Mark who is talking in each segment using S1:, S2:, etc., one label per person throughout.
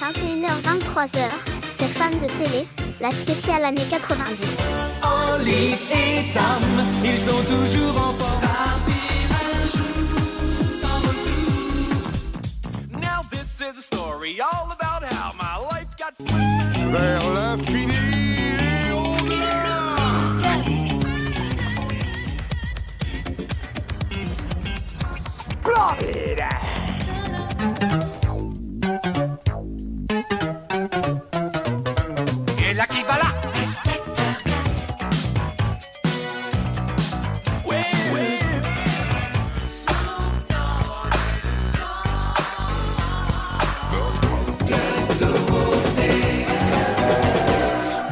S1: 21h-23h, c'est fan de télé, la spéciale année 90.
S2: Oli et Tam, ils sont toujours en port. Partir un jour, sans retour. Now this is a story all about how my life got
S3: vers l'infini. et au-delà. Floride.
S2: Et là qui va là Oui, oui.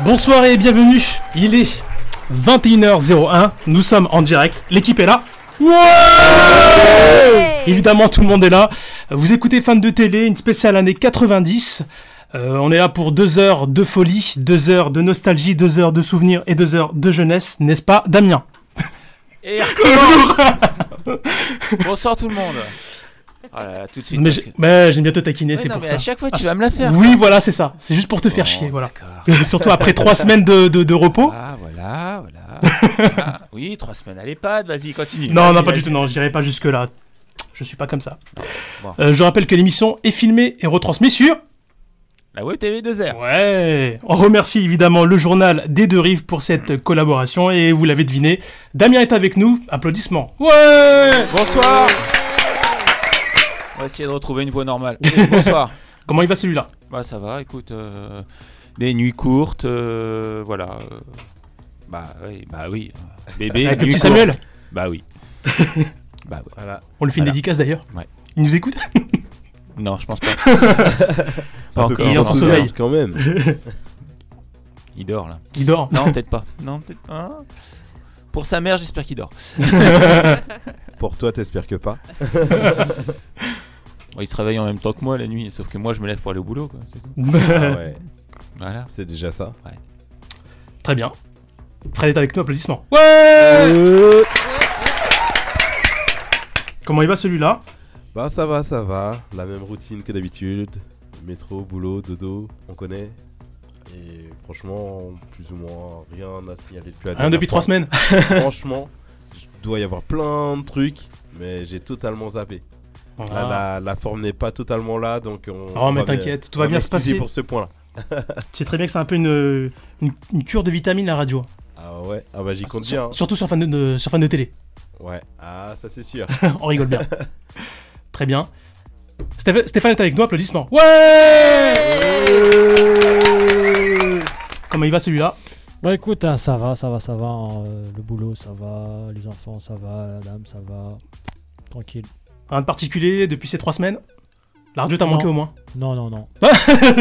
S4: Bonsoir et bienvenue, il est 21h01, nous sommes en direct, l'équipe est là. Ouais Évidemment tout le monde est là. Vous écoutez Fan de télé, une spéciale année 90. Euh, on est là pour deux heures de folie, deux heures de nostalgie, deux heures de souvenirs et deux heures de jeunesse, n'est-ce pas Damien
S5: Et hein recommence. Bonsoir tout le monde. Oh là là, tout de suite.
S4: Mais
S5: parce
S4: j'ai-
S5: que-
S4: mais j'aime bien te taquiner,
S5: Ouais,
S4: c'est
S5: non,
S4: pour
S5: mais
S4: ça.
S5: à chaque fois, tu vas me la faire,
S4: Oui, voilà, c'est ça. C'est juste pour te faire
S5: Bon,
S4: chier, voilà.
S5: d'accord.
S4: Surtout après trois semaines de, de- de repos.
S5: Ah voilà, voilà. voilà. oui, trois semaines à l'EHPAD, vas-y, continue.
S4: Non,
S5: Vas-y,
S4: non, pas
S5: vas-y.
S4: du tout, non, j'irai pas jusque-là. Je suis pas comme ça.
S5: Bon.
S4: Euh, je rappelle que l'émission est filmée et retransmise sur.
S5: La Web TV 2R.
S4: Ouais On remercie évidemment le journal des deux rives pour
S6: Mm.
S4: cette collaboration et vous l'avez deviné, Damien est avec nous. Applaudissements. Ouais
S5: Bonsoir. On va essayer de retrouver une voix normale. Oui, Bonsoir.
S4: Comment il va celui-là
S5: bah ça va, écoute. euh, des nuits courtes, euh, voilà. euh, bah oui, bah oui. Bébé,
S4: Avec le
S5: nuit
S4: petit
S5: courte.
S4: Samuel
S5: Bah oui. bah oui. Voilà.
S4: On lui fait une
S5: Voilà.
S4: dédicace d'ailleurs.
S5: Ouais.
S4: Il nous écoute
S5: Non, je pense pas. Pas
S6: Un peu
S5: encore.
S6: plus
S4: Il est en
S6: enthousiaste
S4: sommeil.
S6: quand même.
S5: Il dort là.
S4: Il dort.
S5: Non, peut-être pas. Non, peut-être pas. Pour sa mère, j'espère qu'il dort.
S6: Pour toi, t'espères que pas.
S5: Bon, il se réveille en même temps que moi la nuit, sauf que moi je me lève pour aller au boulot. Quoi. c'est tout.
S6: Ah ouais,
S5: Voilà.
S6: c'est déjà ça.
S4: Très bien. Fred est avec nous, applaudissements. Ouais
S6: Euh.
S4: Comment il va celui-là
S6: Bah ça va, ça va. La même routine que d'habitude. Métro, boulot, dodo, on connaît. Et franchement, plus ou moins, rien à signaler depuis la
S4: Hein,
S6: dernière
S4: Depuis trois
S6: fois.
S4: semaines.
S6: Franchement, je dois y avoir plein de trucs, mais j'ai totalement zappé. Là, la, la forme n'est pas totalement là, donc on...
S4: Ah. Oh,
S6: on
S4: mais
S6: va bien-
S4: t'inquiète, tout
S6: on
S4: va bien se
S6: m'excuser
S4: passer.
S6: pour ce point-là.
S4: Tu sais très bien que c'est un peu une, une, une cure de vitamines la radio.
S6: Ah ouais, ah bah j'y compte
S4: Sur-
S6: bien. hein.
S4: Surtout sur fan de, de- sur fan de télé.
S6: Ouais, ah ça c'est sûr.
S4: On rigole bien. Très bien. Stéph- Stéphane est avec nous, applaudissements. Ouais Comment il va celui-là
S7: Bah écoute, hein, ça va, ça va, ça va. hein, euh, le boulot, ça va. Les enfants, ça va. La dame, ça va. Tranquille.
S4: Rien de particulier depuis ces trois semaines La radio t'a
S7: Non.
S4: manqué au moins.
S7: Non, non, non.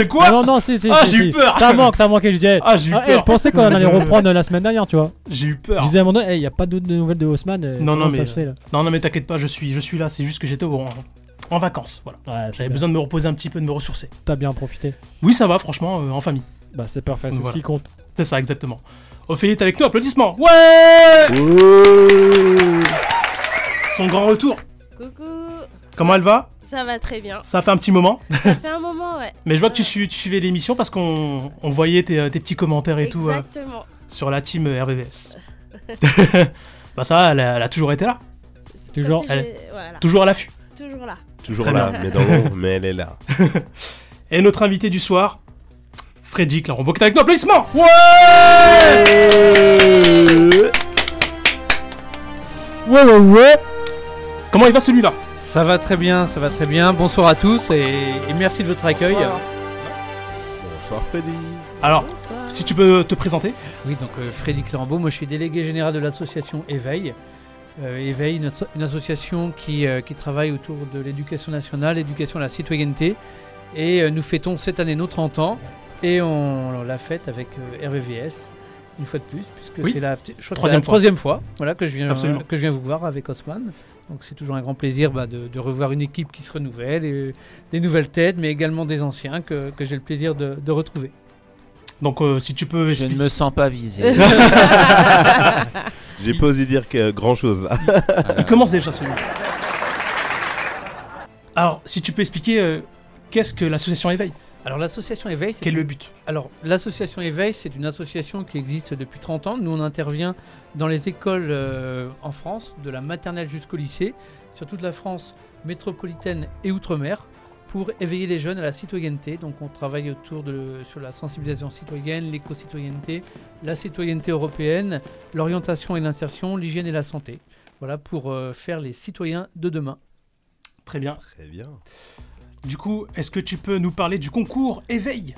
S4: Quoi
S7: non, non, si, si.
S4: Ah,
S7: si,
S4: j'ai eu
S7: si.
S4: peur.
S7: Ça manque, ça manquait, je disais.
S4: Ah, j'ai eu
S7: Ah, eh,
S4: peur.
S7: je pensais qu'on allait reprendre la semaine dernière, tu vois.
S4: J'ai eu
S7: Je
S4: peur.
S7: disais à mon il n'y eh, a pas de de nouvelles de Haussmann. euh,
S4: Non, non,
S7: comment
S4: mais-
S7: Ça se fait, là.
S4: Non, non, mais t'inquiète pas, je suis, je suis là. C'est juste que j'étais au- en, en vacances. Voilà.
S7: Ouais, c'est
S4: J'avais
S7: bien.
S4: besoin de me reposer un petit peu, de me ressourcer.
S7: Ah, T'as bien profité.
S4: Oui, ça va, franchement, euh, en famille.
S7: Bah c'est parfait, c'est
S4: Voilà.
S7: ce qui compte.
S4: C'est ça, exactement. Ophélie est avec nous, applaudissements. Ouais Son grand retour.
S8: Coucou
S4: Comment elle va
S8: Ça va très bien.
S4: Ça fait un petit moment.
S8: Ça fait un moment, ouais.
S4: Mais je vois que tu, suis- tu suivais l'émission parce qu'on on voyait tes, euh, tes petits commentaires et tout euh,
S8: Exactement.
S4: sur la team euh, RVVS. bah ça, va, elle a, elle a toujours été là,
S8: C'est
S7: Toujours,
S8: comme si
S4: elle-
S8: j'ai- Voilà,
S4: toujours à l'affût.
S8: toujours là.
S6: Toujours
S4: Très
S6: là,
S4: bien.
S6: mais dans l'ombre, mais elle est là.
S4: Et notre invité du soir, Freddy Claron, qui est avec nous, applaudissements Ouais
S9: Ouais, ouais, ouais.
S4: Comment il va celui-là
S9: Ça va très bien, ça va très bien. Bonsoir à tous et, et merci de votre accueil.
S6: Bonsoir Freddy.
S4: Alors,
S8: Bonsoir.
S4: si tu peux te présenter
S9: Oui, donc euh, Frédéric Larambeau, moi je suis délégué général de l'association Éveil. Euh, Éveil, une, asso- une association qui, euh, qui travaille autour de l'éducation nationale, l'éducation à la citoyenneté. Et euh, nous fêtons cette année nos 30 ans et on, la fête avec euh, RVVS, une fois de plus, puisque
S4: Oui.
S9: c'est la, petite- je crois que
S4: Troisième
S9: c'est la
S4: fois.
S9: troisième fois voilà, que, je viens, euh,
S4: Absolument.
S9: que je viens vous voir avec Osman. Donc c'est toujours un grand plaisir bah, de, de revoir une équipe qui se renouvelle, et, euh, des nouvelles têtes, mais également des anciens que, que j'ai le plaisir de- de retrouver.
S4: Donc euh, si tu peux
S5: Je ne
S4: expliquer...
S5: me sens pas visé.
S6: J'ai pas osé dire que grand chose là.
S4: Il commence déjà celui-là. Alors, si tu peux expliquer euh, qu'est-ce que l'association Éveil
S9: Alors l'association Éveil, c'est
S4: Quel est
S9: une-
S4: le but
S9: alors, l'association Éveil, c'est une association qui existe depuis 30 ans. Nous, on intervient dans les écoles euh, en France, de la maternelle jusqu'au lycée, sur toute la France métropolitaine et outre-mer, pour éveiller les jeunes à la citoyenneté. Donc, on travaille autour de sur la sensibilisation citoyenne, l'éco-citoyenneté, la citoyenneté européenne, l'orientation et l'insertion, l'hygiène et la santé. Voilà pour euh, faire les citoyens de demain.
S4: Très bien.
S6: Très bien.
S4: Du coup, est-ce que tu peux nous parler du concours Éveil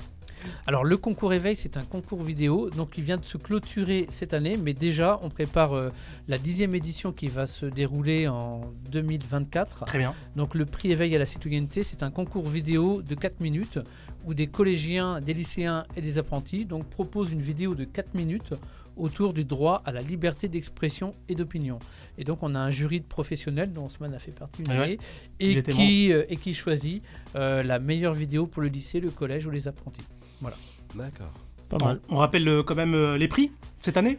S9: Alors le concours éveil, c'est un concours vidéo, donc il vient de se clôturer cette année, mais déjà on prépare euh, la dixième édition qui va se dérouler en 2024.
S4: Très bien.
S9: Donc le prix éveil à la citoyenneté, c'est un concours vidéo de 4 minutes où des collégiens, des lycéens et des apprentis donc, proposent une vidéo de 4 minutes autour du droit à la liberté d'expression et d'opinion. Et donc on a un jury de professionnels dont Osman a fait partie une
S4: Ah ouais.
S9: année,
S4: Il
S9: et,
S4: était
S9: qui, euh, et qui choisit euh, la meilleure vidéo pour le lycée, le collège ou les apprentis.
S6: D'accord.
S4: Pas mal. On rappelle euh, quand même euh, les prix cette année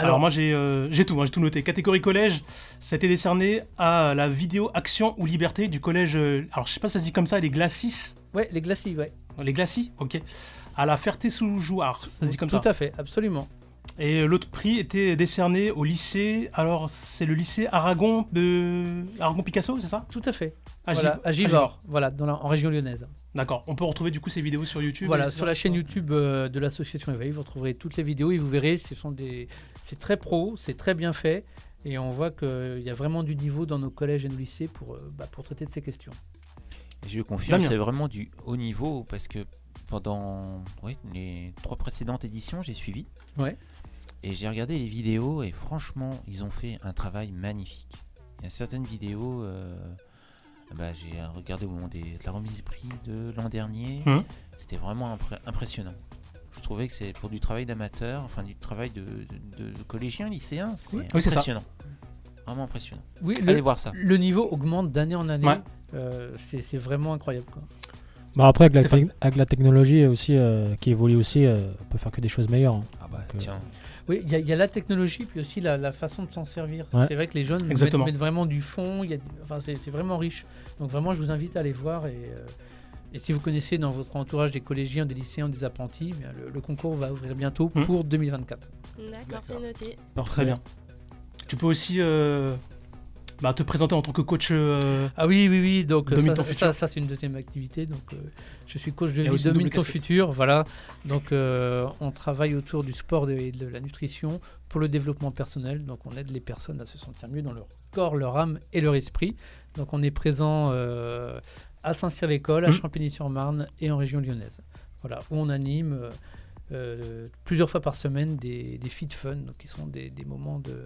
S4: alors,
S9: Alors-
S4: moi j'ai euh, j'ai tout, hein, j'ai tout noté. Catégorie collège, ça a été décerné à la vidéo Action ou Liberté du collège. euh, alors je sais pas si ça se dit comme ça, les Glacis.
S9: Ouais, les glacis, ouais.
S4: Les Glacis, ok. À la Ferté-sous-Jouard, ça se dit comme
S9: Tout
S4: ça.
S9: à fait, absolument.
S4: Et euh, l'autre prix était décerné au lycée. Alors, c'est le lycée Aragon de Aragon Picasso, c'est ça
S9: Tout à fait.
S4: Ah,
S9: voilà,
S4: j'y-
S9: à Givors, voilà, dans la- en région lyonnaise.
S4: D'accord. On peut retrouver du coup ces vidéos sur YouTube.
S9: voilà,
S4: et-
S9: sur la chaîne YouTube euh, de l'association Éveil, vous retrouverez toutes les vidéos et vous verrez, ce sont des, c'est très pro, c'est très bien fait. Et on voit qu'il y a vraiment du niveau dans nos collèges et nos lycées pour, euh, bah, pour traiter de ces questions.
S5: Je confirme,
S4: Damien.
S5: c'est vraiment du haut niveau parce que pendant oui, les trois précédentes éditions, j'ai suivi.
S9: Ouais.
S5: Et j'ai regardé les vidéos et franchement, ils ont fait un travail magnifique. Il y a certaines vidéos, euh, bah, j'ai regardé au moment des- de la remise des prix de l'an dernier.
S9: Hum.
S4: Mhm.
S5: C'était vraiment impré- impressionnant. Je trouvais que c'est pour du travail d'amateur, enfin du travail de, de, de collégien, lycéen, c'est
S9: Oui,
S4: c'est ça.
S5: impressionnant. Vraiment impressionnant.
S9: Oui,
S5: Allez
S9: le,
S5: voir ça.
S9: le niveau augmente d'année en année.
S4: Ouais.
S9: Euh, c'est, c'est vraiment incroyable. quoi.
S7: Bah après, avec la,
S4: Stéphane.
S7: tec- avec la technologie aussi, euh, qui évolue aussi, euh, on peut faire que des choses meilleures. hein.
S5: Ah bah
S7: euh,
S5: tiens.
S9: Oui, il y, a- il y a la technologie, puis aussi la, la façon de s'en servir.
S7: Ouais.
S9: C'est vrai que les jeunes nous mettent,
S4: Exactement.
S9: mettent vraiment du fond, il y a- enfin, c'est c'est vraiment riche. Donc vraiment, je vous invite à aller voir. Et, euh, et si vous connaissez dans votre entourage des collégiens, des lycéens, des apprentis, eh bien, le, le concours va ouvrir bientôt
S4: Mhm.
S9: pour 2024.
S8: D'accord, c'est noté.
S4: Très bien. Tu peux aussi euh, bah, te présenter en tant que coach. euh,
S9: Ah oui, oui, oui, donc euh,
S4: 2000
S9: ça,
S4: ton
S9: ça-
S4: futur.
S9: ça, c'est une deuxième activité. Donc, euh, je suis coach de
S4: Il y a
S9: vie
S4: aussi une double
S9: 2000 ton
S4: casquette.
S9: futur, voilà. Donc euh, on travaille autour du sport et de la nutrition pour le développement personnel. Donc on aide les personnes à se sentir mieux dans leur corps, leur âme et leur esprit. Donc on est présent euh, à Saint-Cyr-l'École, à
S4: Mhm.
S9: Champigny-sur-Marne et en région lyonnaise. Voilà, où on anime euh, euh, plusieurs fois par semaine des, des fit fun, donc qui sont des, des moments de,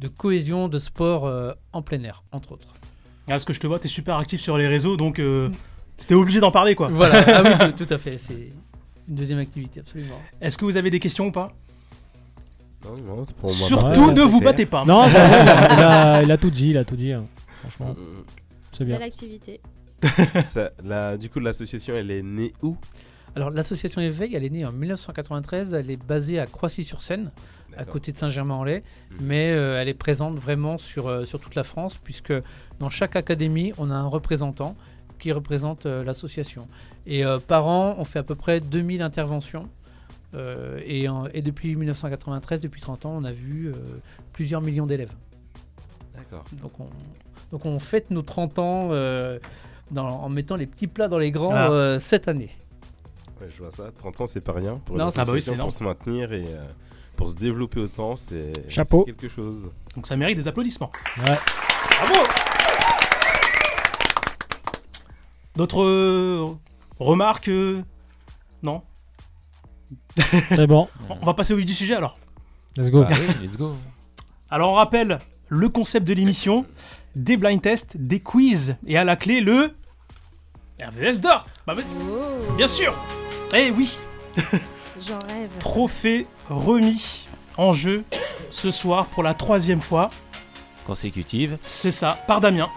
S9: de cohésion, de sport euh, en plein air, entre autres.
S4: ah, parce que je te vois, t'es super actif sur les réseaux, donc euh, c'était obligé d'en parler quoi.
S9: Voilà, ah oui, tout, tout à fait. C'est une deuxième activité, absolument.
S4: Est-ce que vous avez des questions ou pas
S6: Non, non, c'est pour moi.
S4: Surtout,
S7: ouais,
S4: ne
S6: c'est
S4: vous
S6: clair.
S4: battez pas. hein.
S7: Non, c'est vrai, il, a, il a- il a tout dit, il a tout dit. hein. Franchement,
S6: Euh,
S7: c'est bien.
S8: Belle activité.
S6: ça- la- du coup, l'association, elle est née où
S9: Alors, l'association Éveil, elle est née en 1993. Elle est basée à Croissy-sur-Seine, à
S6: D'accord.
S9: côté de Saint-Germain-en-Laye.
S6: Mhm.
S9: Mais euh, elle est présente vraiment sur, euh, sur toute la France, puisque dans chaque académie, on a un représentant qui représente euh, l'association. Et euh, par an, on fait à peu près 2000 interventions. Euh, et, en- et depuis 1993, depuis 30 ans, on a vu euh, plusieurs millions d'élèves.
S6: D'accord.
S9: Donc on, donc on fête nos 30 ans euh, dans- en mettant les petits plats dans les grands
S4: Ah.
S9: euh, cette année.
S6: Ouais, je vois ça. 30 ans, c'est pas rien. Pour une
S9: Non,
S4: c'est- ah bah oui,
S6: association,
S4: c'est
S6: Pour se maintenir et euh, pour se développer autant, c'est
S7: Chapeau.
S6: c'est quelque chose.
S4: Donc ça mérite des applaudissements.
S7: Ouais.
S4: Bravo D'autres euh, remarques euh, Non
S7: Très bon,
S4: On va passer au vif du sujet alors.
S7: let's go.
S5: Ah oui, let's go.
S4: Alors on rappelle le concept de l'émission, des blind tests, des quiz et à la clé le RVS d'or. Bah, mais-
S8: Oh,
S4: bien sûr. Eh oui,
S8: j'en rêve.
S4: trophée remis en jeu ce soir pour la troisième fois.
S5: Consécutive.
S4: C'est ça, par Damien.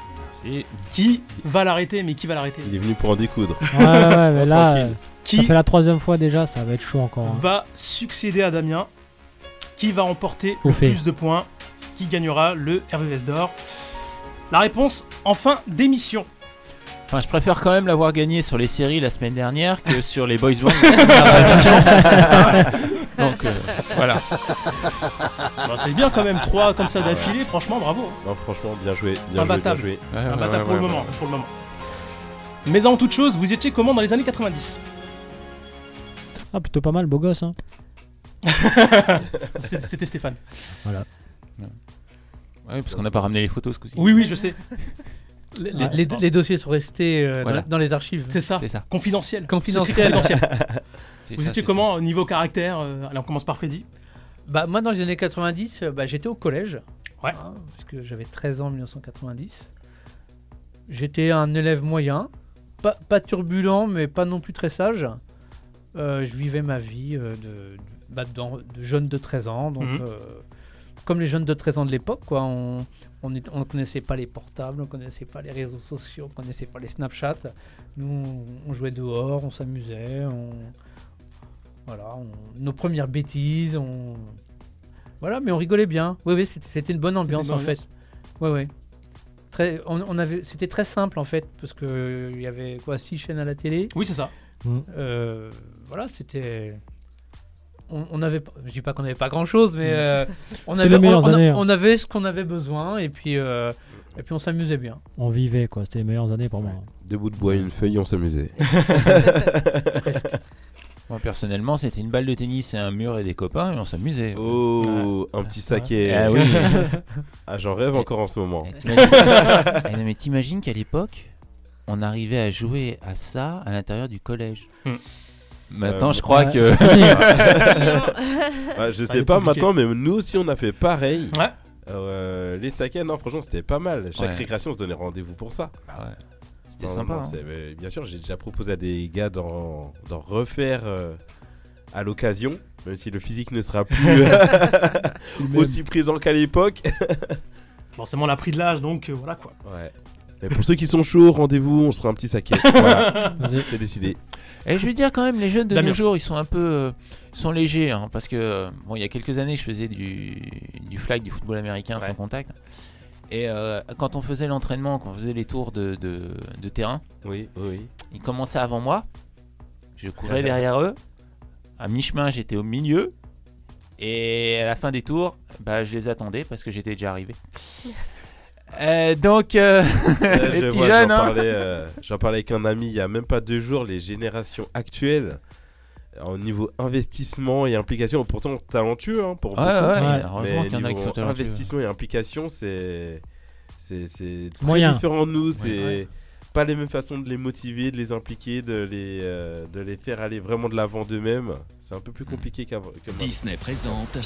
S5: Et
S4: Qui va l'arrêter Mais qui va l'arrêter
S6: Il est venu pour en découdre.
S7: Ouais, ouais, mais là,
S6: Tranquille.
S7: euh, ça
S4: Qui
S7: fait la troisième fois déjà, ça va être chaud encore. hein.
S4: va succéder à Damien Qui va remporter le
S7: Trophée.
S4: plus de points Qui gagnera le RVS d'or La réponse en fin d'émission.
S5: Enfin, je préfère quand même l'avoir gagné sur les séries la semaine dernière que sur les Boys Band.
S6: Ah,
S5: la
S6: bah,
S5: première émission. Donc euh, voilà.
S4: Bon, c'est bien quand même, trois comme ça d'affilée, franchement, bravo.
S6: Non, franchement, bien joué, bien joué, bien
S4: Imbattable.
S6: joué.
S4: Ah bah,
S5: Ouais,
S4: t'as
S5: ouais,
S4: pour le
S5: ouais,
S4: moment, pour le moment. Mais avant toute chose, vous étiez comment dans les années 90
S7: Ah, plutôt pas mal, beau gosse. Hein.
S4: C'est- C'était Stéphane.
S5: ouais. Ouais, parce qu'on n'a pas ramené les photos ce coup-ci.
S4: Oui, oui, je sais,
S9: Les,
S7: Ouais,
S9: les- les dossiers sont restés euh, dans-
S5: Voilà.
S9: dans, les archives.
S4: c'est ça.
S5: C'est ça.
S4: Confidentiel.
S9: Confidentiel.
S5: C'est
S4: Vous
S5: ça,
S4: étiez
S5: c'est
S4: comment au niveau caractère euh, Allez, on commence par Freddy.
S9: Bah, moi, dans les années 90, euh, bah, j'étais au collège.
S4: Ouais.
S9: Hein, puisque j'avais 13 ans en 1990. J'étais un élève moyen. Pas, pas turbulent, mais pas non plus très sage. Euh, je vivais ma vie euh, de, de- bah, dans- de jeune de 13 ans. Donc,
S4: Mhm.
S9: euh, comme les jeunes de 13 ans de l'époque, quoi, on on est- on ne connaissait pas les portables, on ne connaissait pas les réseaux sociaux, on ne connaissait pas les Snapchat. Nous, on- on jouait dehors, on s'amusait, on, voilà, on- nos premières bêtises, on... Voilà, mais on rigolait bien. Oui, oui, c'était- c'était une bonne ambiance,
S4: bonne
S9: en fait. Oui, oui. Très, on, on avait, c'était très simple en fait, parce que euh, il y avait quoi, six chaînes à la télé.
S4: Oui, c'est ça.
S7: Mm.
S9: Euh, voilà, c'était. On, on avait, pas- je dis pas qu'on n'avait pas grand chose, mais euh, on
S7: Mm. C'était
S9: avait,
S7: les meilleures
S9: on, on a-
S7: années, hein.
S9: on avait ce qu'on avait besoin et puis euh, et puis on s'amusait bien.
S7: On vivait, quoi. C'était les meilleures années pour moi.
S6: Deux bouts de bois et une feuille, on s'amusait.
S5: ça. Moi personnellement, c'était une balle de tennis et un mur et des copains et on s'amusait.
S6: Oh, un petit saké.
S5: Ah oui.
S6: Ah, j'en rêve encore en ce moment. Euh,
S5: Eh, t'imagines- Eh non, mais t'imagines qu'à l'époque, on arrivait à jouer à ça à l'intérieur du collège.
S4: Hmm.
S5: Maintenant,
S6: Euh,
S5: je crois
S7: Ouais,
S5: que.
S6: Ah, je
S4: Ça va
S6: sais
S4: être
S6: pas
S4: compliqué.
S6: maintenant, mais nous aussi on a fait pareil.
S4: Ouais.
S6: Euh, les sakés, non, franchement, c'était pas mal. Chaque
S5: Ouais.
S6: récréation, on se donnait rendez-vous pour ça.
S5: Bah ouais, C'était
S6: Non,
S5: sympa.
S6: non,
S5: hein.
S6: c'est- mais bien sûr, j'ai déjà proposé à des gars d'en d'en refaire euh, à l'occasion, même si le physique ne sera plus aussi présent qu'à l'époque.
S4: Forcément, on a pris de l'âge, donc euh, voilà quoi.
S6: Ouais. Mais pour ceux qui sont chauds, rendez-vous, on sera un petit saké. Voilà.
S7: Vas-y.
S6: C'est décidé.
S5: Et je veux dire quand même, les jeunes de
S4: Damien.
S5: nos jours, ils sont un peu, euh, ils sont légers, hein, parce que euh, bon, il y a quelques années, je faisais du, du flag, du football américain
S4: Ouais.
S5: sans contact. Et euh, quand on faisait l'entraînement, quand on faisait les tours de, de- de terrain,
S6: Oui, oui.
S5: ils commençaient avant moi. Je courais derrière eux. À mi-chemin, j'étais au milieu. Et à la fin des tours, bah, je les attendais parce que j'étais déjà arrivé. Euh, donc, euh,
S6: Euh,
S5: les
S6: je
S5: petits
S6: vois,
S5: jeunes,
S6: J'en
S5: hein.
S6: parlais, euh, j'en parlais avec un ami il y a même pas deux jours, les générations actuelles. Au niveau investissement et implication, pourtant talentueux hein, pour
S5: ouais, ouais,
S6: beaucoup,
S5: heureusement
S6: mais
S5: qu'il y en a qui
S6: niveau
S5: sont talentueux.
S6: investissement et implication, c'est c'est c'est très
S7: Moyen.
S6: différent de nous. C'est
S5: ouais.
S6: pas les mêmes façons de les motiver, de les impliquer, de les euh, de les faire aller vraiment de l'avant d'eux-mêmes. C'est un peu
S5: Mm.
S6: plus compliqué qu'avant. que maintenant.
S2: Disney présente.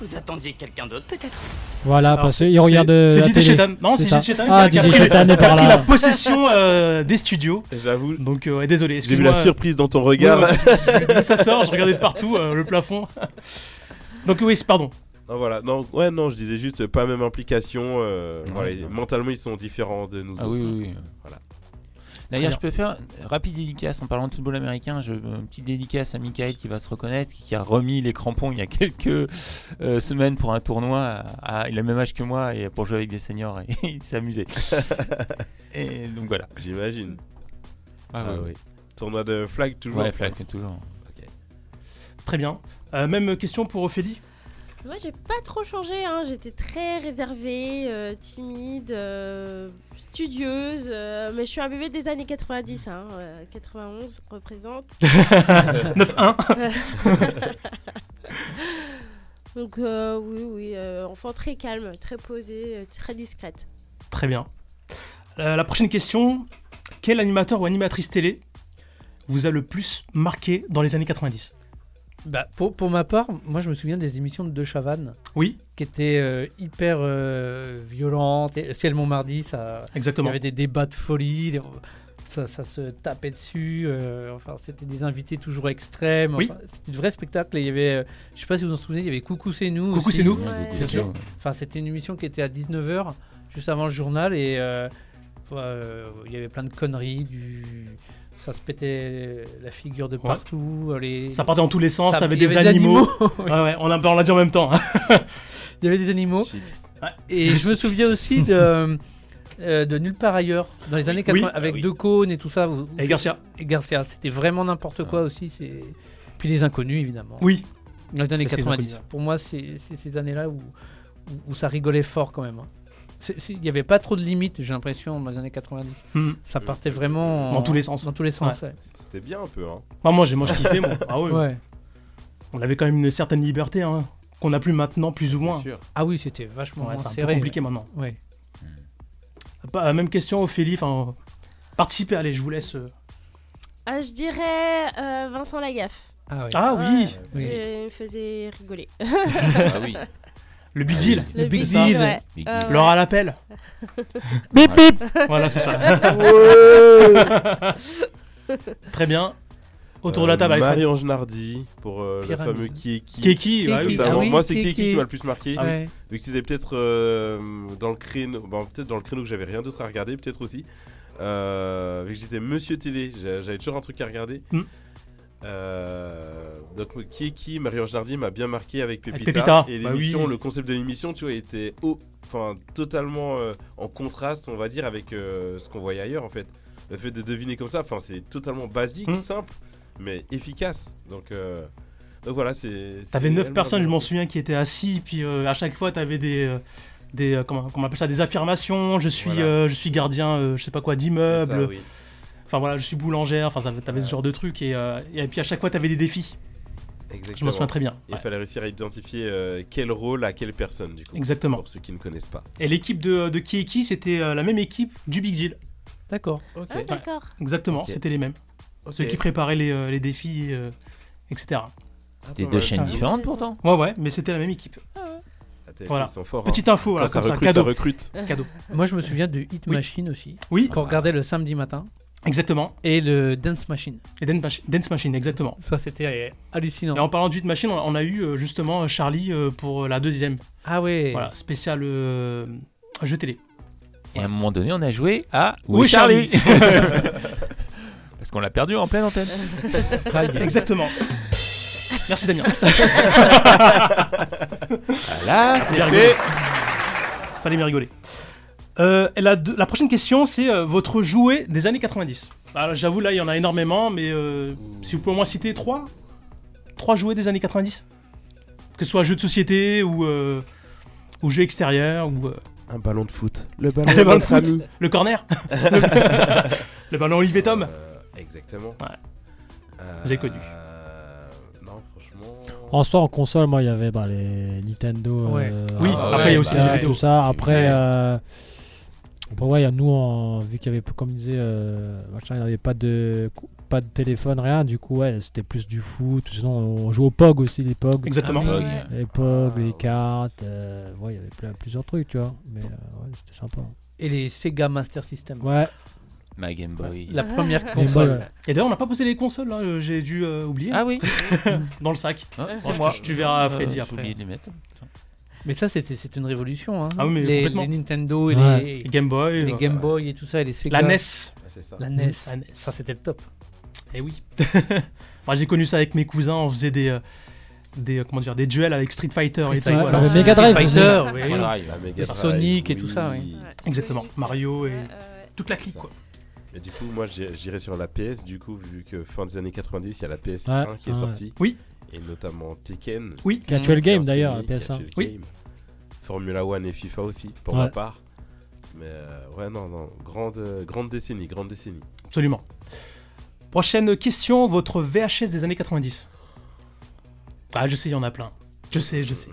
S10: Vous attendiez quelqu'un d'autre peut-être
S7: Voilà,
S4: Alors,
S7: parce
S4: c'est-
S7: qu'il regarde
S4: c'est-
S7: euh,
S4: C'est
S7: la
S4: Didier
S7: télé.
S4: Chetan. Non,
S7: C'est
S4: c'est
S7: ça.
S4: Didier Chetan
S7: Ah,
S4: qui a
S7: Didier
S4: pris,
S7: Chetan est
S4: qui a
S7: par
S4: pris
S7: là.
S4: la possession euh, des studios.
S6: J'avoue,
S4: Donc, euh, ouais, désolé,
S6: j'ai vu la
S4: excuse-moi.
S6: surprise dans ton regard.
S4: Oui, ouais, d'où ça sort, je regardais de partout, euh, le plafond. Donc, oui, c'est- pardon.
S6: Non, voilà. Non, ouais, non, je disais juste euh, pas même implication. euh, voilà, ils- mentalement, ils sont différents de nous.
S5: Ah
S6: autres.
S5: oui, oui, oui.
S6: Voilà.
S5: D'ailleurs,
S4: Très
S5: je peux faire une rapide dédicace en parlant de football américain. Je, une petite dédicace à Michael qui va se reconnaître, qui a remis les crampons il y a quelques euh, semaines pour un tournoi. à- à- il a le même âge que moi et pour jouer avec des seniors et il s'est amusé. et donc voilà.
S6: J'imagine.
S5: Ah,
S6: Ah oui. Tournoi de flag toujours.
S5: Ouais, flag, toujours.
S4: Très bien. Euh, même question pour Ophélie.
S8: Moi, j'ai pas trop changé. hein. J'étais très réservée, euh, timide, euh, studieuse. euh, mais je suis un bébé des années 90. hein, euh, 91 représente.
S4: 9-1.
S8: Donc, euh, oui, oui. euh, enfant très calme, très posée, euh, très discrète.
S4: Très bien. Euh, la prochaine question. Quel animateur ou animatrice télé vous a le plus marqué dans les années 90
S9: Bah, pour, pour ma part, moi, je me souviens des émissions de De Chavannes.
S4: Oui,
S9: qui était euh, hyper euh, violente. Et Ciel Montmardi, ça, il y
S4: exactement.
S9: avait des débats de folie, des- ça, ça se tapait dessus. euh, enfin, c'était des invités toujours extrêmes.
S4: Oui.
S9: enfin, c'était de vrais spectacles. Et il y avait, euh, je sais pas si vous en souvenez, il y avait Coucou c'est nous.
S4: Coucou,
S9: aussi.
S4: c'est nous.
S8: Ouais.
S5: Beaucoup
S9: C'est
S5: de
S9: sûr.
S5: choses.
S9: Enfin, c'était une émission qui était à 19h, juste avant le journal, et euh, euh, il y avait plein de conneries. Du... Ça se pétait la figure de partout. Les...
S4: Ça partait dans tous les sens,
S9: Ça-
S4: t'avais
S9: il y
S4: des,
S9: avait
S4: animaux. Ouais, ouais, on a- on l'a dit en même temps. hein.
S9: il y avait des animaux.
S6: Chips.
S9: Et je me souviens aussi de, euh, de nulle part ailleurs dans les années 80
S4: Oui,
S9: avec
S4: ah oui.
S9: De Caunes et tout ça. vous-
S4: Et Garcia.
S9: Et Garcia, c'était vraiment n'importe quoi aussi. C'est puis les inconnus évidemment.
S4: Oui.
S9: Dans les années
S4: Parce que les
S9: 90.
S4: Inconnus.
S9: Pour moi, c'est c'est ces années-là où, où- où ça rigolait fort quand même. hein. C'est- c'est- Il n'y avait pas trop de limites, j'ai l'impression, dans les années 90.
S4: Hmm.
S9: Ça partait vraiment
S4: Dans
S9: en-
S4: tous les sens.
S9: Dans tous les sens. ouais.
S6: C'était bien un peu, hein.
S4: Ah, moi, j'ai moi, je kiffais, moi. Ah ouais.
S9: Ouais.
S4: On avait quand même une certaine liberté, hein, qu'on n'a plus maintenant, plus ou moins.
S6: sûr.
S9: Ah oui, c'était vachement
S4: Ouais,
S9: moins
S4: c'est un peu
S9: serré.
S4: compliqué maintenant.
S9: Ouais.
S4: Pas- euh, même question, Ophélie. Enfin, participez. Allez, je vous laisse. euh.
S8: Ah, je dirais euh, Vincent Lagaffe.
S9: Ah oui.
S4: Ah oui.
S9: Oui.
S8: Je me faisais rigoler.
S5: Ah oui. Ah
S4: Le big deal.
S8: Le
S9: Big
S8: Big Deal.
S9: Deal.
S8: ouais.
S5: Big
S8: Ah
S5: Deal.
S8: ouais.
S4: L'heure à l'appel.
S9: Bip bip
S4: Voilà, c'est ça. Très bien. Autour de la table, allez, Fred.
S6: Marie-Ange Nardi Euh, pour euh, le
S9: Pyramide.
S6: fameux qui est qui.
S4: Keki, ouais,
S9: Keki.
S4: oui. Ah
S6: Notamment.
S9: Ah oui,
S6: Moi, c'est
S9: qui
S6: qui
S9: est
S6: est qui
S9: qui.
S6: qui m'a le plus marqué.
S9: Ouais.
S6: Vu que c'était peut-être euh, dans le créneau, bon, peut-être dans le créneau que j'avais rien d'autre à regarder, peut-être aussi. Euh, vu que j'étais Monsieur Télé, j'a- j'avais toujours un truc à regarder.
S4: Hmm.
S6: Euh, donc qui est qui Marie-Ange Nardi m'a bien marqué avec Pépita,
S4: Avec Pépita,
S6: et
S4: bah
S6: l'émission,
S4: oui.
S6: le concept de l'émission, tu vois, était au- enfin totalement euh, en contraste, on va dire, avec euh, ce qu'on voyait ailleurs en fait. Le fait de deviner comme ça, enfin c'est totalement basique,
S4: Hmm.
S6: simple, mais efficace. Donc euh, donc voilà, c'est. c'est-
S4: T'avais 9
S6: elle
S4: personnes,
S6: m'a
S4: je m'en
S6: marqué.
S4: souviens, qui étaient assis, puis euh, à chaque fois, t'avais des. euh, des, euh, comment, comment on appelle ça des affirmations je suis
S6: Voilà.
S4: euh, je suis gardien euh, je sais pas quoi
S6: C'est ça,
S4: d'immeuble
S6: oui.
S4: enfin voilà je suis boulangère enfin ça- t'avais ce genre de truc et, euh, et puis à chaque fois t'avais des défis je
S6: Exactement.
S4: m'en souviens très bien
S6: Il
S4: Ouais,
S6: fallait réussir à identifier euh, quel rôle à quelle personne, du coup.
S4: exactement
S6: Pour ceux qui ne connaissent pas.
S4: et l'équipe de, de qui est qui c'était euh, la même équipe du Big Deal
S9: D'accord.
S6: Ok.
S8: Ah, d'accord.
S4: exactement
S6: Ok.
S4: c'était les mêmes ceux qui préparaient les, euh, les défis euh, etc
S5: C'était deux chaînes
S4: putain.
S5: différentes pourtant.
S4: ouais ouais mais c'était la même équipe Voilà.
S6: Ils sont forts. hein.
S4: petite info
S6: Quand
S4: voilà,
S6: ça
S4: comme ça
S6: recrute, ça
S4: cadeau
S6: recrute.
S4: cadeau
S9: Moi, je me souviens de Hit Machine aussi,
S4: oui
S9: qu'on regardait le samedi matin,
S4: exactement
S9: et le Dance Machine.
S4: et Dance Machine- Dance Machine exactement
S9: Ça, c'était euh, hallucinant.
S4: Et en parlant de 8 machines, on on a eu euh, justement euh, Charlie euh, pour euh, la deuxième.
S9: Ah ouais.
S4: Voilà, spécial euh, jeu télé.
S5: Et à un moment donné, on a joué à
S4: Oui,
S5: Oui Charlie. Parce qu'on l'a perdu en pleine antenne.
S4: Exactement. Merci Damien.
S5: Voilà, c'est
S4: Bien
S5: fait.
S4: Fallait bien rigoler. Euh, et la, deux- la prochaine question, c'est euh, votre jouet des années 90. Alors, J'avoue, là, il y en a énormément, mais euh, si vous pouvez au moins citer trois, trois jouets des années 90 Que ce soit jeu de société ou, euh, ou jeu extérieur ou euh,
S6: Un ballon de foot. Le ballon
S4: Le ballon de foot. le corner, le, le ballon Olivier Tom.
S6: Euh, exactement.
S4: Ouais.
S6: Euh,
S4: J'ai connu.
S6: Non, franchement.
S7: En soi, en console, moi, il y avait bah, les Nintendo.
S9: Ouais.
S7: euh,
S4: Oui,
S6: Ah,
S4: après,
S6: ouais,
S4: il y a aussi
S7: Arcade,
S4: les jeux vidéo.
S7: Tout ça. Après,
S5: Ouais.
S7: euh, bah ouais, il y a nous, en- vu qu'il y avait, comme disait, euh, machin, il n'y avait pas de, pas de téléphone, rien. Du coup, ouais, c'était plus du foot. Sinon, on jouait au POG aussi, les POG.
S4: Exactement.
S5: Bug.
S8: Ouais.
S7: Les POG, les
S6: Ah.
S7: cartes. euh, ouais, il y avait plein, plusieurs trucs, tu vois. Mais euh, ouais, c'était sympa.
S9: Et les Sega Master System.
S7: Ouais,
S5: Ma Game Boy.
S9: La
S8: Ah.
S9: première
S7: mais moi,
S9: console.
S7: ouais.
S4: Et d'ailleurs, on n'a pas posé les consoles, hein, euh, j'ai dû euh, oublier.
S5: Ah oui.
S4: Dans le sac.
S9: Ah,
S5: Hein,
S8: c'est
S5: franchement,
S4: moi. Tu verras Freddy
S5: Euh, j'ai
S4: après.
S5: oublié de les mettre.
S9: Mais ça, c'était c'était une révolution. hein.
S4: Ah oui, mais
S9: les,
S4: complètement.
S9: les Nintendo et
S7: Ouais.
S9: les,
S4: Les Game Boy.
S9: les
S4: euh,
S9: Game Boy et tout ça, et les Sega.
S4: La NES.
S6: Ah, c'est ça.
S9: La NES.
S4: La NES.
S9: Ça, c'était le top.
S4: Eh oui. Moi, j'ai connu ça avec mes cousins, on faisait des. euh, des, euh, comment dire, des duels avec Street Fighter et
S9: Street
S4: Taekwondo.
S9: Fighter,
S7: le
S4: Voilà.
S7: Mega Drive,
S9: Street
S7: faisait-
S9: Fighter, oui.
S6: La Mega Drive,
S9: Sonic et tout ça, oui.
S8: Ouais,
S4: Exactement.
S8: Sonic. euh,
S4: Mario et-
S8: Ouais, ouais, ouais.
S4: Toute la clique, quoi.
S6: Et du coup, moi, j'ai- j'irai sur la PS, du coup, vu que fin des années 90, il y a la PS1
S7: Ouais,
S6: qui est
S7: ouais.
S6: sortie.
S4: Oui.
S6: Et notamment Tekken.
S7: Qui a tué le game
S6: Merci,
S7: d'ailleurs, la
S6: qui Mm, a
S7: PS1.
S6: tué le
S4: Oui.
S6: game. Formula One et FIFA aussi, pour
S7: Ouais.
S6: ma part. Mais euh, ouais, non, non, grande, euh, grande décennie, grande décennie.
S4: Absolument. Prochaine question, votre VHS des années 90. Ah, je sais, il y en a plein. Je sais, je sais.
S6: Mm,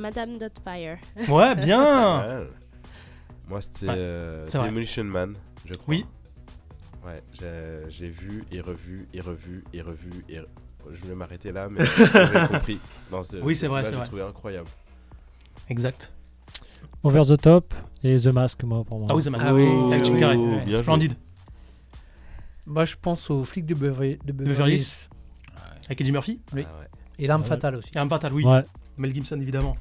S8: Madame Dotfire.
S4: Ouais,
S6: pas
S4: bien
S6: mal. Moi, c'était
S4: Ouais,
S6: euh,
S4: c'est vrai.
S6: Demolition Man, je crois.
S4: Oui.
S6: Ouais, j'ai- j'ai vu et revu et revu et revu et. re- Je voulais m'arrêter là, mais j'ai compris. Non,
S4: Oui, c'est vrai,
S6: là,
S4: c'est
S6: j'ai
S4: vrai.
S6: trouvé incroyable.
S4: Exact.
S7: Over the Top et The Mask, moi, pour moi.
S4: Ah oui, The Mask.
S9: Ah oui.
S4: Avec Jim Carrey.
S9: Oh, bien
S6: joué.
S4: Splendide.
S9: Moi, je pense aux flics de Beverly, de Beverly
S4: Beverly
S9: Hills.
S4: Hills. Avec Eddie Murphy.
S9: Oui.
S6: Ah ouais.
S9: Et l'arme
S7: Ouais.
S9: fatale aussi.
S4: Et un fatal, oui.
S7: Ouais.
S4: Mel Gibson, évidemment.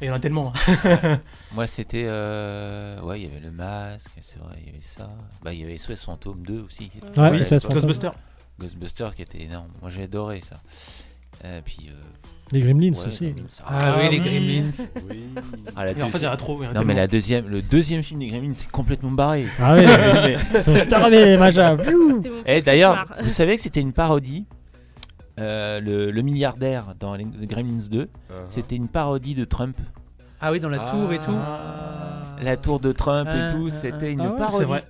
S4: Et il y en a tellement. hein.
S5: Moi, c'était. euh, Ouais, il y avait le masque, c'est vrai, il y avait ça. Bah, il y avait SOS Fantôme 2 aussi. qui était
S7: Ouais,
S5: pas mal à
S7: SOS
S5: l'époque.
S7: Fantôme.
S4: Ghostbuster.
S5: Ghostbusters qui était énorme. Moi, j'ai adoré ça. Euh, puis, euh,
S7: Les Gremlins
S5: Ouais,
S7: aussi.
S5: Gremlins.
S9: Ah, oui, les Gremlins.
S6: Oui.
S5: Ah, la
S4: Mais en fait, il y en a trop, il y en a
S5: Non, mais
S4: tellement.
S5: la deuxième, le deuxième film des Gremlins, c'est complètement barré.
S7: Ah oui,
S5: Mais-
S7: ils sont charmés, Maja.
S8: C'était mon
S5: Eh
S8: pire
S5: d'ailleurs,
S8: cauchemar.
S5: vous savez que c'était une parodie. Euh, le, le milliardaire dans les Gremlins 2,
S6: Ah.
S5: c'était une parodie de Trump.
S9: Ah oui, dans la tour et tout.
S5: La tour de Trump
S9: Ah,
S5: et tout,
S9: ah,
S5: c'était une
S7: ah ouais,
S5: parodie.
S4: c'est vrai.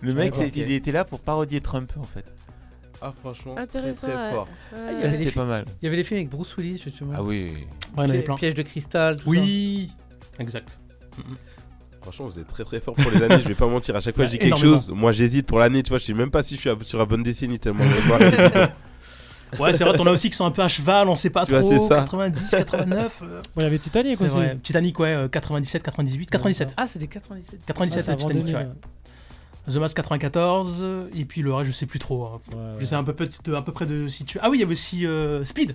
S5: Le mec,
S6: savais
S5: c'est-
S6: pas.
S5: il était là pour parodier Trump en fait.
S6: Ah, franchement,
S8: Intéressant,
S6: très, très
S8: ouais.
S6: fort.
S8: Ouais.
S9: Ah, il y a des
S5: C'était
S9: films.
S5: pas mal.
S9: Il y avait les films avec Bruce Willis, justement.
S5: Ah oui.
S4: Ouais, il y en avait
S9: Piège-
S4: plein.
S9: Piège de cristal, tout ça.
S4: Oui Exact.
S6: Franchement, vous êtes très très fort pour les années, je vais pas mentir. À chaque fois que je dis
S4: Ouais,
S6: quelque chose, moi j'hésite pour l'année, tu vois, je sais même pas si je suis à- sur la bonne décennie tellement. je vois.
S4: Ouais, c'est vrai, t'en as aussi qui sont un peu à cheval, on sait pas
S6: Tu vois,
S4: trop.
S6: c'est ça.
S4: 90, 89. euh,
S7: Il y avait Titanic
S4: c'est
S7: aussi.
S4: vrai. Titanic, ouais, euh, 97, 98, 97.
S9: Ah, c'était 97.
S4: 97,
S7: Ah,
S4: le
S7: c'est
S4: Titanic,
S7: abandonné,
S4: ouais. The Mask 94, euh, et puis le reste, je sais plus trop. hein.
S7: ouais. Ouais,
S4: Je
S7: ouais.
S4: sais un peu, petit- de- à peu près de si tu. Ah oui, il y avait aussi euh, Speed,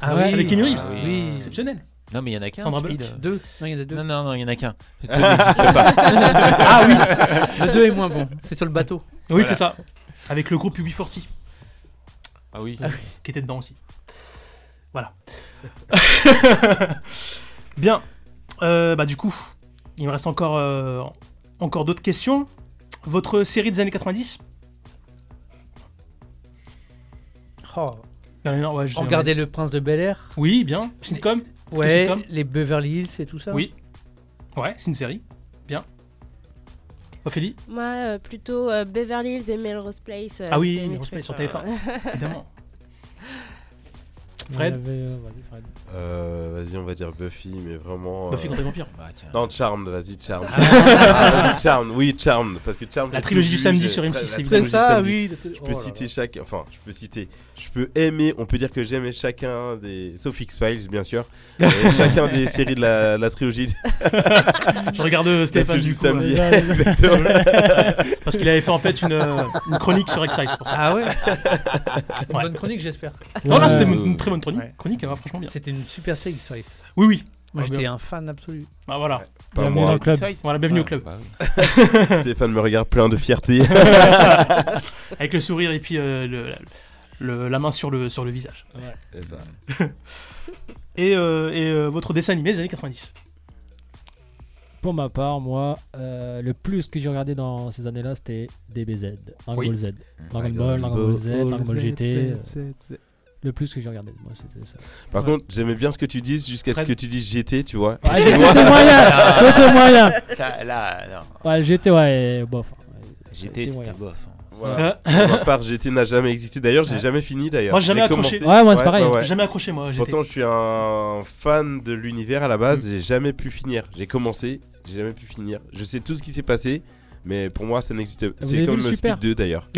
S9: Ah
S7: Ouais,
S9: oui.
S4: avec Keanu Reeves.
S5: Ah oui.
S9: Oui.
S4: exceptionnel.
S5: Non, mais il y en a qu'un.
S4: Sandra
S5: Speed.
S9: Deux. Non, il y en a deux.
S5: Non, non, non, il y en a qu'un. Tout n'existe pas.
S9: ah oui Le 2 est moins bon. C'est sur le bateau.
S4: Oui, c'est ça. Avec le groupe UB40
S5: Ah oui.
S4: qui était dedans aussi. Voilà. Bien. Euh, bah du coup, il me reste encore, euh, encore d'autres questions. Votre série des années 90
S9: Oh.
S4: Il y en a- non, ouais, je-
S9: Regardez le prince de Bel Air.
S4: Oui, bien. Sitcom
S9: Ouais.
S4: sitcom
S9: Les Beverly Hills et tout ça.
S4: Oui. Ouais, c'est une série. Bien. Ophélie
S8: Moi, euh, plutôt euh, Beverly Hills et Melrose Place. euh,
S4: Ah oui,
S8: c'était mes
S4: Melrose
S8: trucs,
S4: Place sur
S8: hein.
S4: TF1. Évidemment.
S7: Il y
S4: Fred.
S7: avait, euh, vas-y, Fred.
S6: Euh, vas-y, on va dire Buffy, mais vraiment.
S4: Buffy
S6: euh,
S4: contre les vampires.
S5: Bah, tiens.
S6: Non, Charmed, vas-y, Charmed. Ah, vas-y, Charmed, oui, Charmed. Parce que Charmed.
S4: La
S6: c'est
S4: trilogie
S6: tout
S4: du samedi
S6: j'ai-
S4: sur
S6: la-
S4: M6,
S6: la
S4: c'est oh
S6: trilogie du samedi.
S9: oui.
S6: Je peux citer chaque. Enfin, je peux citer. Je peux aimer, on peut dire que j'aimais chacun des. Sauf X-Files, bien sûr. Et chacun des séries de la, la trilogie.
S4: Je regarde euh, Stéphane
S6: trilogie
S4: du
S6: du
S4: coup. euh,
S6: samedi.
S7: Déjà, les-
S6: Exactement.
S4: Parce qu'il avait fait en fait une, euh, une chronique sur Excite, c'est pour ça.
S9: Ah ouais.
S4: Ouais.
S9: Bonne chronique, j'espère.
S4: Non, non, c'était
S5: ouais,
S4: une
S5: ouais.
S4: une très bonne chronique.
S9: Ouais.
S4: Chronique, euh, franchement bien.
S9: C'était une super série, X-Files.
S4: Oui, oui.
S9: Moi,
S4: Ah,
S9: j'étais
S4: bien.
S9: un fan absolu.
S4: Bah voilà.
S6: Pas
S7: Bienvenue dans
S6: moi.
S7: le club.
S4: Voilà, bienvenue au club.
S5: Bah, oui.
S6: Ah, Stéphane me regarde plein de fierté.
S4: Avec le sourire et puis euh, le- le- la main sur le, sur le visage.
S6: C'est ça.
S4: Et, euh, et, euh, votre dessin animé des années 90.
S7: Pour ma part, moi, euh, le plus que j'ai regardé dans ces années-là, c'était DBZ, Dragon
S4: Oui.
S7: Ball Z.
S5: Mm.
S7: Dragon Ball, Dragon Ball Z, Dragon Ball GT. euh, Le plus que j'ai regardé, moi, c'était ça.
S6: Par
S4: Ouais.
S6: contre, j'aimais bien ce que tu dises jusqu'à ce
S4: Fred. Ah,
S6: que tu dises GT, tu vois.
S7: Ouais, c'était moyen C'était moyen
S5: Ça, là, non.
S7: Ouais, GT, ouais, bof. hein. ouais, c'était
S5: J'étais, c'était
S7: moyen.
S5: bof. hein.
S6: Voilà.
S4: Euh,
S6: Pour ma part, GT n'a jamais existé. D'ailleurs, j'ai jamais fini d'ailleurs.
S4: Moi, j'ai jamais
S6: Je l'ai
S4: accroché.
S6: commencé.
S7: Ouais, moi, c'est pareil.
S6: ouais, ouais.
S4: Jamais accroché moi. j'étais-
S6: Pourtant, je suis un fan de l'univers à la base. J'ai jamais pu finir. J'ai commencé, j'ai jamais pu finir. Je sais tout ce qui s'est passé, mais pour moi, ça n'existe.
S7: avez
S6: C'est
S7: vu
S6: comme
S7: le
S6: Speed
S7: Super
S6: 2 d'ailleurs.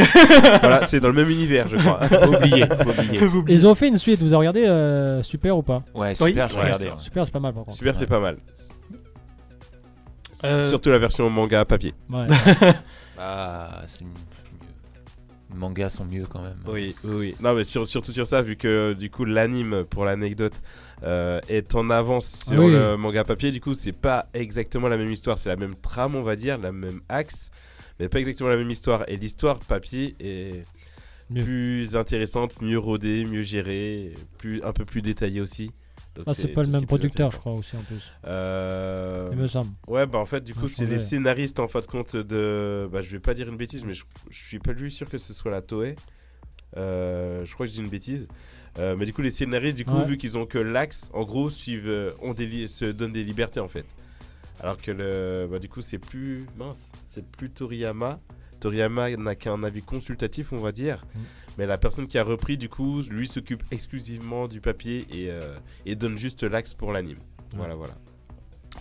S6: voilà, c'est dans le même univers, je crois.
S5: Faut oublier, faut oublier.
S4: Vous oubliez.
S7: Ils ont fait une suite, vous avez regardé euh, Super ou pas
S5: Ouais,
S4: Oui.
S5: super, je
S4: Ouais,
S5: regardais.
S4: c'est
S5: ouais.
S7: Super, c'est pas mal par contre.
S6: Super, c'est pas mal.
S4: Euh,
S6: Surtout la version manga à papier.
S7: Ouais.
S5: Ah, c'est mieux. Les mangas sont mieux quand même.
S6: Oui, oui, oui. Non, mais sur- surtout sur ça, vu que du coup, l'anime, pour l'anecdote, euh, est en avance sur
S7: Oui.
S6: le manga papier, du coup, c'est pas exactement la même histoire. C'est la même trame, on va dire, la même axe, mais pas exactement la même histoire. Et l'histoire papier est
S7: Mieux.
S6: plus intéressante, mieux rodée, mieux gérée, plus, un peu plus détaillée aussi. Donc,
S7: Ah, c'est pas le
S6: tout ce qui est
S7: même
S6: plus
S7: producteur, je
S6: intéressant.
S7: crois, aussi en plus.
S6: Euh,
S7: Il me semble.
S6: Ouais, bah en fait, du
S7: Ah,
S6: coup,
S7: je
S6: c'est les
S7: changeais.
S6: scénaristes en fin de compte de. Bah, je vais pas dire une bêtise, mais je, je suis pas lui sûr que ce soit la Toei. Euh, je crois que je dis une bêtise. Euh, mais du coup, les scénaristes, du coup,
S7: Ouais.
S6: vu qu'ils ont que l'axe, en gros, suivent, euh, ont des li- se donnent des libertés en fait. Alors que le. Bah, du coup, c'est plus. Mince, c'est plus Toriyama. Toriyama n'a qu'un avis consultatif, on va dire.
S7: Mm.
S6: Mais la personne qui a repris, du coup, lui s'occupe exclusivement du papier et, euh, et donne juste l'axe pour l'anime. Voilà, voilà.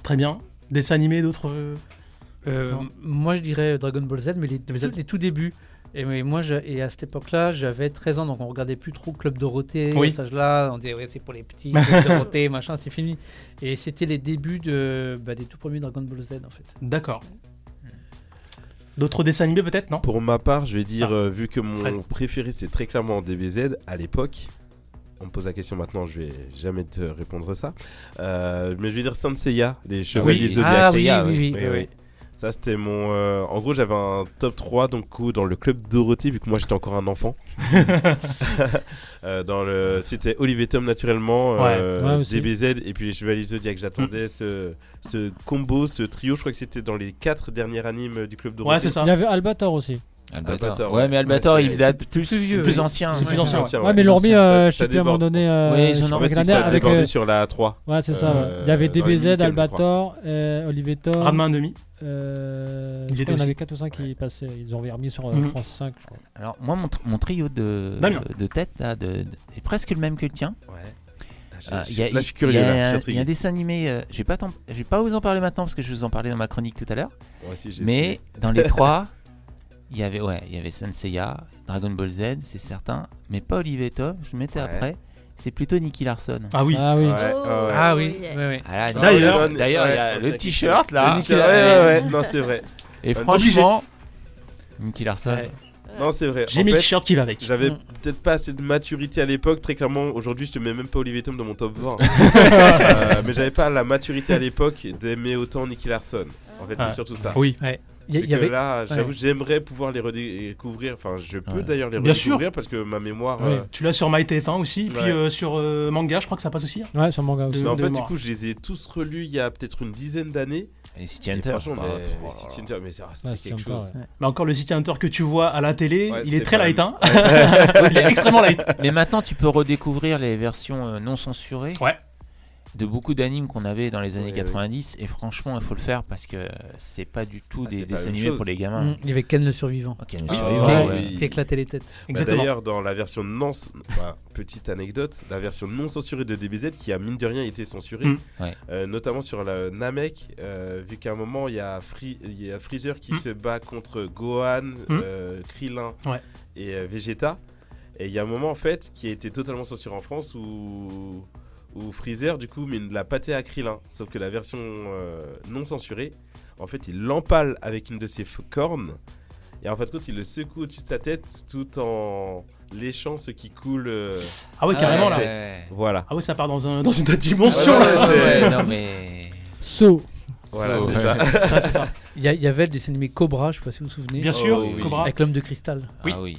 S4: Très bien. Dessin animé, d'autres. euh,
S9: Euh,
S4: Non.
S9: moi, je dirais Dragon Ball Z, mais les,
S4: Mais Z.
S9: les tout débuts. Et, mais moi, je- et à cette époque-là, j'avais 13 ans, donc on regardait plus trop Club Dorothée,
S4: Oui.
S9: à cet âge-là. On disait, ouais, c'est pour les petits, Club Dorothée, machin, c'est fini. Et c'était les débuts de, bah, des tout premiers Dragon Ball Z, en fait.
S4: D'accord. D'autres dessins animés peut-être, non
S6: Pour ma part, je vais dire,
S4: Ah.
S6: euh, vu que mon
S4: Fred.
S6: préféré c'était très clairement DBZ à l'époque, on me pose la question maintenant, je vais jamais te répondre ça. Euh, mais je vais dire Saint Seiya, les
S5: Oui,
S6: Chevaliers
S5: et-
S6: Zodiac.
S5: Ah, oui,
S6: Saint Seiya,
S5: oui,
S9: oui,
S6: oui,
S9: oui,
S6: oui.
S9: oui.
S6: Ça, c'était mon. euh, En gros, j'avais un top 3 donc, coup, dans le club Dorothée, vu que moi j'étais encore un enfant. Euh, dans le... C'était Olivier Tom, naturellement, euh,
S7: Ouais. Ouais, aussi.
S6: DBZ, et puis les Chevaliers du Zodiac. J'attendais
S4: Mm.
S6: ce... ce combo, ce trio. Je crois que c'était dans les 4 dernières animes du club Dorothée.
S4: Ouais, c'est ça.
S7: Il y avait Albator aussi.
S5: Albator.
S6: Albator,
S5: Ouais,
S6: ouais.
S5: mais Albator,
S6: Ouais, c'est-
S5: il date plus,
S4: plus vieux,
S5: c'est plus
S4: oui.
S5: ancien.
S4: C'est plus
S5: ouais.
S4: ancien.
S7: Ouais, mais l'ormie, euh,
S6: Ça-
S7: je sais
S6: ça
S7: plus à un moment
S6: déborde.
S7: donné. euh,
S5: Oui, ils
S7: je
S5: en
S7: sais
S5: ont
S6: En
S7: pas quelle
S6: fait, c'est que
S7: année,
S6: ça a
S7: avec,
S6: débordé
S7: euh,
S6: sur la 3.
S7: Ouais, c'est ça.
S6: Euh,
S7: ouais. Il y avait
S6: dans les
S7: DBZ,
S6: huitièmes,
S7: Albator, euh, Olivier Tom.
S4: Rademain un demi.
S7: euh,
S4: Il
S7: je crois
S4: était
S7: qu'il y en
S4: aussi.
S7: avait 4 ou 5 qui passaient. Ils ont remis sur euh,
S4: Mhm.
S7: France 5, je crois.
S5: Alors, moi, mon, tr- mon trio de,
S4: Damien.
S5: de tête là, de- de- est presque le même que le tien. Ah,
S6: Là,
S5: Il y a- il
S6: je suis
S5: y
S6: curieux.
S5: a
S6: là, je
S5: un- Il
S6: suis
S5: y
S6: intrigué.
S5: a un dessin animé, euh, je vais pas t'en- je vais pas vous en parler maintenant parce que je vous en parlais dans ma chronique tout à l'heure.
S6: Moi aussi, j'ai
S5: Mais dans les trois, il y avait ouais, il y avait Senseiya, Dragon Ball Z, c'est certain, mais pas Olivier Tom, je le mettais
S6: Ouais.
S5: après. C'est plutôt Nicky Larson.
S4: Ah oui.
S7: Ah oui.
S6: Ouais, ouais, ouais.
S9: Ah oui,
S8: yeah.
S9: oui, oui.
S5: Ah là, Nicky-
S4: D'ailleurs-
S5: d'ailleurs, il y a
S6: Ouais,
S5: le
S6: ok.
S5: t-shirt là.
S6: Le t-shirt, ouais, ouais, ouais. Non, c'est vrai.
S5: Et
S6: Euh,
S5: franchement, Nicky Larson.
S4: Ouais.
S6: Non, c'est vrai.
S4: J'ai
S6: En
S4: mis le
S6: fait,
S4: t-shirt qui va avec.
S6: J'avais
S9: Mm.
S6: peut-être pas assez de maturité à l'époque, très clairement. Aujourd'hui, je te mets même pas Olivier Tom dans mon top 20. Euh, mais j'avais pas la maturité à l'époque d'aimer autant Nicky Larson. En fait,
S4: Ah.
S6: c'est surtout ça.
S4: Oui.
S9: Il y,
S6: Et
S9: il y
S6: que
S9: avait.
S6: Là, j'avoue,
S9: ouais.
S6: j'aimerais pouvoir les redécouvrir. Enfin, je peux
S5: Ouais.
S6: d'ailleurs les
S4: Bien
S6: redécouvrir parce que ma mémoire.
S7: Oui.
S6: euh,
S4: Tu l'as sur MyTF1 aussi, puis
S6: Ouais.
S4: euh, sur euh, manga, je crois que ça passe aussi. hein.
S7: Ouais, sur manga aussi.
S4: De-
S6: Mais en fait, du
S4: mémoire.
S6: coup, je les ai tous relus il y a peut-être une dizaine d'années.
S5: Et City
S6: Et
S5: Hunter.
S6: franchement,
S5: bah,
S6: mais-
S5: oh là
S6: mais
S5: là.
S6: City Hunter, mais c'est- ah,
S7: Ouais,
S6: c'était
S7: c'est
S6: quelque
S7: sympa,
S6: chose.
S7: ouais.
S4: Mais encore le City Hunter que tu vois à la télé,
S6: Ouais,
S4: il est
S6: c'est
S4: très
S6: pas-
S4: light. Hein. il est extrêmement light.
S5: Mais maintenant, tu peux redécouvrir les versions euh, non censurées
S4: Ouais.
S5: de beaucoup d'animes qu'on avait dans les années
S6: Ouais,
S5: 90. Et franchement, il faut le faire parce que c'est pas du tout
S6: Ah,
S5: des
S6: c'est pas la
S5: dessins
S6: même
S5: animés
S6: chose.
S5: pour les gamins.
S11: Mm.
S9: Hum, Il y avait Ken le survivant.
S5: Ok, mais
S6: Ah,
S5: survivant,
S6: ouais,
S5: ouais.
S6: oui.
S9: Qui éclatait les têtes.
S6: Bah,
S4: Exactement.
S6: D'ailleurs, dans la version non, bah, petite anecdote, la version non censurée de DBZ qui a mine de rien été censurée,
S4: Mm.
S5: Ouais.
S6: euh, notamment sur la Namek, euh, vu qu'à un moment il y a, Free- il y a Freezer qui
S4: Mm.
S6: se bat contre Gohan, euh, Krillin
S4: Ouais.
S6: et euh, Vegeta, et il y a un moment en fait qui a été totalement censuré en France où, où Freezer du coup met de la pâtée à Krillin, sauf que la version euh, non censurée, en fait il l'empale avec une de ses f- cornes. Et en fin de compte, il le secoue au-dessus de sa tête tout en léchant ce qui coule. euh,
S4: Ah ouais,
S5: Ah
S4: carrément
S5: ouais,
S4: là.
S5: ouais.
S6: Voilà.
S4: Ah ouais, ça part dans, un, dans une autre
S5: Ouais,
S4: dimension.
S5: ouais,
S4: là.
S5: ouais, ouais, non, mais.
S7: So,
S6: Voilà,
S5: So,
S6: c'est
S5: ouais.
S6: ça.
S4: Ouais, Ah, c'est ça.
S9: Il y, a- il y avait le dessin animé Cobra, je sais pas si vous vous souvenez.
S4: Bien sûr,
S6: Oh,
S5: oui.
S4: Cobra.
S9: Avec l'homme de cristal.
S4: Oui.
S5: Ah oui.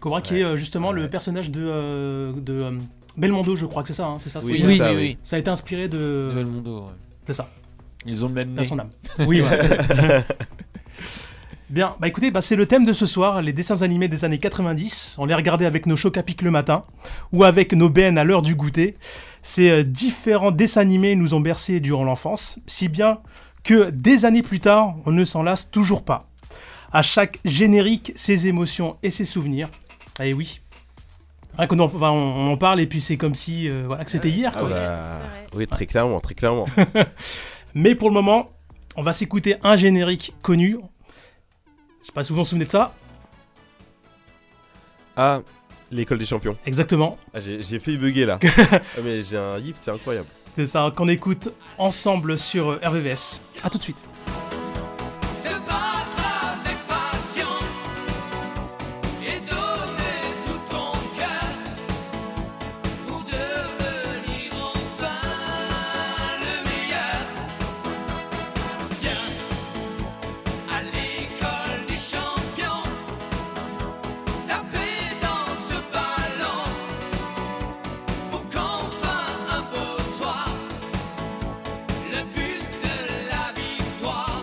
S4: Cobra qui
S6: Ouais.
S4: est euh, justement le
S6: Ouais.
S4: personnage de, euh, de euh, Belmondo, je crois que c'est ça. hein, c'est ça.
S6: Oui,
S4: c'est-
S6: c'est
S5: oui,
S6: ça,
S5: oui,
S6: oui.
S4: Ça a été inspiré
S5: De
S4: de.
S5: Belmondo, ouais.
S4: C'est ça.
S5: Ils ont le même
S4: à
S5: nez.
S4: son âme. Oui, ouais. Bien, bah écoutez, bah, c'est le thème de ce soir, les dessins animés des années 90. On les regardait avec nos chocs à pic le matin, ou avec nos BN à l'heure du goûter. Ces euh, différents dessins animés nous ont bercés durant l'enfance, si bien que des années plus tard, on ne s'en lasse toujours pas. À chaque générique, ses émotions et ses souvenirs. Ah et oui. Rien qu'on en, enfin, on on en parle et puis c'est comme si euh, voilà, que c'était hier.
S6: Ah
S4: Quoi.
S6: bah,
S8: c'est vrai.
S6: Oui, très clairement, très clairement.
S4: Mais pour le moment, on va s'écouter un générique connu. Je sais pas si vous vous souvenez de ça.
S6: Ah, l'école des champions.
S4: Exactement.
S6: Ah, j'ai j'ai failli bugger là. Ah, mais j'ai un hip, c'est incroyable.
S4: C'est ça qu'on écoute ensemble sur euh, RVVS. A tout de suite.
S2: Te battre avec passion et donner tout ton cœur pour devenir enfin le meilleur. Viens à l'école des champions, taper dans ce ballon pour qu'enfin un beau soir, le but de la victoire.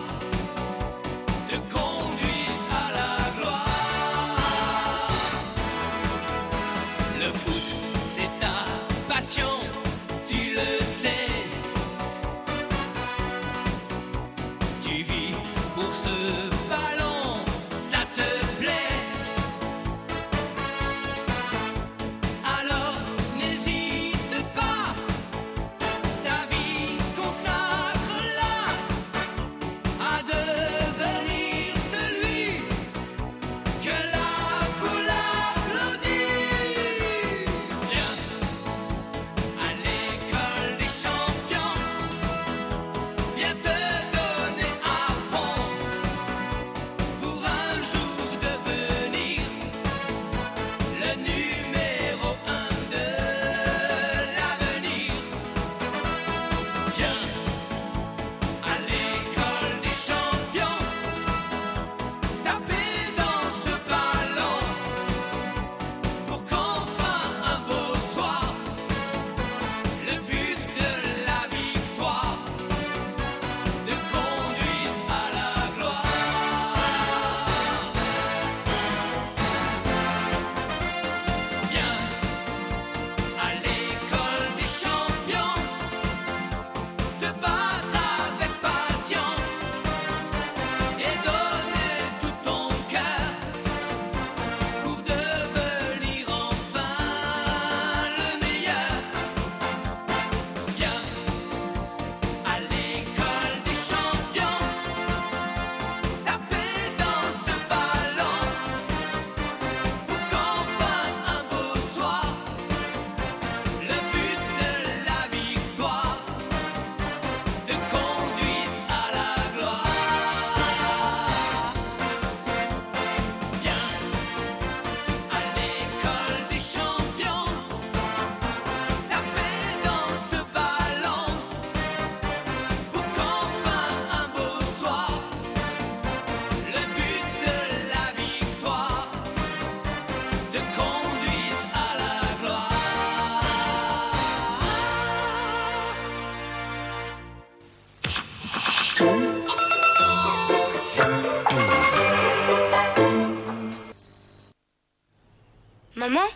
S12: Maman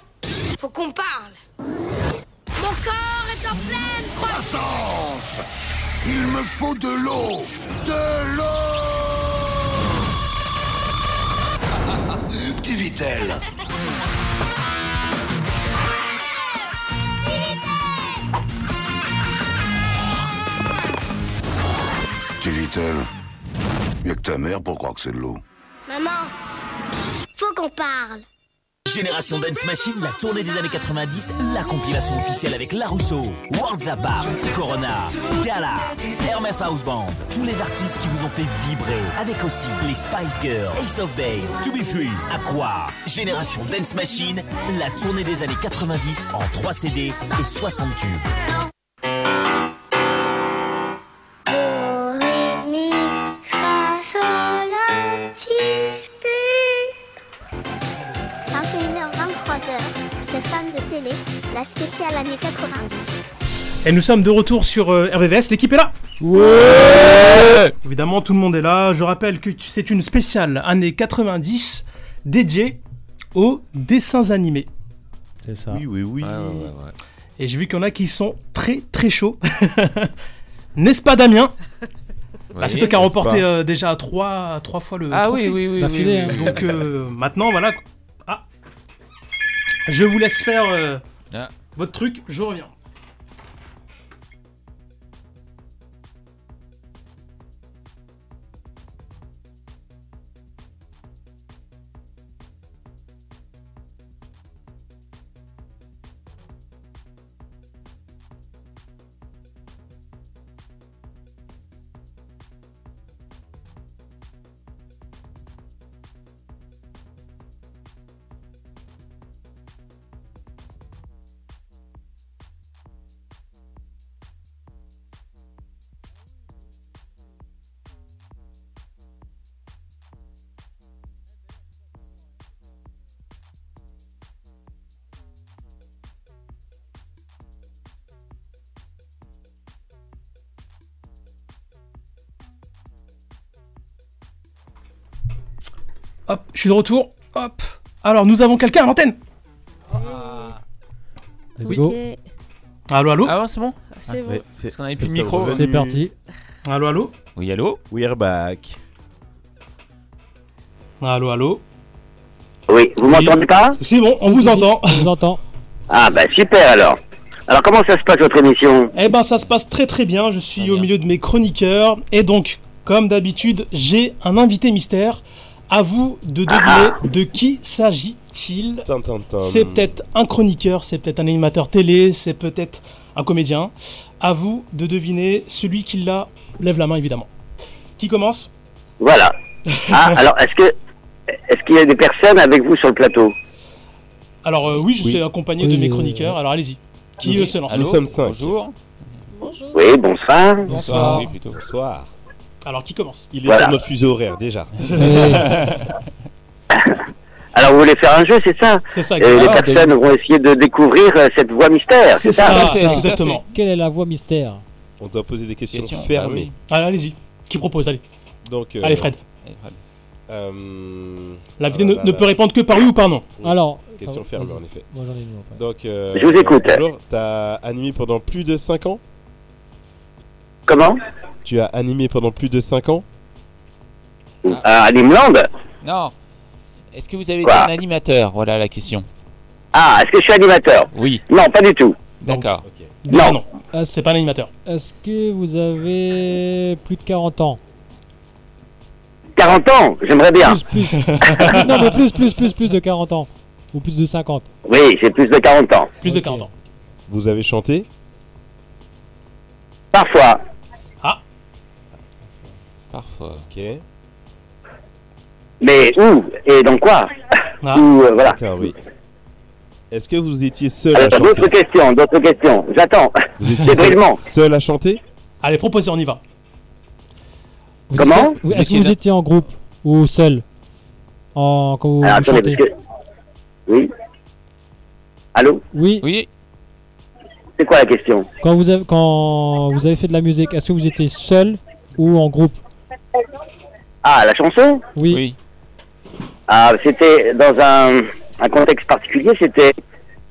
S12: Faut qu'on parle Mon corps est en pleine croissance
S3: Il me faut de l'eau De l'eau Petit Vitel Petit Vitel Mieux que ta mère pour croire que c'est de l'eau.
S1: Maman, faut qu'on parle.
S13: Génération Dance Machine, la tournée des années 90, la compilation officielle avec La Rousseau, Worlds Apart, Corona, Gala, Hermès House Band, tous les artistes qui vous ont fait vibrer, avec aussi les Spice Girls, Ace of Base, To Be Three, Aqua. Génération Dance Machine, la tournée des années 90 en 3 CD et 60 tubes.
S12: Mi, fa, sol, la, si, pu.
S1: 21h, 23h, c'est Femmes de télé, la spéciale année 90.
S4: Et nous sommes de retour sur euh, RVVS, l'équipe est là Évidemment, tout le monde est là. Je rappelle que tu- c'est une spéciale année 90 dédiée aux dessins animés.
S7: C'est ça.
S4: Oui, oui, oui. Et j'ai vu qu'il y en a qui sont très très chauds. N'est-ce pas Damien Bah,
S5: Oui,
S4: c'est toi qui as
S5: n'est-ce
S4: remporté
S5: pas
S4: euh, déjà trois, trois fois le
S5: Ah
S4: trophée.
S5: oui, oui, oui,
S4: D'affilée,
S5: oui, oui,
S4: hein. Donc
S5: oui.
S4: euh, maintenant, voilà. Ah. Je vous laisse faire euh,
S5: Ah.
S4: votre truc, je reviens. Hop, je suis de retour. Hop. Alors, nous avons quelqu'un à l'antenne.
S11: Euh,
S4: euh,
S7: Let's
S4: Oui.
S7: go.
S4: Allô, allô
S5: Ah ouais, c'est bon
S8: C'est bon.
S5: Parce qu'on avait plus de micro.
S7: C'est parti.
S4: Allô, allô
S5: Oui, allô
S6: We're back.
S4: Allô, allô
S11: Oui, vous m'entendez pas
S4: Si, bon, on vous entend.
S7: On vous entend.
S11: Ah bah super alors. Alors comment ça se passe votre émission
S4: Eh ben, ça se passe très très bien. Je suis au milieu de mes chroniqueurs. Et donc, comme d'habitude, j'ai un invité mystère. À vous de
S11: Ah,
S4: deviner de qui s'agit-il.
S6: euh,
S4: C'est peut-être un chroniqueur, c'est peut-être un animateur télé, c'est peut-être un comédien. À vous de deviner celui qui l'a. Lève la main, évidemment. Qui commence
S11: Voilà. Ah alors est-ce que est-ce qu'il y a des personnes avec vous sur le plateau
S4: Alors, euh, oui, je suis accompagné de mes chroniqueurs. Alors, allez-y. Qui
S6: Nous-
S4: euh, se lance
S6: Nous sommes cinq.
S5: Bonjour.
S11: Oui, bonsoir.
S4: Bonsoir.
S6: Oui, plutôt. Bonsoir.
S4: Alors, qui commence
S6: Il est
S11: Voilà.
S6: sur notre fuseau horaire déjà. Euh,
S11: Alors vous voulez faire un jeu, c'est ça
S4: C'est ça.
S11: Et les
S7: Ah,
S11: personnes vont essayer de découvrir euh, cette voie mystère, c'est ça,
S7: Quelle est la voix mystère
S6: On doit poser des questions
S7: Question, bah
S6: fermées.
S4: Allez, allez-y. Qui propose Allez.
S6: Donc, euh,
S4: Allez, Fred.
S6: Euh,
S4: La vidéo
S6: ah
S4: ne,
S6: là
S4: ne
S6: là.
S4: peut répondre que par oui ou par non.
S6: Oui.
S7: Alors,
S6: Question
S7: ça-
S6: fermée
S7: vas-y.
S6: en effet.
S7: Moi, j'en ai une, en fait.
S6: Donc, euh,
S11: Je vous écoute.
S6: Bonjour, t'as animé pendant plus de 5 ans
S11: Comment
S6: Tu as animé pendant plus de 5 ans
S11: À Animeland
S5: Non. Est-ce que vous avez
S11: Quoi
S5: été un animateur Voilà la question.
S11: Ah, est-ce que je suis animateur
S5: Oui.
S11: Non, pas du tout.
S5: D'accord.
S4: Déjà, non. Ah, C'est pas un animateur.
S7: Est-ce que vous avez plus de 40 ans
S11: 40 ans, j'aimerais bien.
S7: Plus, plus. non, mais plus, plus, plus, plus de 40 ans. Ou plus de 50.
S11: Oui, j'ai plus de 40 ans.
S4: Plus de 40 ans.
S6: Vous avez chanté
S11: Parfois.
S5: Parfois.
S6: Ok.
S11: Mais où Et dans quoi Où, euh, voilà.
S6: D'accord, oui. Est-ce que vous étiez seul à
S11: Alors,
S6: chanter
S11: D'autres questions, d'autres questions. J'attends.
S6: Vous étiez
S11: C'est
S6: seul,
S11: brillement.
S6: seul à chanter
S4: Allez, proposez, on y va.
S7: Vous
S11: Comment
S7: étiez- vous- Est-ce que vous étiez en groupe ou seul en, Quand vous,
S11: Alors,
S7: vous
S11: Ah,
S7: chantez
S11: attendez, parce que. Oui Allô
S7: Oui.
S5: Oui.
S11: C'est quoi la question
S7: Quand vous, avez, quand vous avez fait de la musique, est-ce que vous étiez seul ou en groupe
S11: Ah, la chanson
S7: Oui.
S5: Oui.
S11: Ah, c'était dans un, un contexte particulier, c'était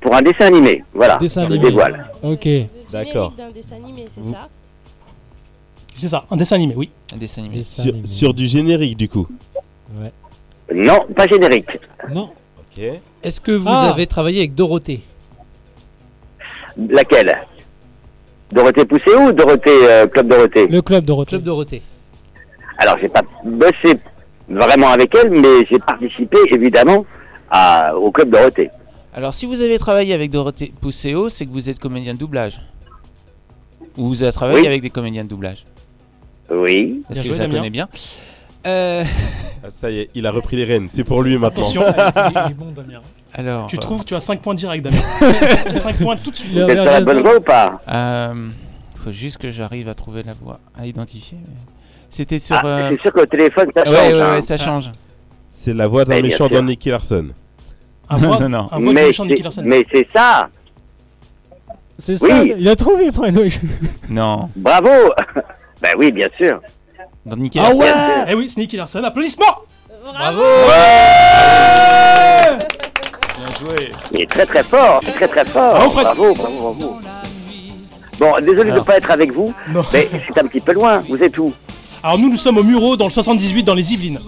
S11: pour un dessin animé. Voilà,
S7: Dessin
S11: Ah, je le
S7: animé.
S11: dévoile.
S7: Ok.
S6: D'accord.
S8: d'un dessin animé, c'est
S6: Vous-
S8: ça
S4: C'est ça, un dessin animé, oui.
S5: Un dessin animé.
S6: Sur, sur du générique, du coup.
S11: Non, pas générique.
S7: Non.
S6: Ok.
S9: Est-ce que vous
S11: Ah.
S9: avez travaillé avec Dorothée
S11: Laquelle Dorothée Poussé ou Dorothée euh, Club Dorothée
S7: Le club Dorothée.
S9: Club Dorothée.
S11: Alors, j'ai pas bossé vraiment avec elle, mais j'ai participé évidemment à- au Club Dorothée.
S5: Alors, si vous avez travaillé avec Dorothée Pousséo, c'est que vous êtes comédien de doublage. Ou vous avez travaillé
S11: Oui.
S5: avec des comédiens de doublage.
S11: Oui.
S5: Parce
S6: Bien
S5: que
S6: joué,
S5: je la
S6: Damien.
S5: connais bien. Euh,
S6: Ah, ça y est, il a repris les rênes. C'est pour lui maintenant.
S4: Attention, il est bon, Damien.
S5: Alors,
S4: Tu
S5: euh,
S4: trouves, tu as 5 points directs, Damien. 5 points tout de suite.
S5: C'est sur la bonne voie
S11: ou pas
S5: Euh, faut juste que j'arrive à trouver la voix, à identifier. mais- C'était sur.
S11: Ah,
S5: euh,
S11: c'est sûr qu'au téléphone, ça
S5: ouais,
S11: change,
S5: Ouais,
S11: hein.
S5: ouais, ça change.
S6: Euh, C'est la voix d'un
S11: Eh bien
S6: méchant
S11: sûr.
S6: dans Nicky Larson.
S4: Un
S5: voix- Non, non.
S4: voix de
S11: mais
S4: méchant de Nicky
S11: c'est
S4: Larson.
S11: mais c'est ça
S7: C'est
S11: Oui.
S7: ça, il a trouvé, Bruno.
S4: Ah
S5: Non.
S11: Bravo Ben oui, bien sûr.
S5: Dans Nicky
S4: Ah
S11: Larson.
S4: ouais Eh oui, c'est Nicky Larson, applaudissements
S8: Bravo
S6: Bien joué.
S11: Il est très très fort, il est très très fort.
S4: Bravo, Fred.
S11: bravo, bravo, bravo. Bon, désolé de ne
S4: Alors.
S11: pas être avec vous, mais c'est un petit peu loin. Vous êtes où
S4: Alors nous, nous sommes au Muro, dans le 78, dans les Yvelines.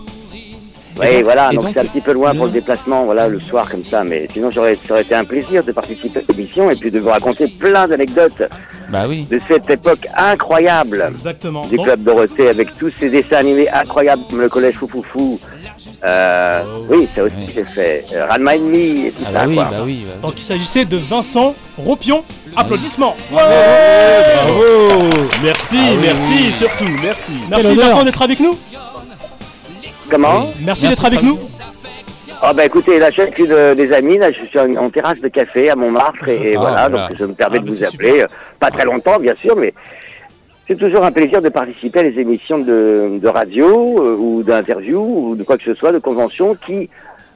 S11: Oui,
S4: donc-
S11: voilà,
S4: et
S11: donc
S4: donc-
S11: c'est un petit peu loin pour le déplacement, voilà, le soir comme ça. Mais sinon, j'aurais, ça aurait été un plaisir de participer à cette émission et puis de vous raconter plein d'anecdotes
S5: Bah oui.
S11: de cette époque incroyable
S4: Exactement.
S11: du
S4: Bon.
S11: Club Dorothée avec tous ces dessins animés incroyables comme le collège Foufoufou. Euh, oui, ça aussi j'ai fait. Euh, Ranma Ennemi et
S4: Ah
S11: tout
S4: bah
S11: ça. quoi.
S4: Donc il s'agissait de Vincent Ropion. Applaudissements
S6: Bravo Merci,
S4: Ah oui.
S6: merci, surtout, merci.
S4: Merci Vincent d'être avec nous.
S11: Comment
S4: Merci d'être avec nous.
S11: Ah bah écoutez, là j'ai que de- des amis, là je suis en, en terrasse de café à Montmartre et, et
S5: Ah, bah,
S11: voilà,
S5: voilà.
S11: donc je me permets de vous appeler, euh, pas très longtemps bien sûr, mais c'est toujours un plaisir de participer à les émissions de, de radio euh, ou d'interview ou de quoi que ce soit, de convention qui,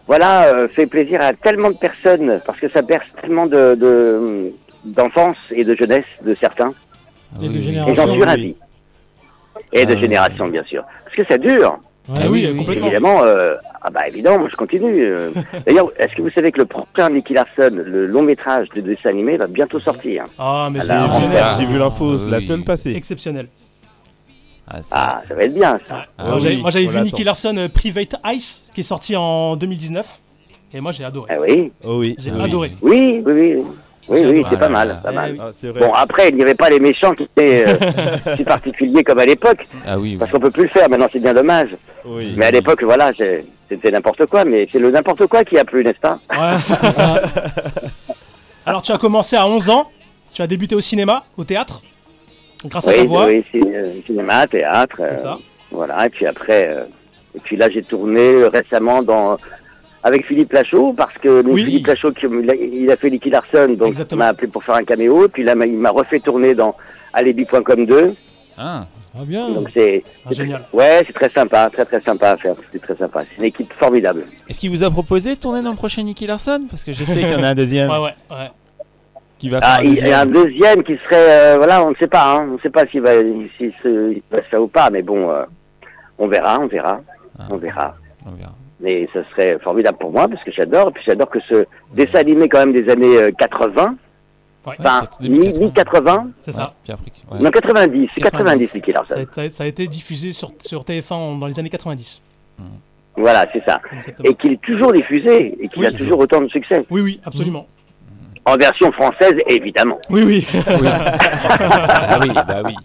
S11: voilà, euh, fait plaisir à tellement de personnes parce que ça berce tellement de, de- d'enfance et de jeunesse de certains
S7: Et de
S11: et j'en
S7: génération.
S11: suis ravi. Et de
S5: Ah,
S11: génération bien sûr, parce que ça dure.
S4: Ah oui, complètement.
S11: Évidemment, euh, ah bah évidemment, moi je continue. euh. D'ailleurs, est-ce que vous savez que le prochain Nicky Larson, le long métrage de dessin animé, va bientôt sortir
S4: Ah mais c'est
S11: Alors,
S4: exceptionnel.
S6: J'ai vu l'info
S5: Ah
S6: la semaine
S5: Bah
S6: passée.
S4: Exceptionnel.
S11: Ah, ça va être bien ça.
S4: Moi,
S6: Ah oui,
S4: j'avais- moi j'avais
S6: on
S4: vu Nicky
S6: l'attend.
S4: Larson euh, Private Ice qui est sorti en 2019 et moi j'ai adoré.
S11: Ah oui
S6: Oh oui.
S4: J'ai
S6: Ah oui.
S4: adoré.
S11: Oui, oui, oui. Oui, oui, c'est
S5: Voilà.
S11: pas mal, pas mal.
S6: Ah, c'est vrai.
S11: Bon, après, il n'y avait pas les méchants qui étaient euh, si particuliers comme à l'époque,
S5: Ah oui, oui.
S11: parce qu'on peut plus le faire, maintenant c'est bien dommage.
S6: Oui.
S11: Mais à l'époque, voilà, c'est- c'était n'importe quoi, mais c'est le n'importe quoi qui a plu, n'est-ce pas
S4: Ouais. Alors tu as commencé à 11 ans, tu as débuté au cinéma, au théâtre, grâce à ta
S11: Oui,
S4: voix.
S11: oui, c'est, euh, cinéma, théâtre. euh,
S4: C'est ça.
S11: Voilà, et puis après, euh, et puis là j'ai tourné euh, récemment dans avec Philippe Lachaud parce que donc, Philippe Lachaud qui- il a, il a fait Nicky Larson, donc il m'a appelé pour faire un caméo, puis là il m'a- il m'a refait tourner dans Alibi.com 2,
S5: Ah.
S7: Ah bien.
S11: donc c'est
S4: Ah, génial.
S11: ouais c'est très sympa, très très sympa à faire, c'est très sympa, c'est une équipe formidable.
S5: Est-ce qu'il vous a proposé de tourner dans le prochain Nicky Larson Parce que je sais qu'il y en a un deuxième
S4: Ouais, ouais, ouais.
S5: qui va faire
S11: Ah,
S5: un
S11: il y a un
S5: deuxième.
S11: deuxième qui serait, euh, voilà, on ne sait pas, hein, on ne sait pas s'il va, s'il se- il va se faire ou pas, mais bon, euh, on verra, on verra, on verra.
S5: Ah. On verra.
S11: Mais ça serait formidable pour moi parce que j'adore, et puis j'adore que ce dessin animé quand même des années euh, 80,
S4: Ouais.
S11: enfin mi- mi-80,
S4: C'est ça.
S5: Puis après, qui- ouais.
S11: non 90, c'est 90 Nicky
S4: Ça a,
S11: Larson.
S4: été- ça a- ça a été diffusé sur, sur TF1 en- dans les années 90.
S11: Voilà, c'est ça.
S4: Exactement.
S11: Et qu'il est toujours diffusé et qu'il a toujours autant de succès.
S4: Oui, oui, absolument.
S11: En version française, évidemment.
S4: Oui, oui.
S5: Ah oui, bah oui.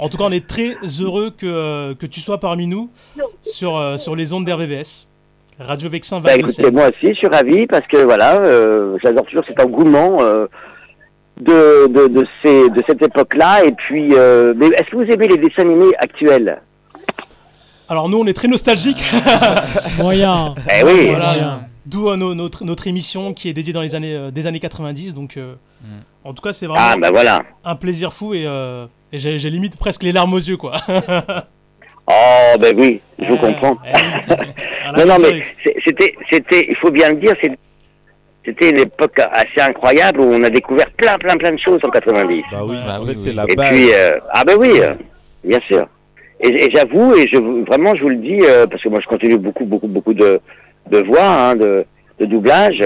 S4: En tout cas, on est très heureux que, euh, que tu sois parmi nous sur, euh, sur les ondes d'RVVS. Radio Vexin
S11: Bah,
S4: Val
S11: écoutez, moi aussi, je suis ravi parce que voilà, euh, j'adore toujours cet engouement euh, de, de, de, ces, de cette époque-là. Et puis, euh, mais est-ce que vous aimez les dessins animés actuels
S4: Alors nous, on est très nostalgiques.
S7: Moyen.
S11: Eh oui.
S4: Voilà,
S7: Moyen.
S4: D'où euh, no- notre, notre émission qui est dédiée dans les années, euh, des années 90. Donc, euh,
S9: Mm.
S4: en tout cas, c'est vraiment
S11: Ah, bah voilà.
S4: un plaisir fou et, euh, et j'ai j'ai limite presque les larmes aux yeux, quoi.
S11: Oh, ben oui, je vous comprends. non, non, mais c'est- c'était, c'était, il faut bien le dire, c'est- c'était une époque assez incroyable où on a découvert plein, plein, plein de choses en 90.
S6: Bah oui, en fait, c'est la
S11: Et
S6: base.
S11: puis, euh, ah ben oui, euh, bien sûr. Et, et j'avoue, et je vous- vraiment, je vous le dis, euh, parce que moi, je continue beaucoup, beaucoup, beaucoup de, de voix, hein, de, de doublage,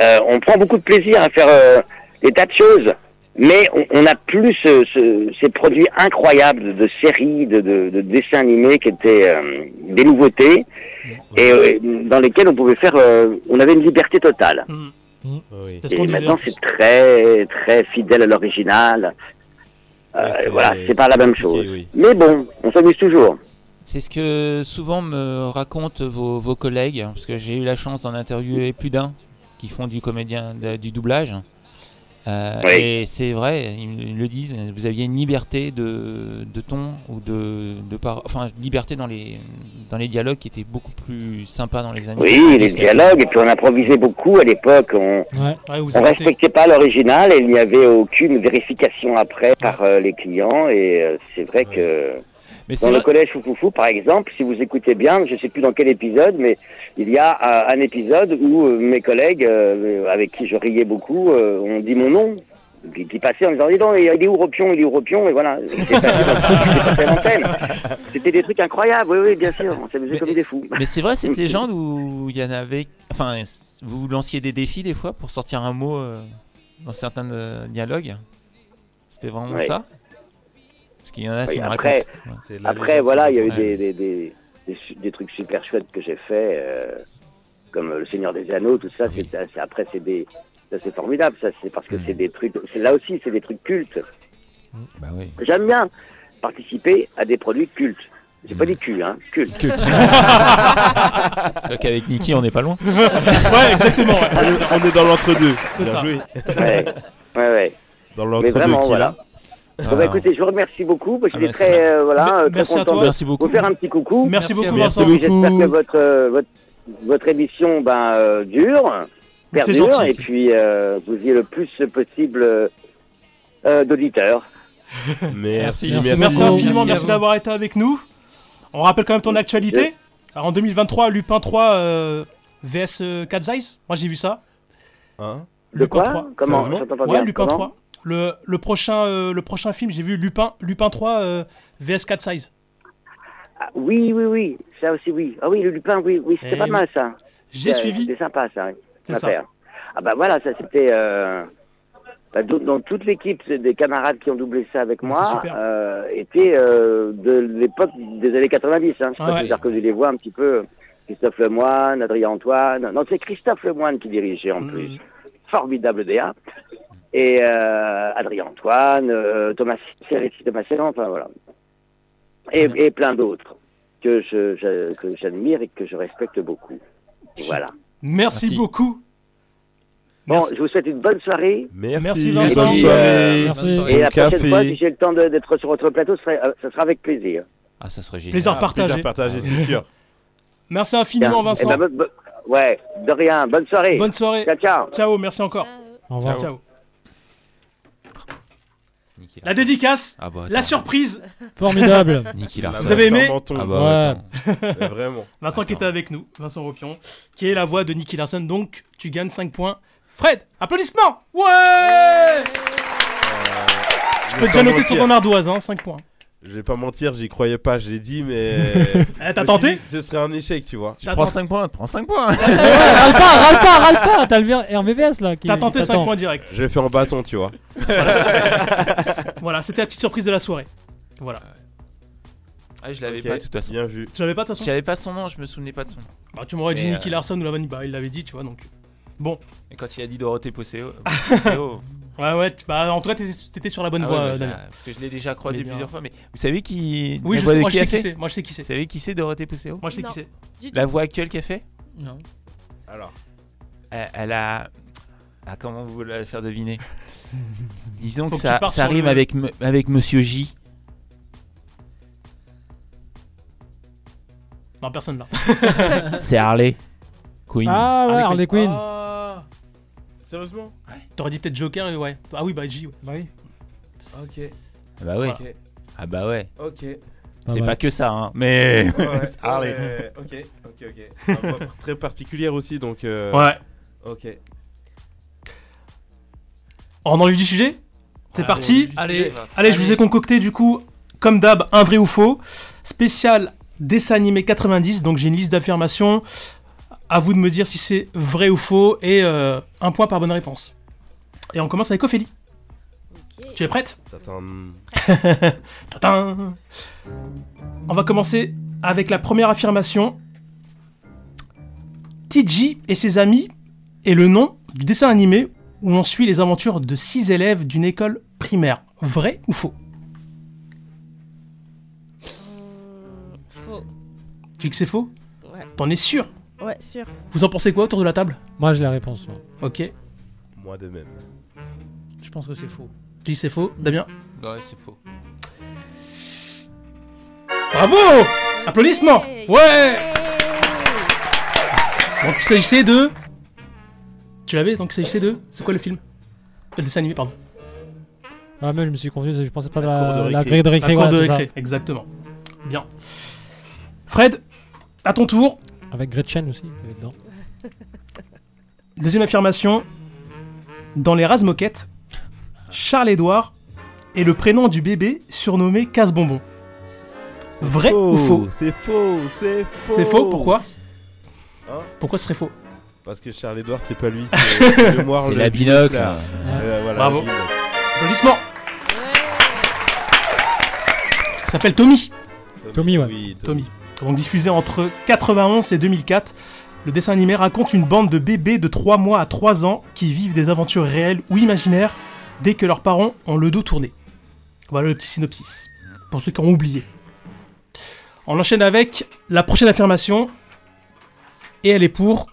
S11: euh, on prend beaucoup de plaisir à faire euh, des tas de choses, mais on- on n'a plus ce- ce- ces produits incroyables de séries, de, de- de dessins animés qui étaient euh, des nouveautés et euh, dans lesquels on pouvait faire, euh, on avait une liberté totale.
S4: Mm. C'est ce qu'on
S11: Et
S4: disait.
S11: maintenant, c'est très, très fidèle à l'original. Euh, voilà, c'est pas la même chose. Mais bon, on s'amuse toujours.
S5: C'est ce que souvent me racontent vos, vos collègues, parce que j'ai eu la chance d'en interviewer plus d'un qui font du comédien de- du doublage. Euh,
S11: Oui.
S5: Et c'est vrai, ils le disent, vous aviez une liberté de, de ton ou de, de par- enfin liberté dans les dans les dialogues qui était beaucoup plus sympa dans les années.
S11: Oui,
S5: 90,
S11: les
S5: qu'actuellement.
S11: dialogues, et puis on improvisait beaucoup à l'époque. On
S4: Ouais, vous
S11: on
S4: inventez.
S11: respectait pas l'original et il n'y avait aucune vérification après par euh, les clients. Et euh, c'est vrai que
S5: Mais c'est
S11: dans le
S5: vrai-
S11: collège Foufoufou, par exemple, si vous écoutez bien, je sais plus dans quel épisode, mais il y a euh, un épisode où euh, mes collègues, euh, avec qui je riais beaucoup, euh, ont dit mon nom. Qui, qui passait en disant, dis donc, il est où Ropion, il est où Ropion, et voilà, c'est passé dans- c'est passé à l'antenne. C'était des trucs incroyables, oui, oui, bien sûr, on s'amusait comme des fous.
S5: Mais c'est vrai cette légende où il y en avait, enfin vous lanciez des défis des fois pour sortir un mot euh, dans certains euh, dialogues. C'était vraiment
S11: Ouais.
S5: ça. Parce qu'il y en a,
S11: Oui,
S5: c'est une
S11: après,
S5: raconte. Ouais.
S11: après voilà, il y a eu
S5: Ouais.
S11: des, des, des, des su- des trucs super chouettes que j'ai fait, euh, comme euh, Le Seigneur des Anneaux, tout ça. c'est- c'est- après, c'est des, ça c'est formidable, ça c'est parce que c'est des trucs. c'est- Là aussi, c'est des trucs cultes.
S5: Mm. Bah oui.
S11: J'aime bien participer à des produits cultes. J'ai
S5: Mm.
S11: pas dit cul, hein, culte.
S5: Culte. Donc avec Niki, on n'est pas loin.
S4: ouais, exactement.
S6: On est dans l'entre-deux.
S4: C'est
S6: Bien
S4: ça.
S6: joué.
S11: Ouais, ouais, ouais.
S6: Dans
S11: Mais
S6: l'entre-deux
S11: vraiment,
S6: qui est
S11: voilà.
S6: là.
S4: Ah
S11: Bon, bah, écoutez, je vous remercie beaucoup. parce que
S6: Ah,
S11: J'étais
S6: bah,
S11: très, euh, voilà, euh, très
S4: merci à
S11: content
S4: toi.
S11: de
S4: Merci beaucoup.
S11: vous faire un petit coucou.
S4: Merci beaucoup,
S11: Merci
S4: Vincent.
S11: beaucoup. J'espère que votre, euh, votre, votre émission ben, euh, dure,
S4: Mais c'est
S11: perdure,
S4: gentil,
S11: et
S4: ça.
S11: puis euh, vous ayez le plus possible euh, euh, d'auditeurs.
S6: Merci,
S4: Merci,
S6: merci.
S4: merci
S6: beaucoup.
S4: infiniment,
S9: Merci à
S4: merci
S9: vous.
S4: d'avoir été avec nous. On rappelle quand même ton actualité. Alors, en 2023, Lupin 3 euh, VS euh, Cat's Eyes. Moi j'ai vu ça.
S6: Hein
S11: Le
S4: Lupin
S11: quoi
S4: 3.
S11: Comment J'entends pas
S4: Ouais,
S11: bien.
S4: Lupin
S11: Comment
S4: 3. Le, le prochain, euh, le prochain film, j'ai vu Lupin, Lupin 3 euh, VS Cat's Eyes.
S11: Ah, Oui, oui, oui, ça aussi, oui. Ah oui, le Lupin, oui, oui, c'était
S4: Eh
S11: pas
S4: oui.
S11: mal ça.
S4: J'ai
S11: C'est-
S4: suivi.
S11: C'était sympa ça, oui,
S4: C'est
S11: cette
S4: ça.
S11: affaire. Ah bah voilà, ça c'était. euh, bah, dans- dans toute l'équipe c'est des camarades qui ont doublé ça avec
S4: Ah, C'est
S11: moi
S4: super.
S11: euh, étaient euh, de l'époque des années 90. Hein.
S4: Ah
S11: C'est
S4: ouais.
S11: dire que je les vois un petit peu. Christophe Lemoine, Adrien Antoine. Non, c'est Christophe Lemoine qui dirigeait en plus. Formidable DA. Et euh, Adrien Antoine, euh, Thomas Serretti, Thomas Serrand, enfin voilà. Et, et plein d'autres que je- je- que j'admire et que je respecte beaucoup. Voilà.
S4: Merci,
S5: Merci.
S4: beaucoup.
S11: Bon, je vous souhaite une bonne soirée.
S6: Merci,
S4: Merci,
S6: bonne
S4: Vincent.
S11: Merci,
S6: soirée.
S11: euh,
S9: Merci.
S6: Bon
S11: Et la prochaine
S6: café.
S11: fois, si j'ai le temps de- d'être sur votre plateau, ce sera, euh, ce sera avec plaisir.
S5: Ah, ça serait génial.
S4: Plaisir
S6: Ah,
S4: partagé.
S6: Plaisir partagé, c'est sûr.
S4: Merci infiniment,
S11: Merci.
S4: Vincent.
S11: Eh ben, bo- bo- ouais, de rien. Bonne soirée.
S4: Bonne soirée.
S11: Ciao, ciao.
S4: Ciao, merci encore.
S7: Au revoir.
S4: Ciao.
S5: Niki, là.
S4: La dédicace,
S5: Ah bah, attends.
S4: la surprise.
S7: Formidable.
S5: Niki Larson.
S4: Vous avez aimé
S6: Menton.
S5: Ah bah, attends.
S6: Mais Vraiment.
S4: Vincent qui
S5: Attends.
S4: était avec nous, Vincent Ropion, qui est la voix de Nicky Larson, donc tu gagnes 5 points. Fred, applaudissements Ouais Tu peux
S6: vais
S4: déjà
S6: pas
S4: noter sur
S6: mentir.
S4: ton ardoise, hein, 5 points.
S6: Je vais pas mentir, j'y croyais pas, je l'ai dit, mais.
S4: Eh,
S6: Je
S4: t'as
S6: me
S4: tenté
S6: suis dit, Ce serait un échec, tu vois.
S5: Tu prends 5 points, prends 5 points.
S7: Ouais, râle pas, râle pas, râle pas. T'as le ver- RVVS là. qui-
S4: T'as
S7: qui
S4: tenté 5
S7: t'attend.
S4: points direct.
S6: Je l'ai fait en bâton, tu vois.
S4: Voilà, c'était la petite surprise de la soirée. Voilà.
S5: Ah, je l'avais
S6: Ok,
S5: pas de toute façon.
S6: Euh, Bien vu.
S4: Tu l'avais pas de toute façon
S5: J'avais pas son nom, je me souvenais pas de son nom.
S4: Bah, Tu m'aurais dit
S5: Mais,
S4: Nicky
S5: euh,
S4: Larson ou la vanille, bah il l'avait dit, tu vois donc.
S5: Et quand il a dit Dorothée Posseo,
S4: Ouais, ouais, tu- bah en tout cas t'étais t'étais sur la bonne
S5: Ah
S4: voie,
S5: ouais,
S4: euh,
S5: mais je
S4: Damien.
S5: la- parce que je l'ai déjà croisé
S4: Mais bien.
S5: plusieurs fois. Mais vous savez qui
S4: Oui,
S5: la
S4: je
S5: voix
S4: sais,
S5: de
S4: moi je
S5: a
S4: sais qui
S5: fait
S4: c'est, moi je sais qui
S5: Vous
S4: c'est.
S5: savez qui c'est Dorothée Posseo
S4: Moi je sais qui
S8: Non.
S4: c'est.
S8: Du tout.
S5: La voix actuelle qu'elle fait
S9: Non.
S6: Alors.
S5: Euh, Elle a. Ah, comment vous voulez la faire deviner Disons
S4: Faut
S5: que
S4: que
S5: ça,
S4: tu partes
S5: ça
S4: sur
S5: rime
S4: le-
S5: avec, me- avec Monsieur J.
S4: Non, personne là.
S5: C'est Harley. Queen.
S7: Ah ouais,
S4: Harley
S7: Harley
S4: Quinn.
S7: Quinn.
S4: Ah.
S6: Sérieusement
S4: T'aurais dit peut-être Joker, et ouais. Ah oui, bah G, ouais.
S7: Bah oui.
S6: Ok,
S5: Ah bah ouais.
S6: ok,
S5: Ah bah ouais.
S6: ok.
S5: C'est
S7: mal.
S5: pas que ça, hein. Mais. C'est Harley.
S6: ouais, ok, ok, ok. Une voix Très particulière aussi, donc. euh,
S4: Ouais.
S6: Ok.
S4: On enlève du sujet
S6: Ah,
S4: C'est
S5: Ah,
S4: parti
S9: Allez,
S4: Allez, je vous ai concocté du coup, comme d'hab, un vrai ou faux. Spécial dessin animé 90, donc j'ai une liste d'affirmations À vous de me dire si c'est vrai ou faux et euh, un point par bonne réponse. Et on commence avec Ophélie. Tu es prête
S6: Tatin.
S4: Tatin. On va commencer avec la première affirmation. Tiji et ses amis est le nom du dessin animé où on suit les aventures de six élèves d'une école primaire. Vrai ou faux
S8: Faux.
S4: Tu dis que c'est faux
S8: Ouais.
S4: T'en es sûr
S8: Ouais, sûr.
S4: Vous en pensez quoi autour de la table
S7: Moi, j'ai la réponse.
S4: Ok.
S6: Moi de même.
S9: Je pense que c'est faux.
S4: Tu dis que c'est faux, Damien
S5: Bah Ouais, c'est faux.
S4: Bravo Applaudissements Ouais Donc il s'agissait de... Tu l'avais donc il s'agissait de... C'est quoi le film Le dessin animé, pardon.
S7: Ah, mais je me suis confondu, je pensais pas à
S4: cour
S7: la,
S4: de
S7: Euh, la
S4: récré.
S7: grille de récré.
S4: La cour
S7: voilà,
S4: de
S7: c'est
S4: récré, exactement. Bien. Fred, à ton tour.
S7: ça. Avec Gretchen aussi, qui est dedans.
S4: Deuxième affirmation. Dans les Razmoquettes, Charles-Édouard est le prénom du bébé surnommé Casse-Bonbon. Vrai ou faux
S6: C'est faux, c'est faux.
S4: C'est faux, pourquoi
S6: Hein
S4: Pourquoi ce serait faux
S6: Parce que Charles Edouard, c'est pas lui, c'est le moire,
S5: C'est
S6: le
S5: la binocle.
S6: là.
S5: Ouais.
S6: Euh, voilà,
S4: Ah, Bravo.
S6: la binocle.
S4: Applaudissements Il s'appelle Tommy.
S7: Tommy, ouais.
S6: Oui, Tommy.
S4: Tommy. Donc diffusé entre 91 et 2004, le dessin animé raconte une bande de bébés de 3 mois à 3 ans qui vivent des aventures réelles ou imaginaires dès que leurs parents ont le dos tourné. Voilà le petit synopsis, pour ceux qui ont oublié. On enchaîne avec la prochaine affirmation, et elle est pour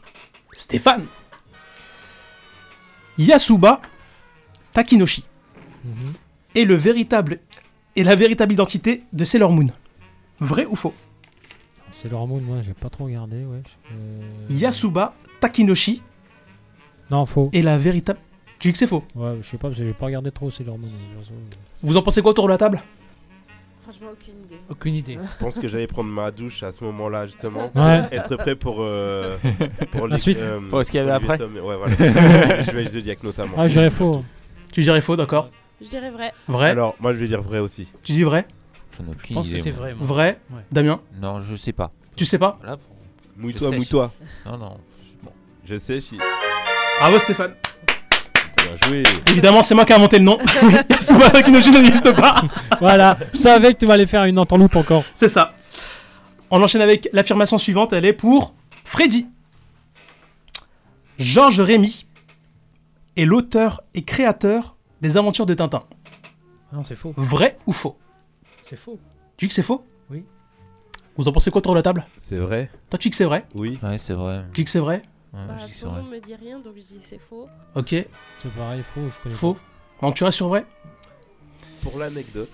S4: Stéphane. Yasuba Takinoshi est le véritable est la véritable identité de Sailor Moon. Vrai ou faux
S7: C'est leur Moon, moi, j'ai pas trop regardé, ouais. Euh,
S4: Yasuba Takinoshi
S7: Non, faux.
S4: est la véritable. Tu dis que c'est faux.
S7: Ouais, je sais pas, parce que j'ai pas regardé trop Sailor Moon. perso.
S4: Vous en pensez quoi autour de la table
S8: Franchement, aucune idée.
S9: Aucune idée.
S6: Je pense que j'allais prendre ma douche à ce moment-là, justement. pour
S7: Ouais.
S6: Être prêt pour. euh, pour euh,
S7: La suite.
S5: Pour ce qu'il y avait
S6: Olivier
S5: après.
S6: Tom- Ouais, voilà. je vais The Zodiac notamment.
S7: Ah, j'irais faux.
S4: Tu dirais faux, d'accord
S8: Je dirais vrai.
S4: Vrai
S6: Alors, moi, je vais dire vrai aussi.
S4: Tu dis vrai
S5: J'en ai aucune
S9: Je pense que
S5: idée,
S9: c'est
S5: moi.
S9: vrai. moi.
S4: Vrai
S9: Ouais.
S4: Damien
S5: Non, je sais pas.
S4: Tu sais pas
S5: Voilà, pour-
S6: Mouille-toi,
S5: Je sais.
S6: mouille-toi.
S5: Non, non. Bon.
S6: Je sais, si.
S4: Bravo Stéphane
S6: Bien joué.
S4: Évidemment, c'est moi qui ai inventé le nom. Yasuba Takinoshi n'existe pas
S7: voilà, je savais que tu m'allais faire une entourloupe encore.
S4: C'est ça. On enchaîne avec l'affirmation suivante, elle est pour Freddy. Georges Rémy est l'auteur et créateur des aventures de Tintin.
S9: Ah non, c'est faux.
S4: Vrai ou faux
S9: C'est faux.
S4: Tu dis que c'est faux
S9: Oui.
S4: Vous en pensez quoi autour de la table
S6: C'est vrai
S4: Toi tu dis que c'est vrai
S6: Oui.
S5: Ouais, c'est vrai.
S4: Tu dis que c'est vrai Bah,
S5: Ouais,
S8: Bah,
S5: je dis que c'est
S8: son
S5: vrai.
S8: nom me dit rien, donc je dis c'est faux.
S4: Ok,
S7: C'est pareil, faux, je connais
S4: faux. Donc tu restes sur vrai
S6: Pour l'anecdote.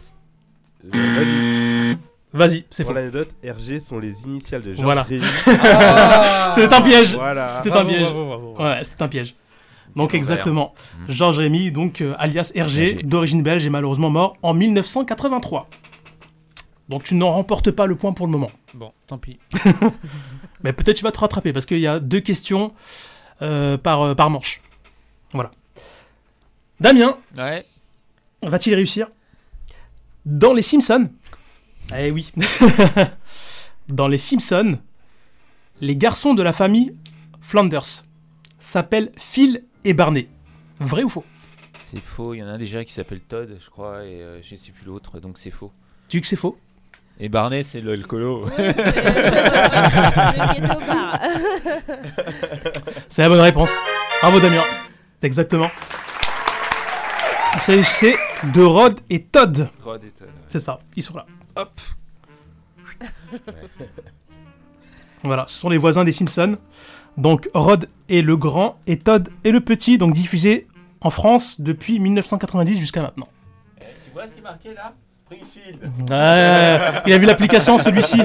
S6: euh, Vas-y.
S4: Vas-y, c'est
S6: Pour
S4: faux.
S6: l'anecdote, RG sont les initiales de Georges
S4: Voilà.
S6: Rémy.
S4: C'est un piège
S6: Voilà.
S4: C'était un piège. Ouais, c'est un piège. Donc
S5: l'envers.
S4: exactement.
S5: Mmh.
S4: Georges Rémy, donc euh, alias Hergé,
S5: Hergé.
S4: d'origine belge et malheureusement mort en 1983. Donc tu n'en remportes pas le point pour le moment.
S9: Bon, tant pis.
S4: Mais peut-être tu vas te rattraper parce qu'il y a deux questions euh, par, euh, par manche. Voilà. Damien,
S5: Ouais.
S4: va-t-il réussir Dans les Simpsons. Eh oui. Dans les Simpsons, les garçons de la famille Flanders s'appellent Phil et Barney. Vrai ou faux
S5: C'est faux. Il y en a un déjà qui s'appelle Todd, je crois, et euh, je sais plus l'autre, donc c'est faux.
S4: Tu dis que c'est faux
S5: Et Barney, c'est le, le colo.
S8: Ouais, c'est- Le ghetto bar.
S4: C'est la bonne réponse. Bravo Damien. Exactement. Il s'agissait de Rod et Todd.
S5: Rod et Todd.
S4: C'est ça, ils sont là. Hop. voilà, ce sont les voisins des Simpsons. Donc Rod est le grand et Todd est le petit, donc diffusé en France depuis 1990 jusqu'à maintenant.
S5: Tu vois ce qui est marqué là Springfield.
S4: Ouais, il a vu l'application celui-ci.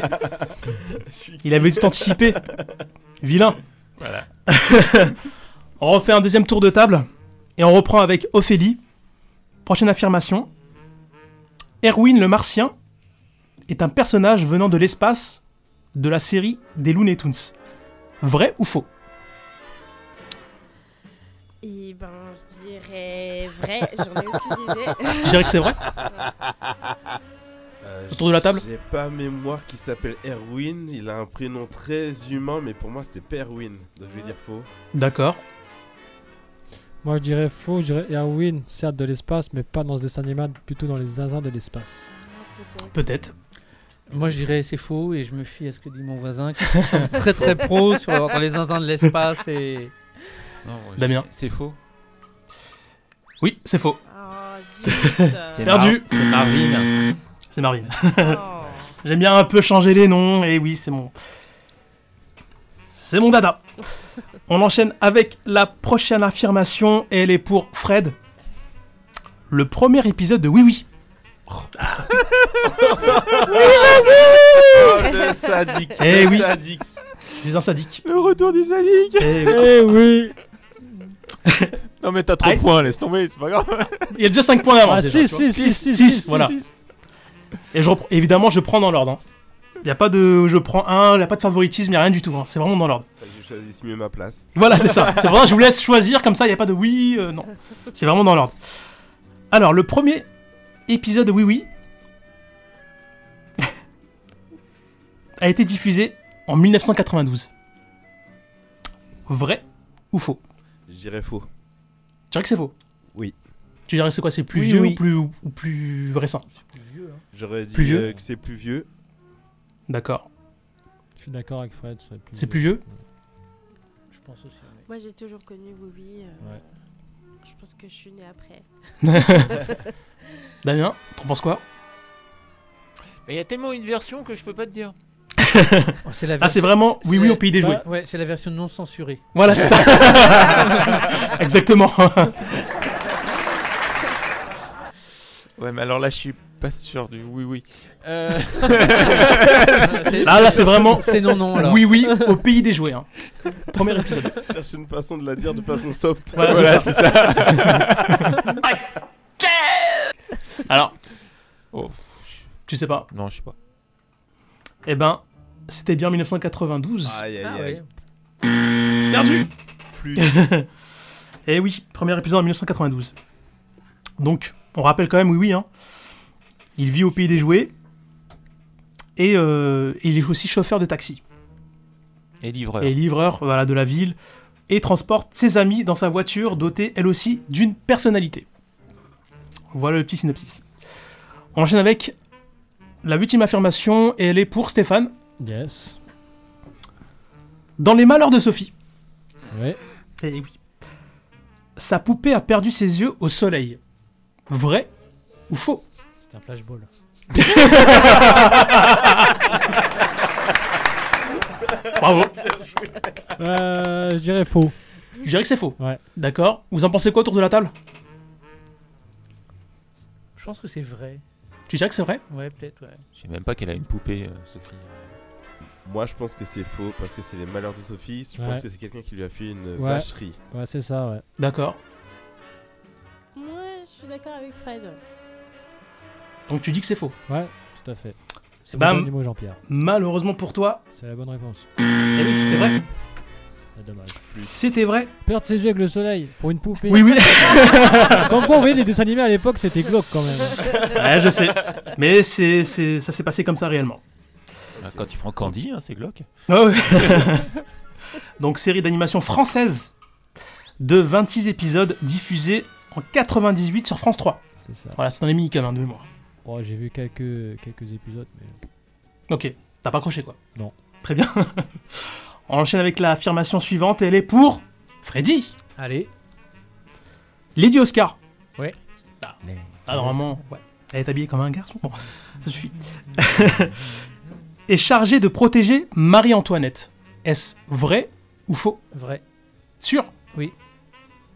S4: Il avait tout anticipé. Vilain. on refait un deuxième tour de table et on reprend avec Ophélie. Prochaine affirmation. Erwin le Martien est un personnage venant de l'espace de la série des Looney Tunes. Vrai ou faux
S8: Et ben, je dirais vrai, j'en ai aucune idée.
S4: Je dirais que c'est vrai.
S6: Euh,
S4: autour de la table
S6: J'ai pas mémoire qui s'appelle Erwin. Il a un prénom très humain, mais pour moi c'était pas Erwin. Donc je vais dire faux.
S4: D'accord.
S7: Moi, je dirais faux, je dirais Erwin, certes de l'espace, mais pas dans ce dessin animé, plutôt dans les zinzins de l'espace.
S4: Peut-être.
S9: Moi, je dirais c'est faux et je me fie à ce que dit mon voisin qui est très très pro sur, dans les zinzins de l'espace et.
S5: Non, moi, je-
S4: Damien.
S5: C'est faux.
S4: Oui, c'est faux.
S5: C'est
S4: perdu.
S5: Mar- c'est Marvin.
S4: C'est Marvin. J'aime bien un peu changer les noms, et oui, c'est mon. C'est mon dada. On enchaîne avec la prochaine affirmation, et elle est pour Fred. Le premier épisode de Oui Oui.
S6: Oh, le sadique.
S4: Eh
S6: le
S4: oui.
S6: sadique.
S4: Je suis un sadique.
S5: Le retour du sadique.
S4: Eh oui.
S7: Eh oui
S5: Non mais t'as trop de
S4: Aïe.
S5: points, laisse tomber, c'est pas grave.
S4: Il y a déjà 5 points d'avance.
S7: Ah,
S4: déjà,
S7: six, six,
S4: tu vois.
S7: six, six,
S4: six,
S7: six,
S4: voilà.
S7: six.
S4: Et je reprends- évidemment, je prends dans l'ordre. hein. Il n'y a pas de je prends un, il n'y a pas de favoritisme, il n'y a rien du tout. hein. C'est vraiment dans l'ordre.
S6: Faut que Je choisisse mieux ma place.
S4: Voilà, c'est ça. C'est vrai, je vous laisse choisir, comme ça, il n'y a pas de oui, euh, non. C'est vraiment dans l'ordre. Alors, le premier épisode de Oui Oui a été diffusé en 1992. Vrai ou faux
S6: Je dirais faux.
S4: Tu dirais que c'est faux
S6: Oui.
S4: Tu dirais que c'est quoi C'est plus
S9: Oui,
S4: vieux
S9: oui.
S4: Ou, plus, ou plus récent
S6: J'aurais dit
S4: Plus vieux
S6: euh, que c'est plus vieux.
S4: D'accord.
S7: Je suis d'accord avec Fred. ça serait
S4: C'est plus vieux
S9: Je pense aussi.
S8: Moi, j'ai toujours connu Bobby. euh,
S7: Ouais.
S8: Je pense que je suis née après.
S4: Damien, t'en penses quoi
S5: Mais il y a tellement une version que je peux pas te dire.
S9: Oh, c'est la
S4: Ah, c'est
S9: version-
S4: vraiment Oui Oui au pays des
S7: Bah,
S4: jouets.
S9: Ouais, c'est la version non censurée.
S4: Voilà, c'est ça. Exactement.
S5: Ouais, mais alors là, je suis pas sûr du oui, oui. Euh,
S4: Ah, Là, là, c'est vraiment.
S9: C'est non, non, là.
S4: Oui, oui, au pays des jouets. hein. Premier épisode.
S6: Je cherche une façon de la dire de façon soft.
S4: Voilà, c'est ça. Alors,
S5: Oh.
S4: tu sais pas.
S5: Non, je sais pas.
S4: Eh ben, c'était bien 1992.
S6: Aïe aïe
S9: Ah
S6: aïe.
S9: ouais.
S4: Perdu
S6: Plus.
S4: Eh oui, premier épisode en 1992. Donc, on rappelle quand même, oui, oui, hein. Il vit au pays des jouets. Et euh, il est aussi chauffeur de taxi.
S5: Et livreur.
S4: et livreur voilà, de la ville, et transporte ses amis dans sa voiture dotée elle aussi d'une personnalité. Voilà le petit synopsis. On enchaîne avec la huitième affirmation, et elle est pour Stéphane.
S7: Yes.
S4: Dans les malheurs de Sophie,
S7: Ouais.
S4: eh oui, sa poupée a perdu ses yeux au soleil. Vrai ou faux
S7: C'est un flashball.
S4: Bravo
S7: Euh, je dirais faux.
S4: Je dirais que c'est faux.
S7: Ouais.
S4: D'accord Vous en pensez quoi autour de la table
S9: Je pense que c'est vrai.
S4: Tu dirais que c'est vrai
S9: Ouais, peut-être, ouais.
S5: Je sais même pas qu'elle a une poupée, euh, Sophie. euh,
S6: Moi, je pense que c'est faux parce que c'est les malheurs de Sophie. Je
S7: Ouais.
S6: pense que c'est quelqu'un qui lui a fait une
S5: Euh,
S7: Ouais.
S6: vacherie.
S7: Ouais, c'est ça, ouais.
S4: D'accord.
S8: Moi, je suis d'accord avec Fred.
S4: Donc tu dis que c'est faux.
S7: Ouais, tout à fait. C'est
S4: Bam.
S7: bon niveau Jean-Pierre.
S4: Malheureusement pour toi,
S7: C'est la bonne réponse.
S4: eh oui, c'était vrai.
S7: C'est dommage.
S4: C'était vrai.
S7: Perdre ses yeux avec le soleil pour une poupée.
S4: Oui, oui.
S7: Comme quoi, vous voyez, les dessins animés à l'époque, c'était glauque quand même.
S4: Ouais, je sais. Mais c'est, c'est- ça s'est passé comme ça réellement.
S5: Ah, Quand tu prends Candy, hein, c'est glauque.
S4: Ah ouais. Donc, série d'animation française de 26 épisodes diffusée en 98 sur France 3.
S7: C'est ça.
S4: Voilà, c'est dans les minicums hein, de mémoire.
S7: Oh, j'ai vu quelques, quelques épisodes, mais.
S4: Ok, t'as pas accroché quoi
S7: Non.
S4: Très bien. On enchaîne avec l'affirmation suivante et elle est pour Freddy.
S9: Allez.
S4: Lady Oscar.
S9: Ouais.
S4: Ah, Ah, normalement, ouais. Elle est habillée comme un garçon. Bon, ça suffit. est chargée de protéger Marie-Antoinette. Est-ce vrai ou faux
S9: Vrai.
S4: Sûr
S9: Oui.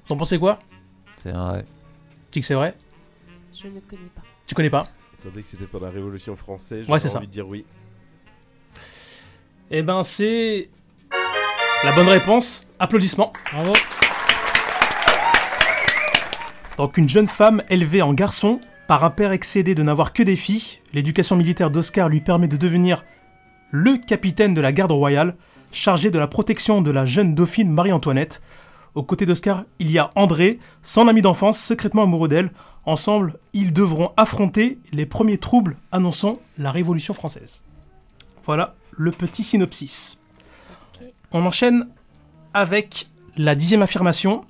S4: Vous en pensez quoi
S5: C'est vrai.
S4: Tu dis que c'est vrai
S8: Je ne connais pas.
S4: Tu connais pas
S6: Attendez que c'était pendant la Révolution française.
S4: Ouais,
S6: j'aurais
S4: c'est ça.
S6: envie de dire oui.
S4: Eh ben, c'est. La bonne réponse. Applaudissements.
S7: Bravo.
S4: Donc, une jeune femme élevée en garçon par un père excédé de n'avoir que des filles, l'éducation militaire d'Oscar lui permet de devenir le capitaine de la garde royale, chargé de la protection de la jeune dauphine Marie-Antoinette, Aux côtés d'Oscar, il y a André, son ami d'enfance, secrètement amoureux d'elle. Ensemble, ils devront affronter les premiers troubles annonçant la Révolution française. Voilà le petit synopsis. On enchaîne avec la dixième affirmation.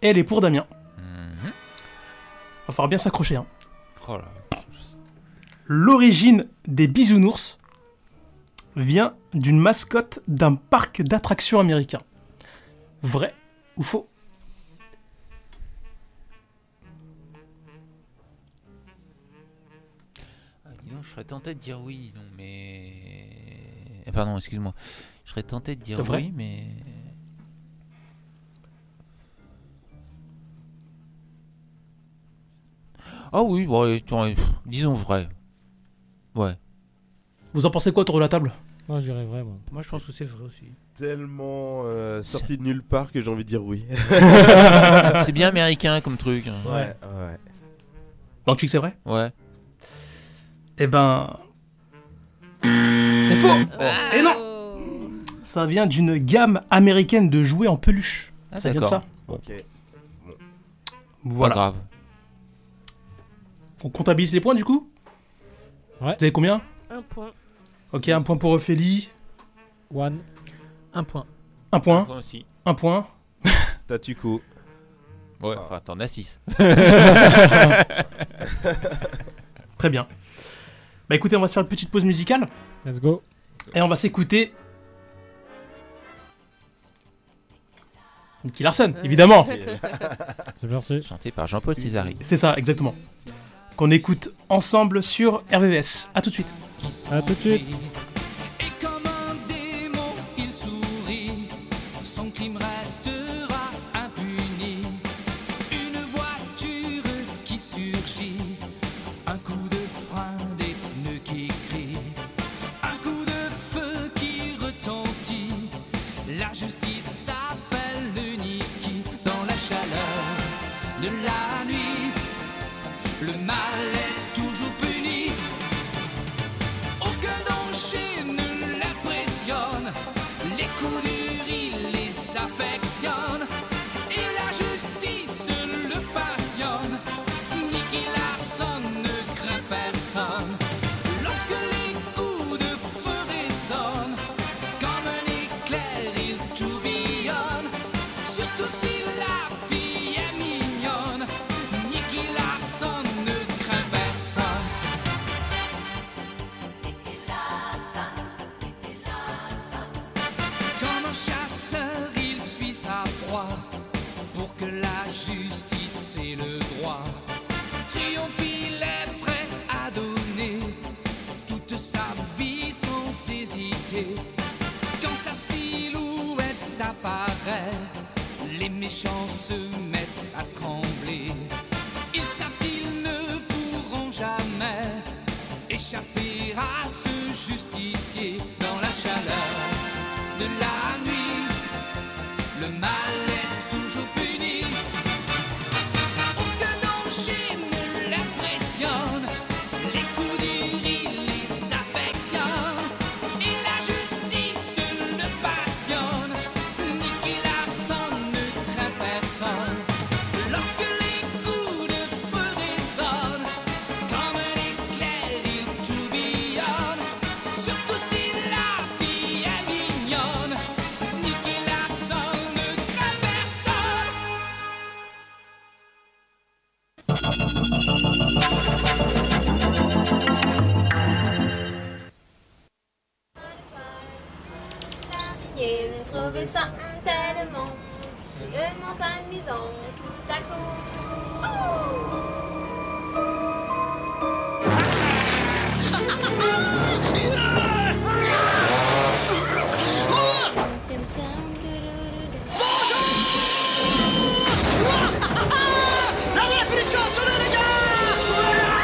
S4: Elle est pour Damien. Va falloir bien s'accrocher. hein.
S5: Oh là.
S4: L'origine des bisounours vient d'une mascotte d'un parc d'attractions américain. Vrai ou faux
S5: Ah, dis donc, je serais tenté de dire oui, non, mais. Eh, pardon, excuse-moi. Je serais tenté de dire
S4: C'est vrai
S5: oui, mais. Ah oui, bon, allez, tiens, allez, pff, disons vrai. Ouais.
S4: Vous en pensez quoi autour de la table
S7: Moi, je dirais vrai, moi.
S9: Moi, je pense que c'est vrai aussi.
S6: Tellement euh, sorti de nulle part que j'ai envie de dire oui.
S5: c'est bien américain comme truc. hein.
S6: Ouais, ouais.
S4: Donc tu dis que c'est vrai
S5: Ouais.
S4: Eh ben. C'est faux
S5: Ah.
S4: Et non Ça vient d'une gamme américaine de jouets en peluche.
S5: Ah,
S4: ça vient de
S5: d'accord.
S4: ça.
S6: Ok. Bon.
S4: Voilà.
S5: Pas grave.
S4: On comptabilise les points du coup
S7: Ouais.
S4: Vous avez combien
S8: Un point.
S4: Ok, un point pour Ophélie.
S7: One.
S9: Un point.
S4: Un point.
S5: Un point aussi.
S4: Un point.
S6: Statu quo.
S5: Ouais, enfin, t'en as 6.
S4: Très bien. Bah écoutez, on va se faire une petite pause musicale.
S7: Let's go.
S4: Et on va s'écouter. Nicky Larson, évidemment.
S7: C'est merci.
S5: Chanté par Jean-Paul Césari.
S4: C'est ça, exactement. Qu'on écoute ensemble sur RVVS. A tout de suite.
S7: À tout de suite.
S2: Et comme un démon, il sourit. Son crime restera impuni. Une voiture qui surgit. Un coup de frein des pneus qui crient. Un coup de feu qui retentit. La justice s'appelle le Niki dans la chaleur de la nuit. Le mal est toujours puni. Aucun danger ne l'impressionne. Les coups durs, il les affectionne. Et la justice le passionne. Nicky Larson ne craint personne. Lorsque les coups de feu résonnent, comme un éclair, il tourbillonne. Surtout si la fille est mignonne, Nicky Larson ne craint personne. Comme un chasseur, il suit sa proie pour que la justice et le droit triomphe. Il est prêt à donner toute sa vie sans hésiter. Quand sa silhouette apparaît, les méchants se mettent à trembler. Ils savent qu'ils ne pourront jamais échapper à ce justicier dans la chaleur de la nuit. Le mal est toujours puni. Aucun danger ne l'impressionne. Les coups durs, il les affectionne. Et la justice le passionne. Nicky Larson ne craint personne. Lorsque les coups de feu résonnent, comme un éclair, il tourbillonne. Surtout si la fille est mignonne, Nicky Larson ne craint personne.
S14: J'ai trouvé ça hum, tellement tellement amusant tout à coup.
S2: Là où la pollution a sonné, les gars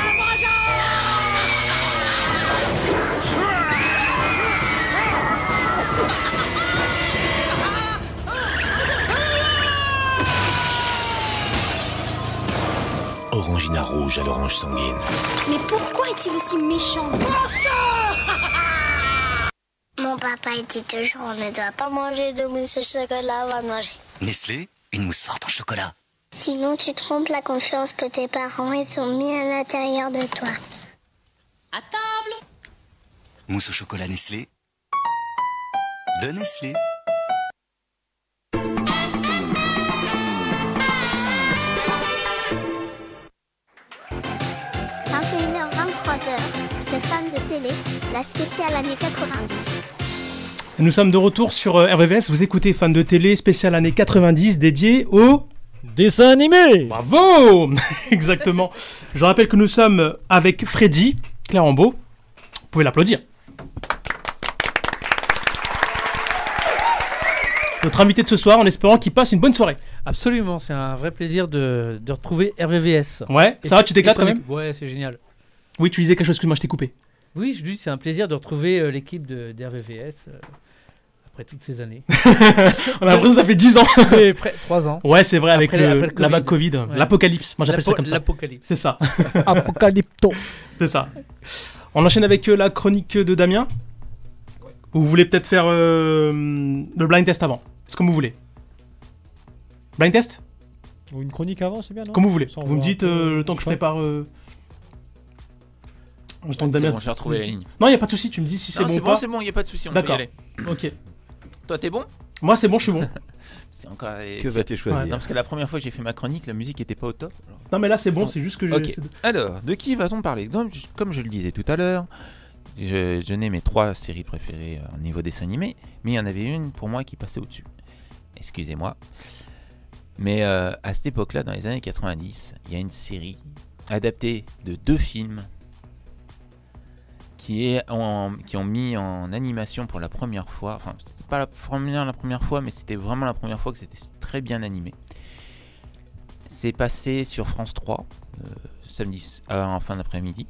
S15: Orangina rouge à l'orange sanguine.
S12: Mais pourquoi est-il aussi méchant
S1: Mon papa il dit toujours on ne doit pas manger de mousse au chocolat avant de manger.
S13: Nestlé, une mousse forte en chocolat.
S1: Sinon, tu trompes la confiance que tes parents ils ont mis à l'intérieur de toi.
S12: À table
S13: Mousse au chocolat Nestlé. De Nestlé.
S1: h 23h, c'est fan de télé, la spéciale année 90.
S4: Et Nous sommes de retour sur euh, RVVS. Vous écoutez Fan de télé spécial année 90 dédié au
S7: dessin animé.
S4: Bravo Exactement. Je rappelle que nous sommes avec Freddy Clarambeau. Vous pouvez l'applaudir. Notre invité de ce soir en espérant qu'il passe une bonne soirée.
S9: Absolument, c'est un vrai plaisir de, de retrouver RVVS.
S4: Ouais,
S9: Et
S4: ça va, tu t'éclates
S9: et son
S4: quand même
S9: équipe. Ouais, c'est génial.
S4: Oui, tu disais quelque chose, excuse-moi, je t'ai coupé.
S9: Oui, je dis, c'est un plaisir de retrouver euh, l'équipe de- d'RVVS euh, après toutes ces années.
S4: On a l'impression que ça fait 10 ans.
S9: Oui, près- trois ans.
S4: Ouais, c'est vrai, avec
S9: Après-
S4: le-
S9: après
S4: la vague Covid.
S9: Ouais.
S4: L'apocalypse, moi j'appelle ça
S9: L'apo-
S4: comme ça.
S9: L'apocalypse.
S4: C'est ça.
S7: Apocalypto.
S4: C'est ça. On enchaîne avec euh, la chronique de Damien. Ou vous voulez peut-être faire euh, le blind test avant C'est comme vous voulez. Blind test
S7: Ou une chronique avant, c'est bien, non
S4: Comme vous voulez.
S7: Sans
S4: vous me
S7: voir un
S4: dites
S7: peu-
S4: euh, le temps que je
S7: sais pas.
S4: prépare. euh, Le temps que
S5: C'est
S4: Damien.
S5: bon, j'ai retrouvé la ligne.
S4: Non, il a pas de souci, tu me dis si c'est
S5: Non,
S4: bon
S5: c'est
S4: ou
S5: bon,
S4: pas.
S5: c'est bon, y a pas de souci, on peut y
S4: D'accord.
S5: aller.
S4: Ok.
S5: Toi, t'es bon
S4: Moi, c'est bon, je suis bon.
S5: C'est encore.
S4: Que vas-tu choisir
S5: Non, parce que la première fois que j'ai fait ma chronique, la musique était pas au top. alors-
S4: Non, mais là, c'est bon, c'est juste que j'ai-
S5: Ok.
S4: c'est de-
S5: Alors, de qui va-t-on parler Donc, je- Comme je le disais tout à l'heure, je, je n'ai mes trois séries préférées euh, au niveau dessin animé, mais il y en avait une pour moi qui passait au-dessus. Excusez-moi. Mais euh, à cette époque-là, dans les années 90, il y a une série adaptée de deux films qui, est en- qui ont mis en animation pour la première fois. Enfin, c'était pas la première, la première fois, mais c'était vraiment la première fois que c'était très bien animé. C'est passé sur France 3, euh, samedi s- euh, en fin d'après-midi.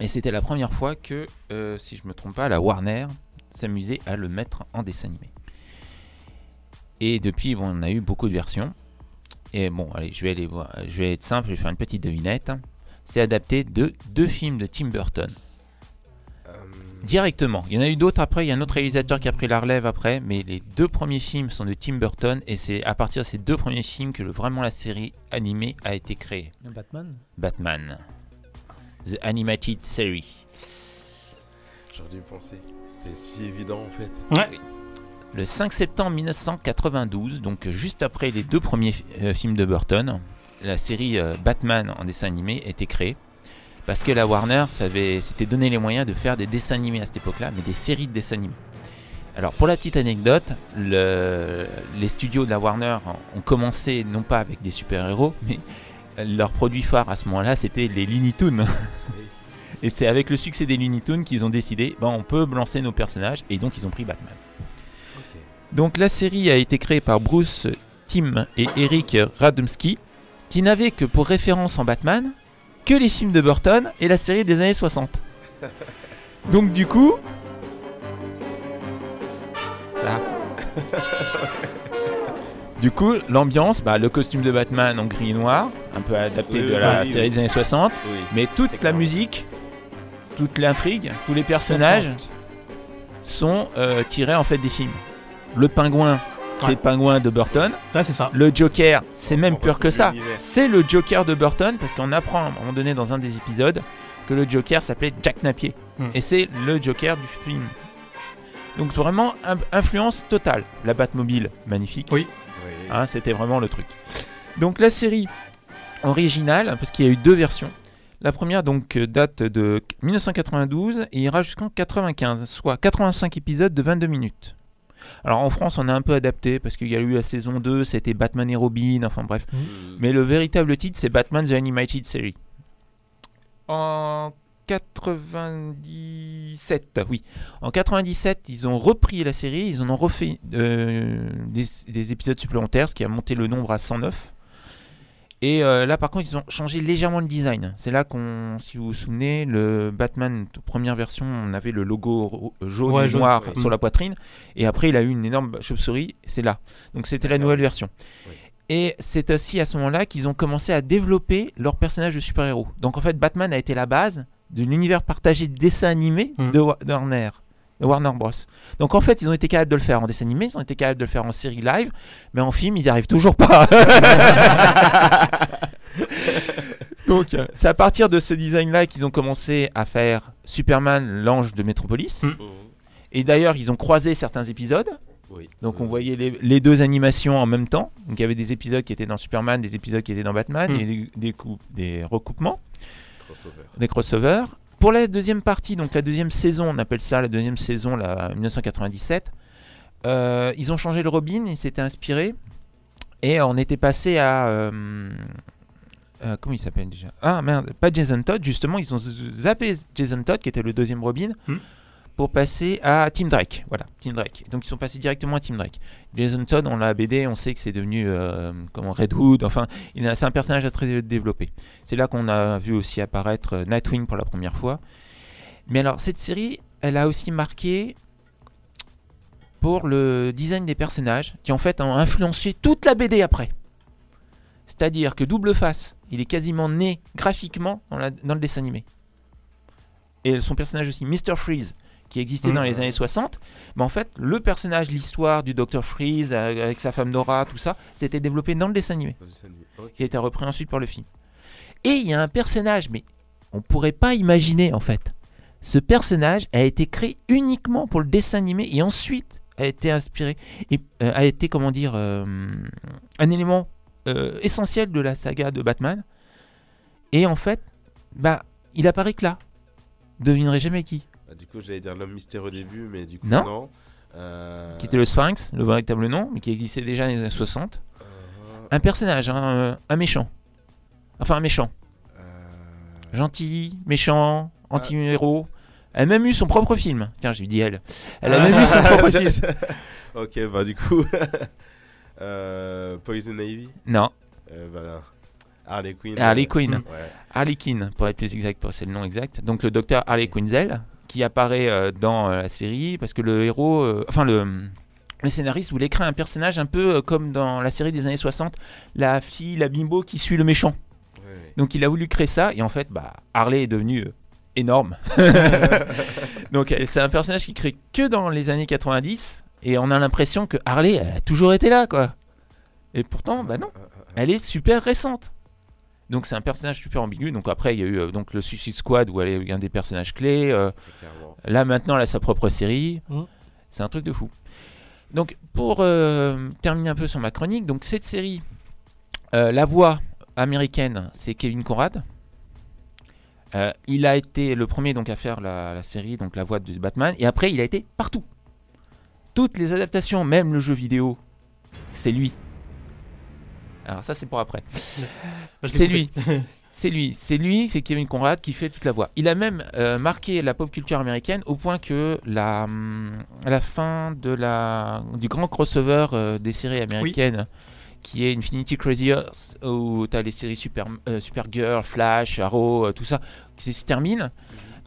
S5: Et c'était la première fois que, euh, si je me trompe pas, la Warner s'amusait à le mettre en dessin animé. Et depuis, bon, on a eu beaucoup de versions. Et bon, allez, je vais aller voir. Je vais être simple, je vais faire une petite devinette. C'est adapté de deux films de Tim Burton. Directement. Il y en a eu d'autres après. Il y a un autre réalisateur qui a pris la relève après. Mais les deux premiers films sont de Tim Burton. Et c'est à partir de ces deux premiers films que le- vraiment la série animée a été créée.
S9: Batman
S5: Batman. The Animated Series.
S6: J'aurais dû y penser. C'était si évident en fait.
S5: Le 5 septembre 1992, donc juste après les deux premiers fi- euh, films de Burton, la série euh, Batman en dessin animé était créée. Parce que la Warner s'avait- s'était donné les moyens de faire des dessins animés à cette époque-là, mais des séries de dessins animés. Alors pour la petite anecdote, le- les studios de la Warner ont commencé non pas avec des super-héros, mais leur produit phare à ce moment-là, c'était les Looney Tunes. Et c'est avec le succès des Looney Tunes qu'ils ont décidé, ben, on peut lancer nos personnages, et donc ils ont pris Batman. Donc la série a été créée par Bruce Timm et Eric Radomski, qui n'avaient que pour référence en Batman que les films de Burton et la série des années 60. Donc du coup... Ça. Du coup, l'ambiance, bah, le costume de Batman en gris et noir, un peu adapté
S6: Oui,
S5: de
S6: oui,
S5: la
S6: oui,
S5: série
S6: oui.
S5: des années 60,
S6: Oui.
S5: mais toute la musique, toute l'intrigue, tous les personnages
S6: 60.
S5: sont euh, tirés en fait des films. Le pingouin, c'est
S4: Ouais.
S5: le pingouin de Burton.
S4: c'est ça.
S5: Le Joker, c'est même pur que
S4: retrouve
S5: ça.
S4: l'univers.
S5: C'est le Joker de Burton parce qu'on apprend à un moment donné dans un des épisodes que le Joker s'appelait Jack Napier.
S4: Hmm.
S5: Et c'est le Joker du film. Donc vraiment im- influence totale. La Batmobile, magnifique.
S4: Oui.
S5: Hein, C'était vraiment le truc. Donc la série originale, parce qu'il y a eu deux versions. La première donc euh, date de 1992 et ira jusqu'en 95, soit 85 épisodes de 22 minutes. Alors en France, on a un peu adapté parce qu'il y a eu la saison 2, c'était Batman et Robin, enfin bref.
S4: Mm.
S5: Mais le véritable titre, c'est Batman the Animated Series. En 97, oui. En 97, ils ont repris la série, ils en ont refait euh, des, des épisodes supplémentaires, ce qui a monté le nombre à 109. Et euh, là, par contre, ils ont changé légèrement le design. C'est là qu'on, si vous vous souvenez, le Batman, toute première version, on avait le logo ro- jaune
S4: Ouais,
S5: et
S4: jaune, Mm.
S5: noir
S4: ouais.
S5: sur la poitrine. Et après, il a eu une énorme chauve-souris. C'est là. Donc, c'était la nouvelle version. Et c'est aussi à ce moment-là qu'ils ont commencé à développer leur personnage de super-héros. Donc, en fait, Batman a été la base de l'univers partagé de dessins animés de Wa- de Warner. de Warner Bros. Donc en fait, ils ont été capables de le faire en dessin animé, ils ont été capables de le faire en série live, mais en film, ils n'y arrivent toujours pas. Donc, euh, c'est à partir de ce design-là qu'ils ont commencé à faire Superman, l'ange de Metropolis. Et d'ailleurs, ils ont croisé certains épisodes. Donc, on voyait les, les deux animations en même temps. Donc, il y avait des épisodes qui étaient dans Superman, des épisodes qui étaient dans Batman,
S6: Mm.
S5: et des, des coup- des recoupements
S6: Crossover.
S5: des crossovers. Pour la deuxième partie, donc la deuxième saison, on appelle ça la deuxième saison, la 1997, euh, ils ont changé le Robin, ils s'étaient inspirés, et on était passé à... euh, euh, comment il s'appelle déjà Ah merde, pas Jason Todd, justement, ils ont z- zappé Jason Todd, qui était le deuxième Robin, pour passer à Team Drake. Voilà, Team Drake. Donc ils sont passés directement à Team Drake. Jason Todd, on l'a à BD, on sait que c'est devenu euh, comment Red Hood, enfin, il a- c'est un personnage à très développé. C'est là qu'on a vu aussi apparaître euh, Nightwing pour la première fois. Mais alors, cette série, elle a aussi marqué pour le design des personnages, qui en fait ont influencé toute la BD après. C'est-à-dire que Double Face, il est quasiment né graphiquement dans, la- dans le dessin animé. Et son personnage aussi, Mr. Freeze, qui existait
S6: Mhm.
S5: dans les années 60. Mais en fait, le personnage, l'histoire du Dr. Freeze euh, avec sa femme Nora, tout ça, c'était développé dans le dessin animé. Qui a été repris ensuite par le film. Et il y a un personnage, mais on pourrait pas imaginer en fait. Ce personnage a été créé uniquement pour le dessin animé et ensuite a été inspiré et euh, a été comment dire euh, un élément euh, essentiel de la saga de Batman. Et en fait, bah il apparaît que là. Devinerez jamais qui.
S6: Ah, du coup, j'allais dire l'homme mystère au début, mais du coup,
S5: Non.
S6: non. Euh,
S5: qui était le Sphinx, le véritable nom, mais qui existait déjà dans les années 60.
S6: Euh,
S5: Un personnage, hein, euh, un méchant. Enfin, un méchant.
S6: Euh,
S5: Gentil, méchant,
S6: Ah,
S5: anti-héros. Elle a même eu son propre film. Tiens, j'ai dit elle. Elle
S6: Ah.
S5: a même eu son propre film.
S6: ok, bah du coup. euh, Poison Ivy
S5: Non.
S6: Euh, voilà. Harley Quinn.
S5: Harley
S6: euh,
S5: Quinn.
S6: Ouais.
S5: Harley Quinn, pour être plus exact, pour- c'est le nom exact. Donc le docteur Harley Quinzel, qui apparaît euh, dans euh, la série, parce que le héros, euh, enfin le, le scénariste voulait créer un personnage un peu euh, comme dans la série des années 60, la fille, la bimbo qui suit le méchant. Donc il a voulu créer ça, et en fait, bah, Harley est devenue euh, énorme. Donc elle- c'est un personnage qui crée que dans les années 90, et on a l'impression que Harley, elle a toujours été là, quoi. Et pourtant, bah non, elle est super récente. Donc c'est un personnage super ambigu. Donc après, il y a eu euh, donc le Suicide Squad où elle est un des personnages clés. euh, là maintenant, elle a sa propre série.
S7: Mhm.
S5: C'est un truc de fou. Donc pour euh, terminer un peu sur ma chronique, donc cette série, euh, la voix américaine, c'est Kevin Conrad. Euh, il a été le premier donc à faire la, la série, donc la voix de Batman. Et après, il a été partout. Toutes les adaptations, même le jeu vidéo, c'est lui.
S6: ah,
S5: Alors ça, c'est pour après.
S4: Je l'ai
S5: C'est lui.
S4: compris.
S5: C'est lui, c'est lui, c'est Kevin Conrad qui fait toute la voix. Il a même euh, marqué la pop culture américaine au point que la, hum, la fin de la, du grand crossover euh, des séries américaines, qui est Infinity Crazy Earth, où tu as les séries Super, euh, Supergirl, Flash, Arrow, euh, tout ça, qui se termine.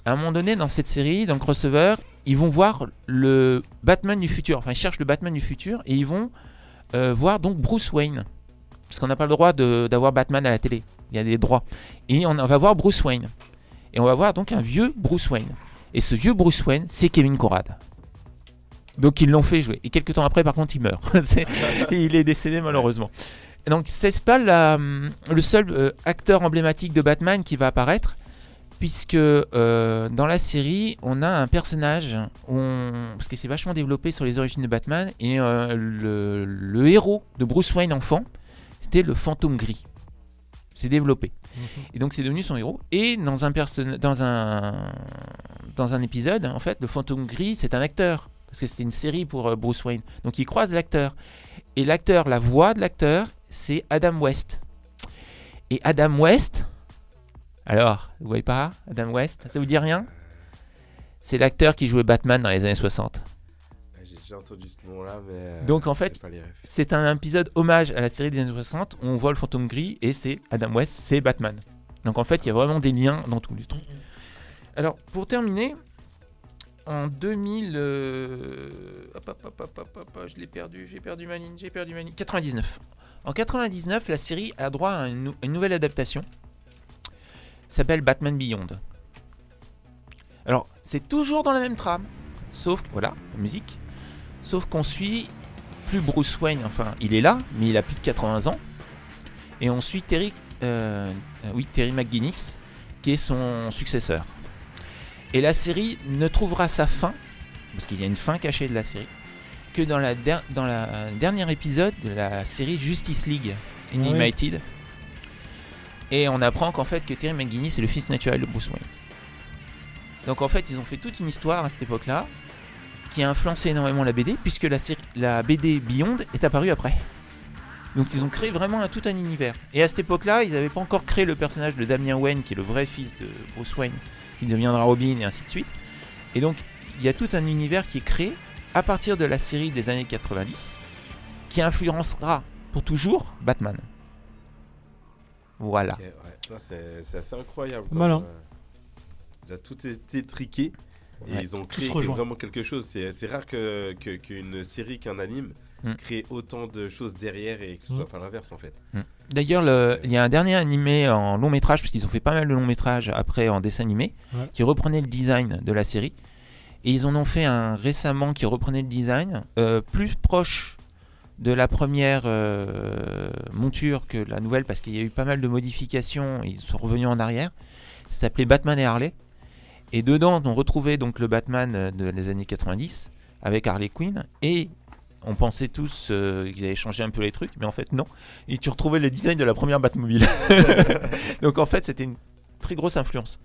S5: À un moment donné, dans cette série, dans le crossover, ils vont voir le Batman du futur. Enfin, ils cherchent le Batman du futur et ils vont euh, voir donc Bruce Wayne parce qu'on n'a pas le droit de- d'avoir Batman à la télé. Il y a des droits. Et on va voir Bruce Wayne. Et on va voir donc un vieux Bruce Wayne. Et ce vieux Bruce Wayne, c'est Kevin Conrad. Donc ils l'ont fait jouer. Et quelques temps après, par contre, il meurt. C'est- il est décédé malheureusement. Et donc c'est pas la- le seul euh, acteur emblématique de Batman qui va apparaître, puisque euh, dans la série, on a un personnage, on- parce que c'est vachement développé sur les origines de Batman, et euh, le, le héros de Bruce Wayne enfant, c'était le fantôme gris. C'est développé. Et donc c'est devenu son héros. Et dans un, perso- dans un, dans un épisode, en fait, le fantôme gris, c'est un acteur. Parce que c'était une série pour euh, Bruce Wayne. Donc il croise l'acteur. Et l'acteur, la voix de l'acteur, c'est Adam West. Et Adam West. Alors, vous voyez pas Adam West Ça vous dit rien C'est l'acteur qui jouait Batman dans les années 60.
S6: Ah, J'ai déjà entendu ce nom-là, mais. euh,
S5: Donc en
S6: j'ai
S5: fait,
S6: pas les refs.
S5: c'est un épisode hommage à la série des années 60 où on voit le fantôme gris et c'est Adam West, c'est Batman. Donc en fait, il y a vraiment des liens dans tous les trucs. Alors pour terminer, en 2000, euh, hop, hop, hop, hop, hop, hop, hop, je l'ai perdu, j'ai perdu ma ligne, j'ai perdu ma ligne. 99. En 99, la série a droit à une, nou- une nouvelle adaptation. Ça S'appelle Batman Beyond. Alors c'est toujours dans la même trame, Sauf que, voilà, la musique. Sauf qu'on suit plus Bruce Wayne, enfin, il est là, mais il a plus de 80 ans. Et on suit Terry, euh, euh, oui, Terry McGuinness, qui est son successeur. Et la série ne trouvera sa fin, parce qu'il y a une fin cachée de la série, que dans la, der- dans la euh, dernier épisode de la série Justice League United. Et on apprend qu'en fait que Terry McGuinness est le fils naturel de Bruce Wayne. Donc en fait, ils ont fait toute une histoire à cette époque-là qui a influencé énormément la BD puisque la, série- la BD Beyond est apparue après. Donc ils ont créé vraiment un- tout un univers. Et à cette époque-là, ils n'avaient pas encore créé le personnage de Damien Wayne qui est le vrai fils de Bruce Wayne qui deviendra Robin et ainsi de suite. Et donc il y a tout un univers qui est créé à partir de la série des années 90 qui influencera pour toujours Batman. Voilà.
S6: Ok, ouais. Non, C'est c'est assez incroyable.
S7: Pas mal,
S6: comme,
S7: hein.
S6: euh, là, tout est triqué. Et
S5: Ouais.
S6: ils ont
S5: Tout
S6: créé
S5: se rejoint.
S6: vraiment quelque chose. C'est c'est rare qu'une que, qu'une série, qu'un anime
S5: Mm.
S6: crée autant de choses derrière et
S5: Hmm.
S6: que ce soit pas l'inverse en fait.
S5: Mm. D'ailleurs, le- il y a un dernier animé en long métrage, parce qu'ils ont fait pas mal de long métrages après en dessin animé,
S6: Ouais.
S5: qui reprenait le design de la série. Et ils en ont fait un récemment qui reprenait le design, euh, plus proche de la première euh, monture que la nouvelle, parce qu'il y a eu pas mal de modifications, ils sont revenus en arrière. Ça s'appelait Batman et Harley. Et dedans, on retrouvait donc le Batman euh, de- des années 90 avec Harley Quinn. Et on pensait tous euh, qu'ils avaient changé un peu les trucs, mais en fait, non. Et tu retrouvais le design de la première Batmobile. donc en fait, c'était une très grosse influence.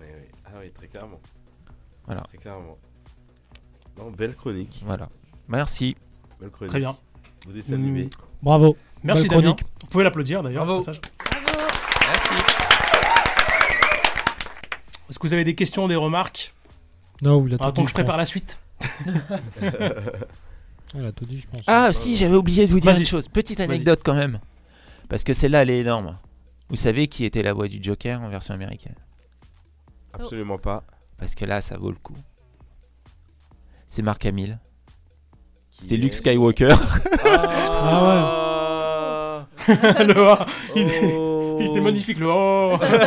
S6: Ouais, ouais. Ah oui, très clairement.
S5: Voilà.
S6: Très clairement. bah, Non, belle chronique.
S5: Voilà. Merci.
S6: Belle chronique.
S4: Très bien.
S6: Au dessin animé.
S7: Bravo.
S4: Merci
S7: Belle
S4: Damien.
S7: chronique.
S4: Vous pouvez l'applaudir d'ailleurs. Bravo.
S5: Merci.
S4: Est-ce que vous avez des questions, des remarques
S7: Non, vous l'avez tout
S4: Attends
S7: dit,
S4: que Ah, je
S7: je
S4: prépare
S7: pense.
S4: la suite.
S7: Elle a tout dit, je pense.
S5: Ah si, j'avais oublié de vous dire
S4: Vas-y.
S5: une chose. Petite
S4: Vas-y.
S5: anecdote quand même. Parce que celle-là, elle est énorme. Vous savez qui était la voix du Joker en version américaine
S6: Absolument pas.
S5: Parce que là, ça vaut le coup. C'est Mark Hamill. C'est
S6: est-
S5: Luke Skywalker. Ah
S6: Ah,
S4: le A, il,
S6: Oh.
S4: il était magnifique le oh.
S6: Ouais.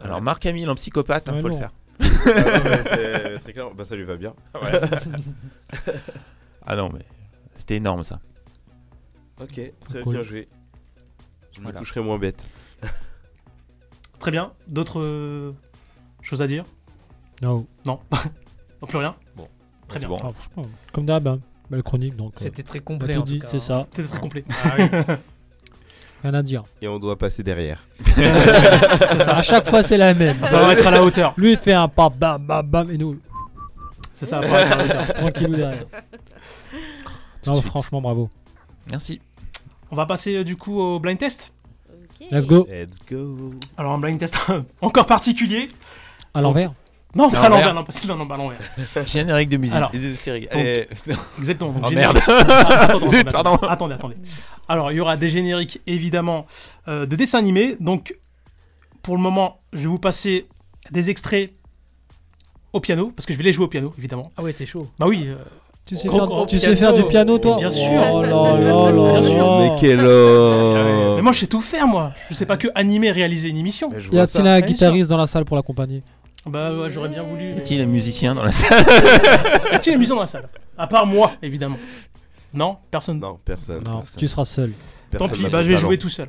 S5: Alors Mark Hamill en psychopathe, hein,
S6: Ouais,
S5: faut le
S6: non.
S5: faire.
S6: Ah non, mais c'est très clair. Bah, ça lui va bien.
S5: ah non, mais c'était énorme ça.
S6: ok, très
S5: Cool.
S6: bien joué. Je me
S5: Voilà.
S6: coucherai moins bête.
S4: Très bien. D'autres euh, choses à dire
S7: Non.
S4: Non. non plus rien.
S5: Bon.
S4: Très
S5: C'est
S4: bien.
S5: bon.
S7: Ah, franchement, Comme d'hab, hein. belle chronique. donc. euh,
S9: C'était très
S7: on a
S9: complet,
S7: tout
S9: en tout
S7: dit,
S9: cas, hein.
S7: C'est ça. Ah
S4: C'était très complet.
S7: Rien à dire.
S6: Et on doit passer derrière.
S7: C'est ça, à chaque fois, c'est la même.
S4: On va être à la hauteur.
S7: Lui, il fait un pas, bam, bam, bam, et nous.
S4: C'est ça. on va être à la hauteur.
S7: Tranquillou derrière. Non, franchement, bravo.
S5: Merci.
S4: On va passer euh, du coup au blind test.
S7: Let's go.
S6: Let's go.
S4: Alors un blind test encore particulier.
S7: À l'envers.
S4: Non,
S5: À
S4: pas à l'envers,
S5: l'envers.
S4: non, parce qu'il en a pas à l'envers.
S5: Générique de musique.
S4: Alors,
S5: et de série.
S4: donc,
S5: Allez.
S4: Exactement. donc
S5: Oh
S4: générique.
S5: merde.
S4: Ah, attends, attends,
S5: Zut,
S4: attends,
S5: pardon.
S4: Attendez, attendez. Alors, il y aura des génériques, évidemment, euh, de dessins animés. Donc, pour le moment, je vais vous passer des extraits au piano, parce que je vais les jouer au piano, évidemment.
S9: Ah ouais, t'es chaud.
S4: Bah oui. euh,
S7: Tu sais,
S4: gros,
S7: faire,
S4: gros
S7: tu sais faire du piano, toi
S4: Bien sûr.
S7: Oh là là là
S4: Bien sûr.
S7: là.
S6: Mais quel
S5: Oh,
S4: Mais
S6: homme
S4: moi, je sais tout faire, moi. Je sais pas que animer, réaliser une émission.
S6: Bah, je
S7: Y
S6: vois
S7: a-t-il
S6: ça.
S7: un
S4: Bien
S7: guitariste dans la salle pour l'accompagner
S4: Bah ouais, j'aurais bien voulu. mais-
S5: Qui est le musicien dans la salle
S4: Y a-t-il un musicien dans la salle À part moi, évidemment. Non, personne.
S6: Non, personne.
S7: Non,
S6: personne.
S7: tu seras seul.
S4: Tant
S6: Personne
S4: pis,
S6: n'a
S4: bah,
S6: ton
S4: je vais
S6: talent.
S4: jouer tout seul.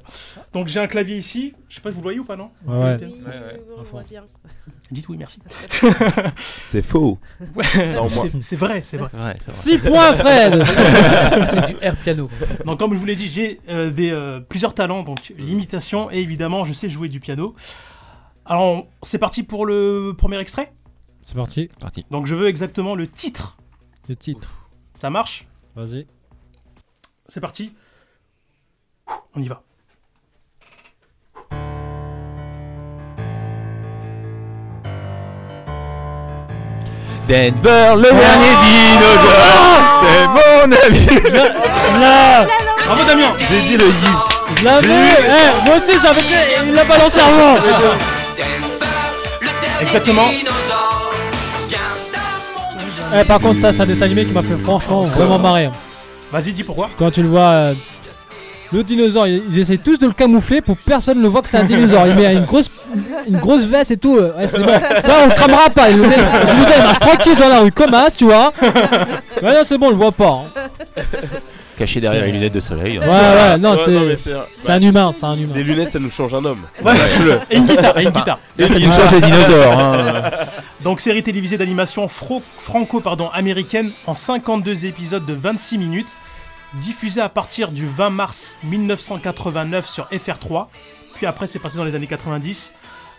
S4: Donc j'ai un clavier ici. Je sais pas si vous le voyez ou pas, non
S7: Ouais, ouais.
S8: Oui, oui, on voit bien.
S4: Dites oui, merci.
S6: C'est faux.
S4: Ouais,
S6: Non, moi.
S4: c'est- c'est vrai, c'est vrai.
S5: C'est vrai, c'est vrai.
S7: 6 points, Fred
S9: C'est du air piano.
S4: Donc comme je vous l'ai dit, j'ai euh, des, euh, plusieurs talents, donc l'imitation et évidemment je sais jouer du piano. Alors on- c'est parti pour le premier extrait.
S7: C'est parti,
S5: Parti.
S4: Donc je veux exactement le titre.
S7: le titre.
S4: Ça marche
S7: Vas-y.
S4: C'est parti. On y va.
S5: Denver,
S6: Ah.
S5: le dernier dinosaure. C'est mon avis.
S7: Là
S4: Bravo Damien
S5: J'ai dit le gyps.
S7: Je l'avais Eh, Moi aussi, ça me plaît Il l'a balancé avant
S4: Exactement.
S7: Eh, par hein. contre, ça, c'est un dessin animé qui m'a fait franchement vraiment marrer.
S4: Vas-y, dis pourquoi.
S7: Quand tu le vois euh, Le dinosaure, ils, ils essayent tous de le camoufler pour que personne ne voit que c'est un dinosaure. Il met une grosse, une grosse veste et tout. euh, ouais, c'est bon. Ça, on le cramera pas. Il, le met- il nous aide, il marche tranquille dans la rue, comme un, tu vois. Ouais, non, c'est bon, on le voit pas. hein.
S5: Caché derrière
S7: C'est-
S5: les lunettes de soleil. hein.
S7: Ouais, ouais, non,
S6: Ouais,
S7: c'est-
S6: non, mais c'est-
S7: c'est un humain, c'est un humain.
S6: Des lunettes, ça nous change un homme.
S4: Ouais.
S6: Sache-le.
S4: Et une guitare, et une guitare.
S6: Et
S4: Voilà.
S6: il change les dinosaures. hein.
S4: Donc série télévisée d'animation fro- franco pardon, américaine en 52 épisodes de 26 minutes, diffusée à partir du 20 mars 1989 sur FR3, puis après c'est passé dans les années 90.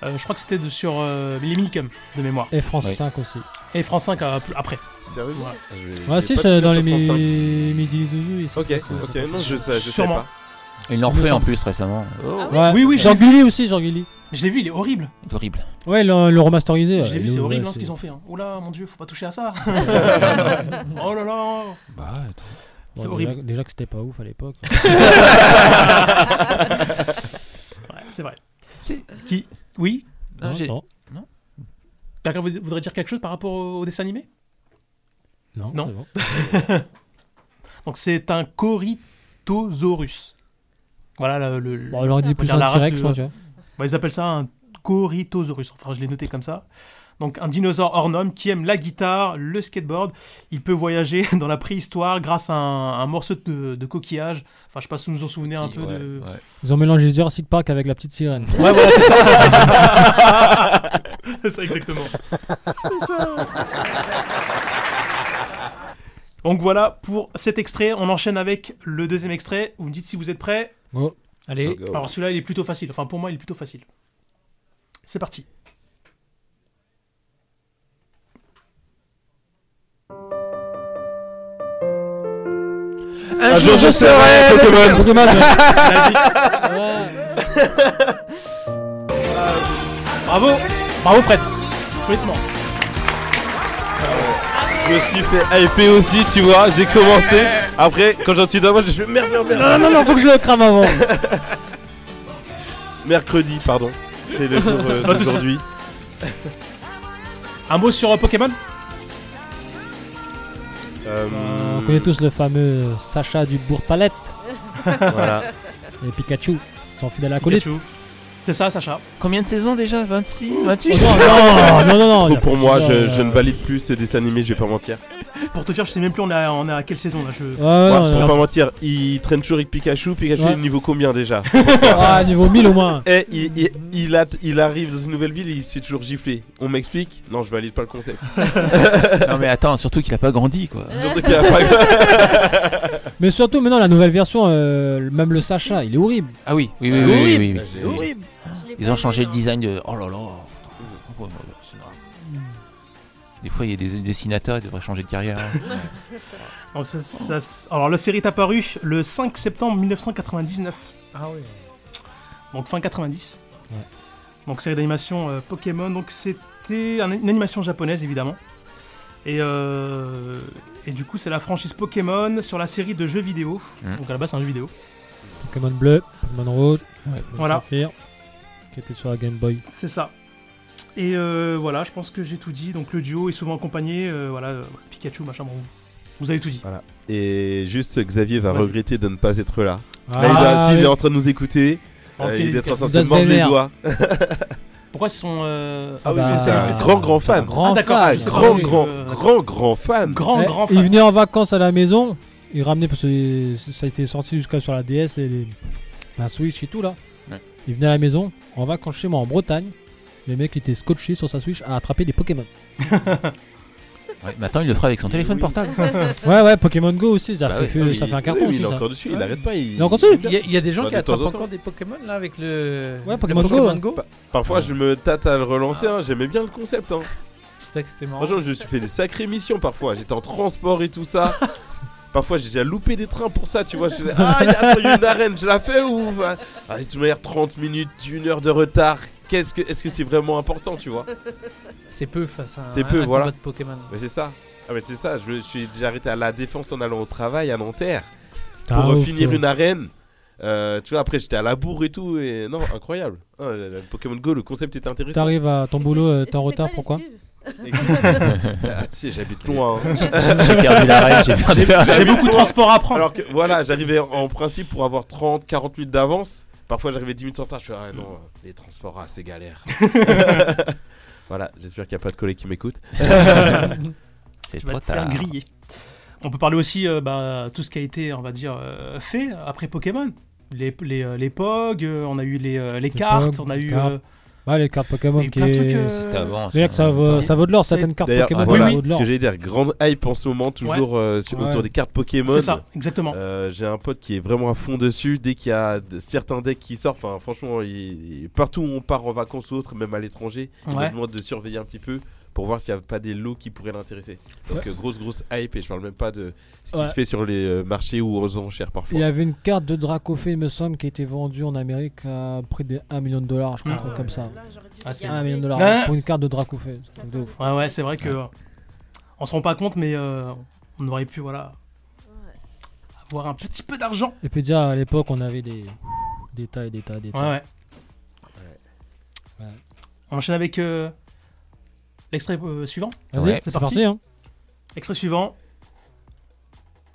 S4: Euh, je crois que c'était de- sur euh, les minicums de mémoire.
S7: Et France 5 aussi.
S4: Et France 5 à- après.
S6: Sérieux Ah, Je-
S7: Ouais,
S6: je
S7: si,
S6: l'ai pas
S7: c'est
S6: souvenir
S7: dans les
S6: sur France cinq.
S7: mi- midi zouzou.
S6: Ok, ok, non, je sais, je sais
S4: Sûrement. Ah
S6: pas.
S5: Il l'en refait en plus récemment. Oh.
S7: Ouais.
S4: Oui, oui,
S7: Jean
S4: je l'ai vu.
S7: Gulli aussi, Jean Gulli.
S4: Je l'ai vu, il est horrible.
S5: Horrible.
S7: Ouais, ils l'ont ils l'ont remasterisé.
S4: Je l'ai
S7: ouais,
S4: vu,
S7: il est-
S4: c'est
S7: Bah, ouais,
S4: horrible hein, ce
S7: c'est-
S4: qu'ils ont fait. hein. Oh là, mon dieu, faut pas toucher à ça. oh là là.
S7: Bah,
S5: Bah,
S7: Bon,
S4: c'est
S7: déjà-
S4: horrible.
S7: Déjà, que c'était pas ouf à l'époque.
S4: ouais, c'est vrai. Qui Oui
S7: Non, j'ai- non.
S4: Quelqu'un voud- voudrait dire quelque chose par rapport au au dessin animé
S7: Non, c'est bon.
S4: Donc c'est un Corythosaurus. Voilà le. le-
S7: Bon, j'aurais dit
S4: on va
S7: plus
S4: dire
S7: un
S4: la race
S7: T-Rex,
S4: de-
S7: moi, tu vois.
S4: Bah, ils appellent ça un Corythosaurus. Enfin, je l'ai noté comme ça. Donc un dinosaure hors norme qui aime la guitare, le skateboard. Il peut voyager dans la préhistoire grâce à un, un morceau de, de coquillage. Enfin, je sais pas si vous vous en souvenez un peu de.
S7: Ils ont mélangé Jurassic Park avec la petite sirène.
S4: Ouais, voilà, c'est ça. c'est ça, exactement. C'est ça. Donc voilà pour cet extrait. On enchaîne avec le deuxième extrait. Vous me dites si vous êtes prêts.
S7: Go.
S9: Allez.
S5: Go.
S4: Alors celui-là, il est plutôt facile. Enfin, pour moi, il est plutôt facile. C'est parti.
S7: Un jour, je serai Pokémon. Pokémon, ouais.
S4: Bravo. Bravo, Fred. Applaudissements.
S6: Je me suis fait hyper aussi, tu vois. J'ai commencé. Après, quand j'ai entendu dans moi, j'ai fait merde, merde, merde.
S7: Non, non, non, faut que je le crame avant.
S6: Mercredi, pardon. C'est le jour euh,
S4: Pas de soucis.
S6: d'aujourd'hui.
S4: Un mot sur euh, Pokémon
S6: Euh,
S7: On connaît tous le fameux Sacha du Bourg-Palette.
S6: Voilà.
S7: Et Pikachu, ils sont fidèles à la colite.
S4: Pikachu. C'est ça, Sacha.
S5: Combien de saisons déjà 26 28
S7: Oh, non, non, non, non, il y
S6: Trop
S7: a
S6: pour moi,
S7: plusieurs,
S6: je, je
S7: euh,
S6: ne valide plus ce dessin animé, je vais pas mentir.
S4: Pour te dire, je sais même plus on a, on a à quelle saison là. Je...
S7: ouais,
S6: Moi,
S7: non,
S6: pour
S7: non.
S6: pas mentir, il traîne toujours avec Pikachu. Pikachu
S7: Ouais.
S6: est niveau combien déjà
S7: Ah, niveau 1000 au moins.
S6: Et il, il- il a- il arrive dans une nouvelle ville et il se fait toujours gifler. On m'explique Non, je valide pas le concept.
S5: Non mais attends, surtout qu'il a pas grandi quoi.
S6: Surtout qu'il a pas-
S7: Mais surtout, maintenant, la nouvelle version, euh, même le Sacha, il est horrible.
S5: Ah oui, oui, oui, oui, oui, oui, oui. Ils ont changé le design de. Oh là là. Attends, ouais, ouais, c'est grave. Des fois, il y a des dessinateurs, ils devraient changer de carrière. hein.
S4: Alors, ça- ça- ça- alors, la série est apparue le 5 septembre 1999.
S7: Ah oui.
S4: Donc fin 90.
S7: Ouais.
S4: Donc série d'animation euh, Pokémon. Donc c'était un- une animation japonaise évidemment. Et, euh, et du coup c'est la franchise Pokémon sur la série de jeux vidéo.
S5: Mm.
S4: Donc à la base c'est un jeu vidéo.
S7: Pokémon bleu, Pokémon rouge, Pokémon
S4: Voilà.
S7: saphir, qui était sur la Game Boy.
S4: C'est ça. Et euh, voilà, je pense que j'ai tout dit. Donc le duo est souvent accompagné, euh, voilà, euh, Pikachu, machin, bon, vous, vous avez tout dit.
S6: Voilà. Et juste, Xavier va
S4: Vas-y.
S6: regretter de ne pas être là.
S7: Ah,
S6: là, il, a- s'il
S7: oui.
S6: est en train de nous écouter.
S4: On
S6: euh,
S4: fait
S6: il
S4: des
S6: est en train de
S7: petites
S6: se mordre les
S7: vénères.
S6: doigts.
S4: Pourquoi ils sont euh,
S6: Ah oui,
S7: bah,
S6: c'est un grand, grand fan.
S7: grand
S4: Ah, d'accord,
S7: fan.
S4: je sais pas,
S6: grand,
S4: oui,
S6: grand,
S4: euh,
S6: grand, grand fan.
S4: grand,
S7: Eh,
S4: grand
S7: Il
S4: fan.
S7: venait en vacances à la maison, il ramenait parce que ça a été sorti jusqu'à sur la DS et les- la Switch et tout là.
S5: Ouais.
S7: Il venait à la maison en vacances chez moi en Bretagne. Le mec était scotché sur sa Switch à attraper des Pokémon.
S5: Ouais, mais attends, il le fera avec son téléphone portable.
S7: ouais, ouais, Pokémon Go aussi, ça,
S5: Bah
S7: fait,
S5: oui,
S7: fait-
S6: Oui,
S7: ça fait un
S6: oui,
S7: carton
S6: oui,
S7: aussi.
S6: Il est
S7: ça.
S6: encore dessus, il arrête pas.
S7: Il est encore dessus
S9: Il y, a- il y a des gens
S6: Bah,
S9: qui
S6: de temps
S9: attrapent
S6: en temps.
S9: encore des Pokémon là avec le.
S7: Ouais,
S9: le
S7: Pokémon Go,
S4: hein.
S7: ouais.
S6: Pa- Parfois, je me tâte à le relancer. hein, J'aimais bien le concept. hein.
S9: C'était c'était marrant.
S6: Franchement, je me suis fait des sacrées missions parfois. J'étais en transport et tout ça. Parfois, j'ai déjà loupé des trains pour ça, tu vois. Je faisais, ah, il y a attends, il y a une arène, je la fais ou. va- Ah, de toute manière, 30 minutes, une heure de retard. Qu'est-ce que, est-ce que c'est vraiment important, tu vois
S9: C'est peu face à un,
S6: C'est
S4: Ah,
S6: peu,
S9: un
S6: voilà.
S9: combat de Pokémon.
S6: Mais c'est ça. Ah, mais c'est ça. Je me suis déjà arrêté à la défense en allant au travail à Nanterre
S7: Ah,
S6: pour euh,
S7: ouf,
S6: finir
S7: toi.
S6: une arène. Euh, tu vois, après, j'étais à la bourre et tout. Et non, incroyable. Ah, le Pokémon Go, le concept était intéressant.
S7: T'arrives à ton boulot, euh, t'es en
S8: C'était
S7: retard,
S8: quoi
S7: pourquoi
S8: l'excuse
S6: Ah, tu sais, j'habite loin. hein.
S5: J'ai- j'ai perdu la règle, j'ai perdu la règle.
S6: J'habite
S5: J'ai beaucoup de
S6: loin.
S5: transport à prendre.
S6: Alors que voilà, j'arrivais en principe pour avoir 30, 40 minutes d'avance. Parfois, j'arrivais 10 minutes en retard. Je fais, ah non, les transports, ah, c'est galère. voilà, j'espère qu'il n'y a pas de collègues qui m'écoutent.
S5: C'est
S4: tu vas te faire griller. On peut parler aussi euh, bah, tout ce qui a été, on va dire, euh, fait après Pokémon. Les, les, euh, les POG, euh, on a eu les, euh, les cartes,
S7: Pog,
S4: on a
S7: les
S4: eu.
S7: cartes.
S4: euh,
S7: Ouais, les cartes Pokémon
S4: il y a eu
S7: qui
S4: plein de trucs,
S7: est-
S4: euh,
S7: C'était avant, D'ailleurs, ça. ça vaut-
S4: Et-
S7: ça vaut de l'or, certaines cartes
S6: D'ailleurs,
S7: Pokémon,
S6: voilà
S7: ça vaut de
S6: ce
S7: l'or.
S6: que j'allais dire. Grande hype en ce moment, toujours
S4: Ouais.
S6: euh, sur- autour
S4: Ouais.
S6: des cartes Pokémon.
S4: C'est ça, exactement.
S6: Euh, J'ai un pote qui est vraiment à fond dessus. Dès qu'il y a de- certains decks qui sortent, enfin, franchement, il- partout où on part en vacances ou autre, même à l'étranger, il
S4: Ouais.
S6: me demande de surveiller un petit peu pour voir s'il n'y a pas des lots qui pourraient l'intéresser. Donc,
S7: Ouais.
S6: euh, grosse, grosse hype. Et je parle même pas de ce qui
S7: Ouais.
S6: se fait sur les euh, marchés ou aux enchères parfois.
S7: Il y avait une carte de Dracofé, il me semble, qui a été vendue en Amérique à près de 1 million de dollars, je crois,
S4: Mm.
S7: un truc comme ça.
S4: Ah, c'est-
S7: 1 million de dollars
S4: Ouais.
S7: pour une carte de Dracofé. c'est un truc de ouf.
S4: Ouais, ouais, c'est vrai que. euh, On se rend pas compte, mais euh, on aurait pu, voilà. avoir un petit peu d'argent.
S7: Et puis déjà, à l'époque, on avait des, des tas et des tas, des
S4: Ouais,
S7: tas.
S4: ouais. On enchaîne avec euh, l'extrait euh, suivant.
S7: Vas-y, Ouais. c'est parti, hein.
S4: Extrait suivant.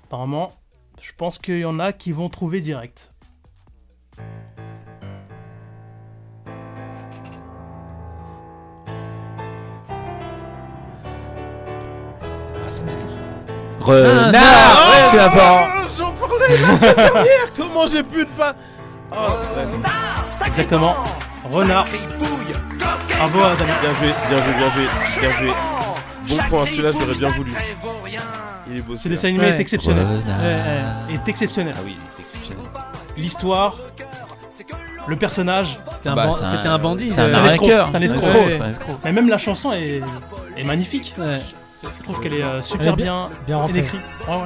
S4: Apparemment, je pense qu'il y en a qui vont trouver direct.
S5: Ah, Renard
S6: Ah,
S5: tu vas voir.
S6: ah, J'en parlais la semaine dernière Comment j'ai pu ne pas. Oh, bref.
S4: Exactement. Renard. Bravo à Damien.
S6: Bien joué, bien joué, bien joué, bien joué. Bon point, celui-là j'aurais bien voulu. Il est beau.
S4: Ce
S6: celui-là.
S4: dessin animé est exceptionnel.
S5: Renard.
S4: Ouais, ouais, est exceptionnel.
S6: Ah oui, il est exceptionnel.
S4: L'histoire, le personnage.
S9: C'était un Bah, ban- c'est un- c'était un bandit,
S4: C'est
S9: c'est
S4: un,
S9: un
S4: escroc.
S9: hacker.
S4: C'est un
S9: Ouais,
S4: escroc.
S9: ouais, c'est un escroc.
S4: Mais même la chanson est, est magnifique. Je trouve qu'elle est euh, super
S7: Elle est
S4: bien,
S7: bien- bien rentrée.
S4: écrite. Ouais, ouais.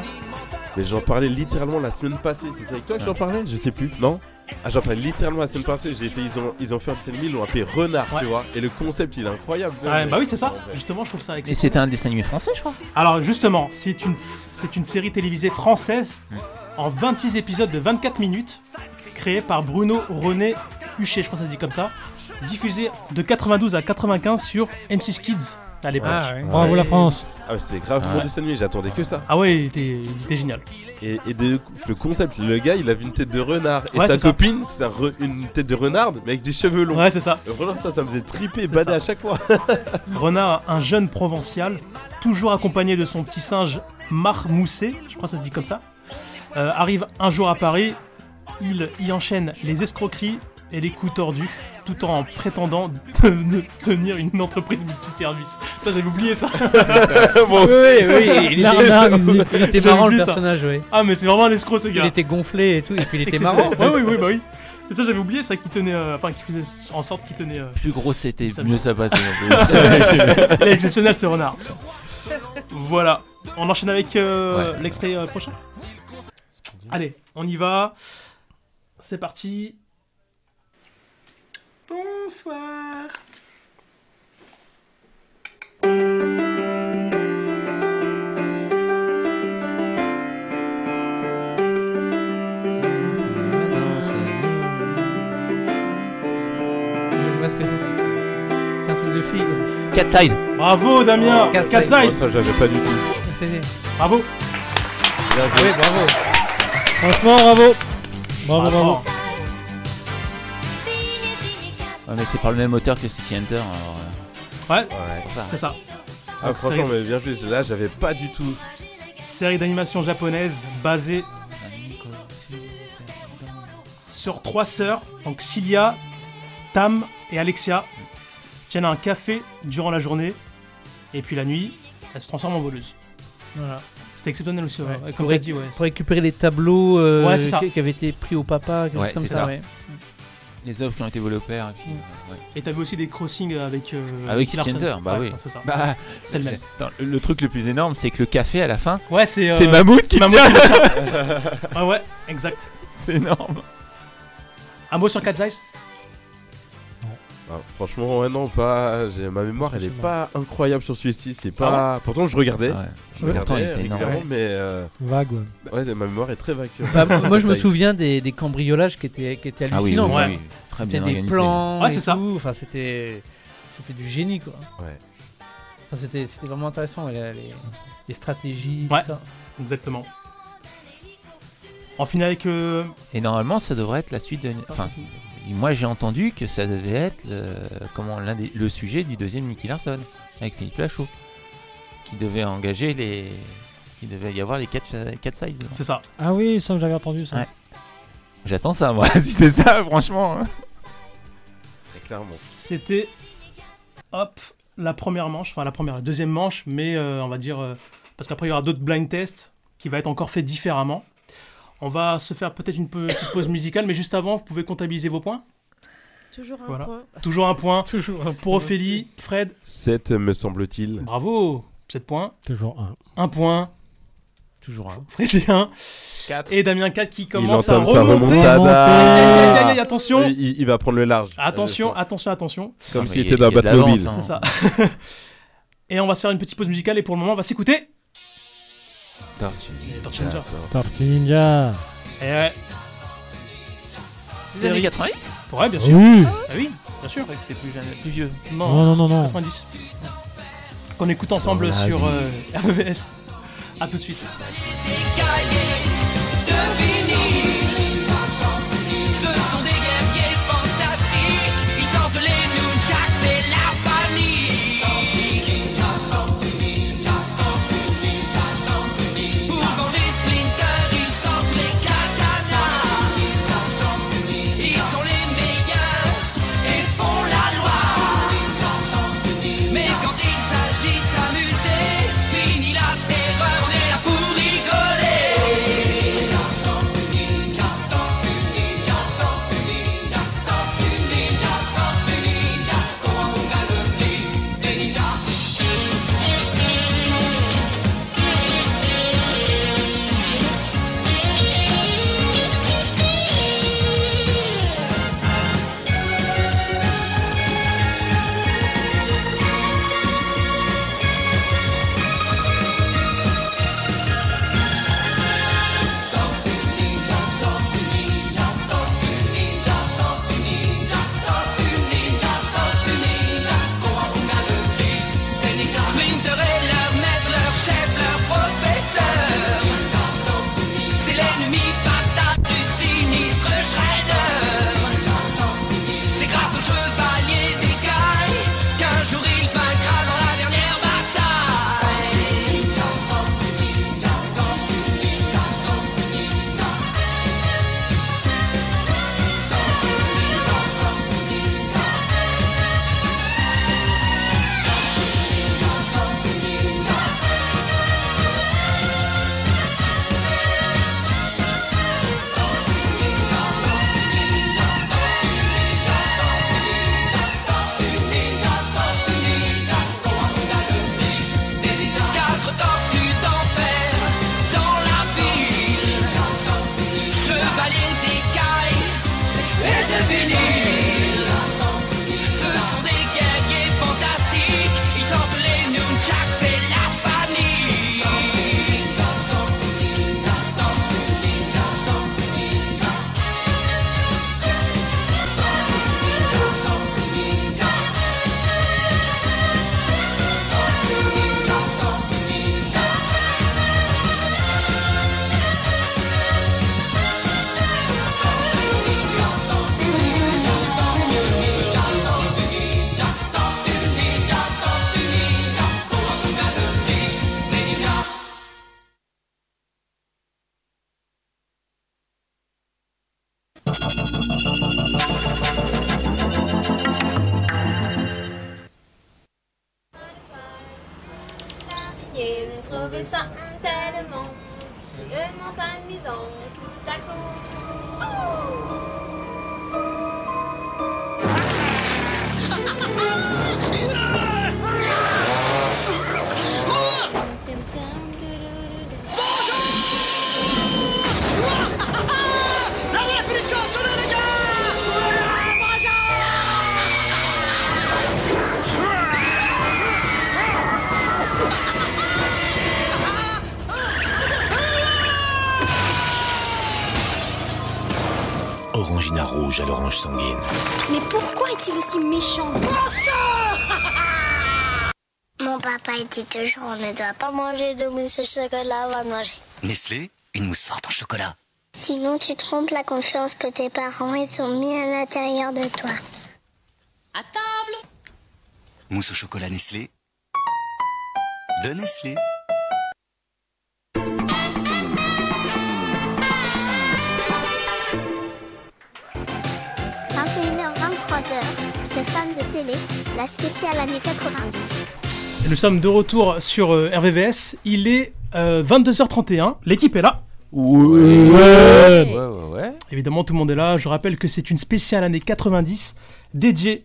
S6: Mais j'en parlais littéralement la semaine passée. C'était avec toi que j'en parlais Je sais plus. Non Ah, j'en parlais littéralement la semaine passée. J'ai fait, ils ont, ils ont fait un dessin animé, ils l'ont appelé Renard, tu vois. Et le concept il est incroyable.
S4: Ouais, bah oui, c'est ça. Justement, je trouve ça excellent.
S5: Et c'était un dessin animé français, je crois.
S4: Alors justement, c'est une, c'est une série télévisée française
S5: Hmm.
S4: en 26 épisodes de 24 minutes, créée par Bruno René Huchet, je crois que ça se dit comme ça, diffusée de 92 à 95 sur M6 Kids à l'époque.
S6: Ah, ouais, c'est grave
S4: Ouais.
S6: mon dessin animé, j'attendais que ça.
S4: Ah ouais, il était, il était génial.
S6: Et, et de- le concept, le gars il avait une tête de renard. Et
S4: Ouais,
S6: sa
S4: c'est ça.
S6: copine, c'est un re- une tête de renarde, mais avec des cheveux longs.
S4: Ouais, c'est ça.
S6: Et vraiment, ça, ça me faisait triper, bader à chaque fois.
S4: Renard, un jeune provincial, toujours accompagné de son petit singe Marmousset, je crois que ça se dit comme ça, euh, arrive un jour à Paris. Il y enchaîne les escroqueries et les coups tordus, tout en prétendant te- de tenir une entreprise multiservice. Ça, j'avais oublié ça.
S9: Moi aussi. Oui, oui, il était- Renard, il- il était
S4: J'avais
S9: marrant, le
S4: oublié ça.
S9: personnage, oui.
S4: Ah, mais c'est vraiment un escroc, ce
S9: Il
S4: gars.
S9: était gonflé et tout, et puis il était
S4: Exceptionnel.
S9: marrant.
S4: Ouais, oui, oui, bah oui. Et ça, j'avais oublié ça qui tenait, euh, enfin, qui faisait en sorte qu'il tenait. euh,
S5: Plus gros c'était,
S4: sa-
S5: mieux ça passait.
S4: Il est exceptionnel ce renard. Voilà. On enchaîne avec euh, l'extrait euh, prochain. Allez, on y va. C'est parti.
S16: Bonsoir.
S9: Je vois ce que c'est. C'est un truc de fille.
S5: Cat size.
S4: Bah, Bravo
S5: Oh,
S4: Damien.
S9: Cat
S4: 4
S9: size.
S4: size.
S9: Moi, ça,
S6: Oh, j'avais pas du tout.
S9: C'est-
S4: Bravo.
S9: Ah Oui, bravo.
S7: Franchement, bravo. Bravo, bravo.
S5: Ouais, Ah, mais c'est par le même auteur que City Hunter. alors, euh.
S4: Ouais,
S5: c'est pour ça.
S4: c'est ça.
S6: Ah,
S4: Donc,
S6: franchement,
S4: série-
S6: mais bien joué, là j'avais pas du tout.
S4: Série d'animation japonaise basée sur trois sœurs, donc Cilia, Tam et Alexia, tiennent un café durant la journée et puis la nuit, elles se transforment en voleuses. Voilà. C'était exceptionnel aussi, ouais. comme
S9: Pour,
S4: t'as
S9: réc-
S4: dit, ouais.
S9: pour récupérer les tableaux euh,
S4: Ouais, c'est ça.
S9: qui qui avaient été pris au papa, quelque
S5: Ouais,
S9: chose comme
S5: c'est
S9: ça.
S5: ça.
S9: ouais.
S5: Les œuvres qui ont été volées au père. Et puis,
S4: Mm.
S5: euh, ouais.
S4: Et t'avais aussi des crossings avec. euh,
S5: Avec
S4: Killer
S5: City Hunter,
S4: Sun.
S5: bah
S4: Ouais,
S5: oui.
S4: C'est ça.
S5: Bah,
S4: c'est le même.
S5: Attends, le- le truc le plus énorme, c'est que le café à la fin,
S4: Ouais, c'est. euh,
S5: Mammouth qui
S4: Mammouth
S5: tient.
S4: ouais, Ah ouais, exact.
S5: C'est énorme.
S4: Un mot sur Cat Size
S6: Ah, franchement, ouais, non, pas. j'ai- Ma mémoire elle est pas incroyable sur celui-ci. C'est pas. Pourtant, je regardais.
S5: Ah ouais.
S6: Je
S5: Ouais.
S6: regardais
S5: Pourtant, il était énorme.
S6: régulièrement, mais. euh,
S7: Vague, ouais.
S6: Ouais, c'est- ma mémoire est très vague. sur-
S9: Bah, moi, je me
S6: Taille.
S9: souviens des, des cambriolages qui étaient, qui étaient
S6: Ah oui, oui,
S9: hallucinants. quoi.
S6: oui, oui. Très
S9: C'était
S6: bien
S9: des
S6: organisé.
S9: plans.
S4: Ouais,
S9: et
S4: c'est ça.
S9: tout. Enfin, c'était, c'était du génie, quoi.
S6: Ouais.
S9: Enfin, Enfin, c'était c'était vraiment intéressant, ouais, les, les- les stratégies.
S4: Ouais,
S9: tout ça.
S4: exactement. On finit avec. euh,
S5: Et normalement, ça devrait être la suite de. Enfin, moi j'ai entendu que ça devait être le, comment, l'un des- le sujet du deuxième Nicky Larson avec Philippe Lachaud, qui devait engager les. Il devait y avoir les 4 quatre sides.
S4: C'est ça.
S7: Ah oui, ça j'avais entendu ça.
S5: Ouais. J'attends ça, moi. si c'est ça, franchement. hein.
S6: Très clairement.
S4: C'était. Hop, la première manche, enfin la première, la deuxième manche, mais euh, on va dire. euh, parce qu'après, il y aura d'autres blind tests qui va être encore fait différemment. On va se faire peut-être une pe- petite pause musicale, mais juste avant, vous pouvez comptabiliser vos points.
S8: Toujours un
S4: Voilà.
S8: point.
S4: Toujours un point. Pour Ophélie, Fred,
S6: 7, me semble-t-il.
S4: bravo, 7 points.
S7: Toujours un.
S4: Un point.
S7: Toujours un.
S4: Frédéric Et Damien 4 qui commence à
S6: entame sa
S4: remonter.
S6: remontada. Euh,
S4: Aïe, aïe, aïe, aïe, attention.
S6: Il, il- il va prendre le large.
S4: Attention, attention, attention.
S6: Comme
S5: Non,
S6: s'il
S5: mais
S6: était
S5: Ah, il y a-
S6: dans
S5: il y a de
S6: Batmobile.
S5: l'avance, hein.
S4: C'est ça. et on va se faire une petite pause musicale et pour le moment, on va s'écouter. Tortue Ninja.
S7: Tortue Ninja.
S4: Et Eh ouais.
S5: Les années 90
S4: Ouais, bien sûr.
S7: Oui.
S4: Ah oui, bien sûr.
S5: C'était plus, jeune- plus vieux.
S7: Non, non, non, non.
S4: 90. Qu'on écoute ensemble
S5: Dans la
S4: sur
S5: vie.
S4: euh, RBS. A tout de suite.
S2: de vinyle. Ce sont des guerriers fantastiques. Ils portent les nunchaks et la vanille. Pour venger Splinter, ils sortent les katanas. Ils sont les meilleurs et font la loi. Mais quand il s'agit de s'amuser, fini la terreur, on est là pour rigoler. Splinter est leur maître, leur chef, leur professeur. C'est l'ennemi fatal du sinistre Shredder. C'est grâce au chevalier des cailles qu'un jour il vaincra dans la dernière bataille. Quatre tortues d'enfer dans la ville. Chevalier d'écailles et de vinyle. Ce sont des guerriers fantastiques. Ils tentent les nunchaks et la panique.
S14: Et trouver ça hum, tellement tellement amusant tout à coup.
S2: Lâchez la punition, sonnez les gars
S15: Orangina rouge à l'orange sanguine.
S12: Mais pourquoi est-il aussi méchant Mon papa il dit toujours on ne doit pas manger de mousse au chocolat avant de manger.
S14: Nestlé, une mousse forte en chocolat.
S12: Sinon tu trompes la confiance que tes parents ils ont mis à l'intérieur de toi.
S8: À table
S14: Mousse au chocolat Nestlé. De Nestlé.
S12: h 23h, c'est Femmes de télé, la spéciale année 90.
S4: Et nous sommes de retour sur euh, RVVS. Il est euh, 22h31. L'équipe est là. Ouais.
S5: Ouais, ouais, ouais.
S4: Évidemment, tout le monde est là. Je rappelle que c'est une spéciale année 90 dédiée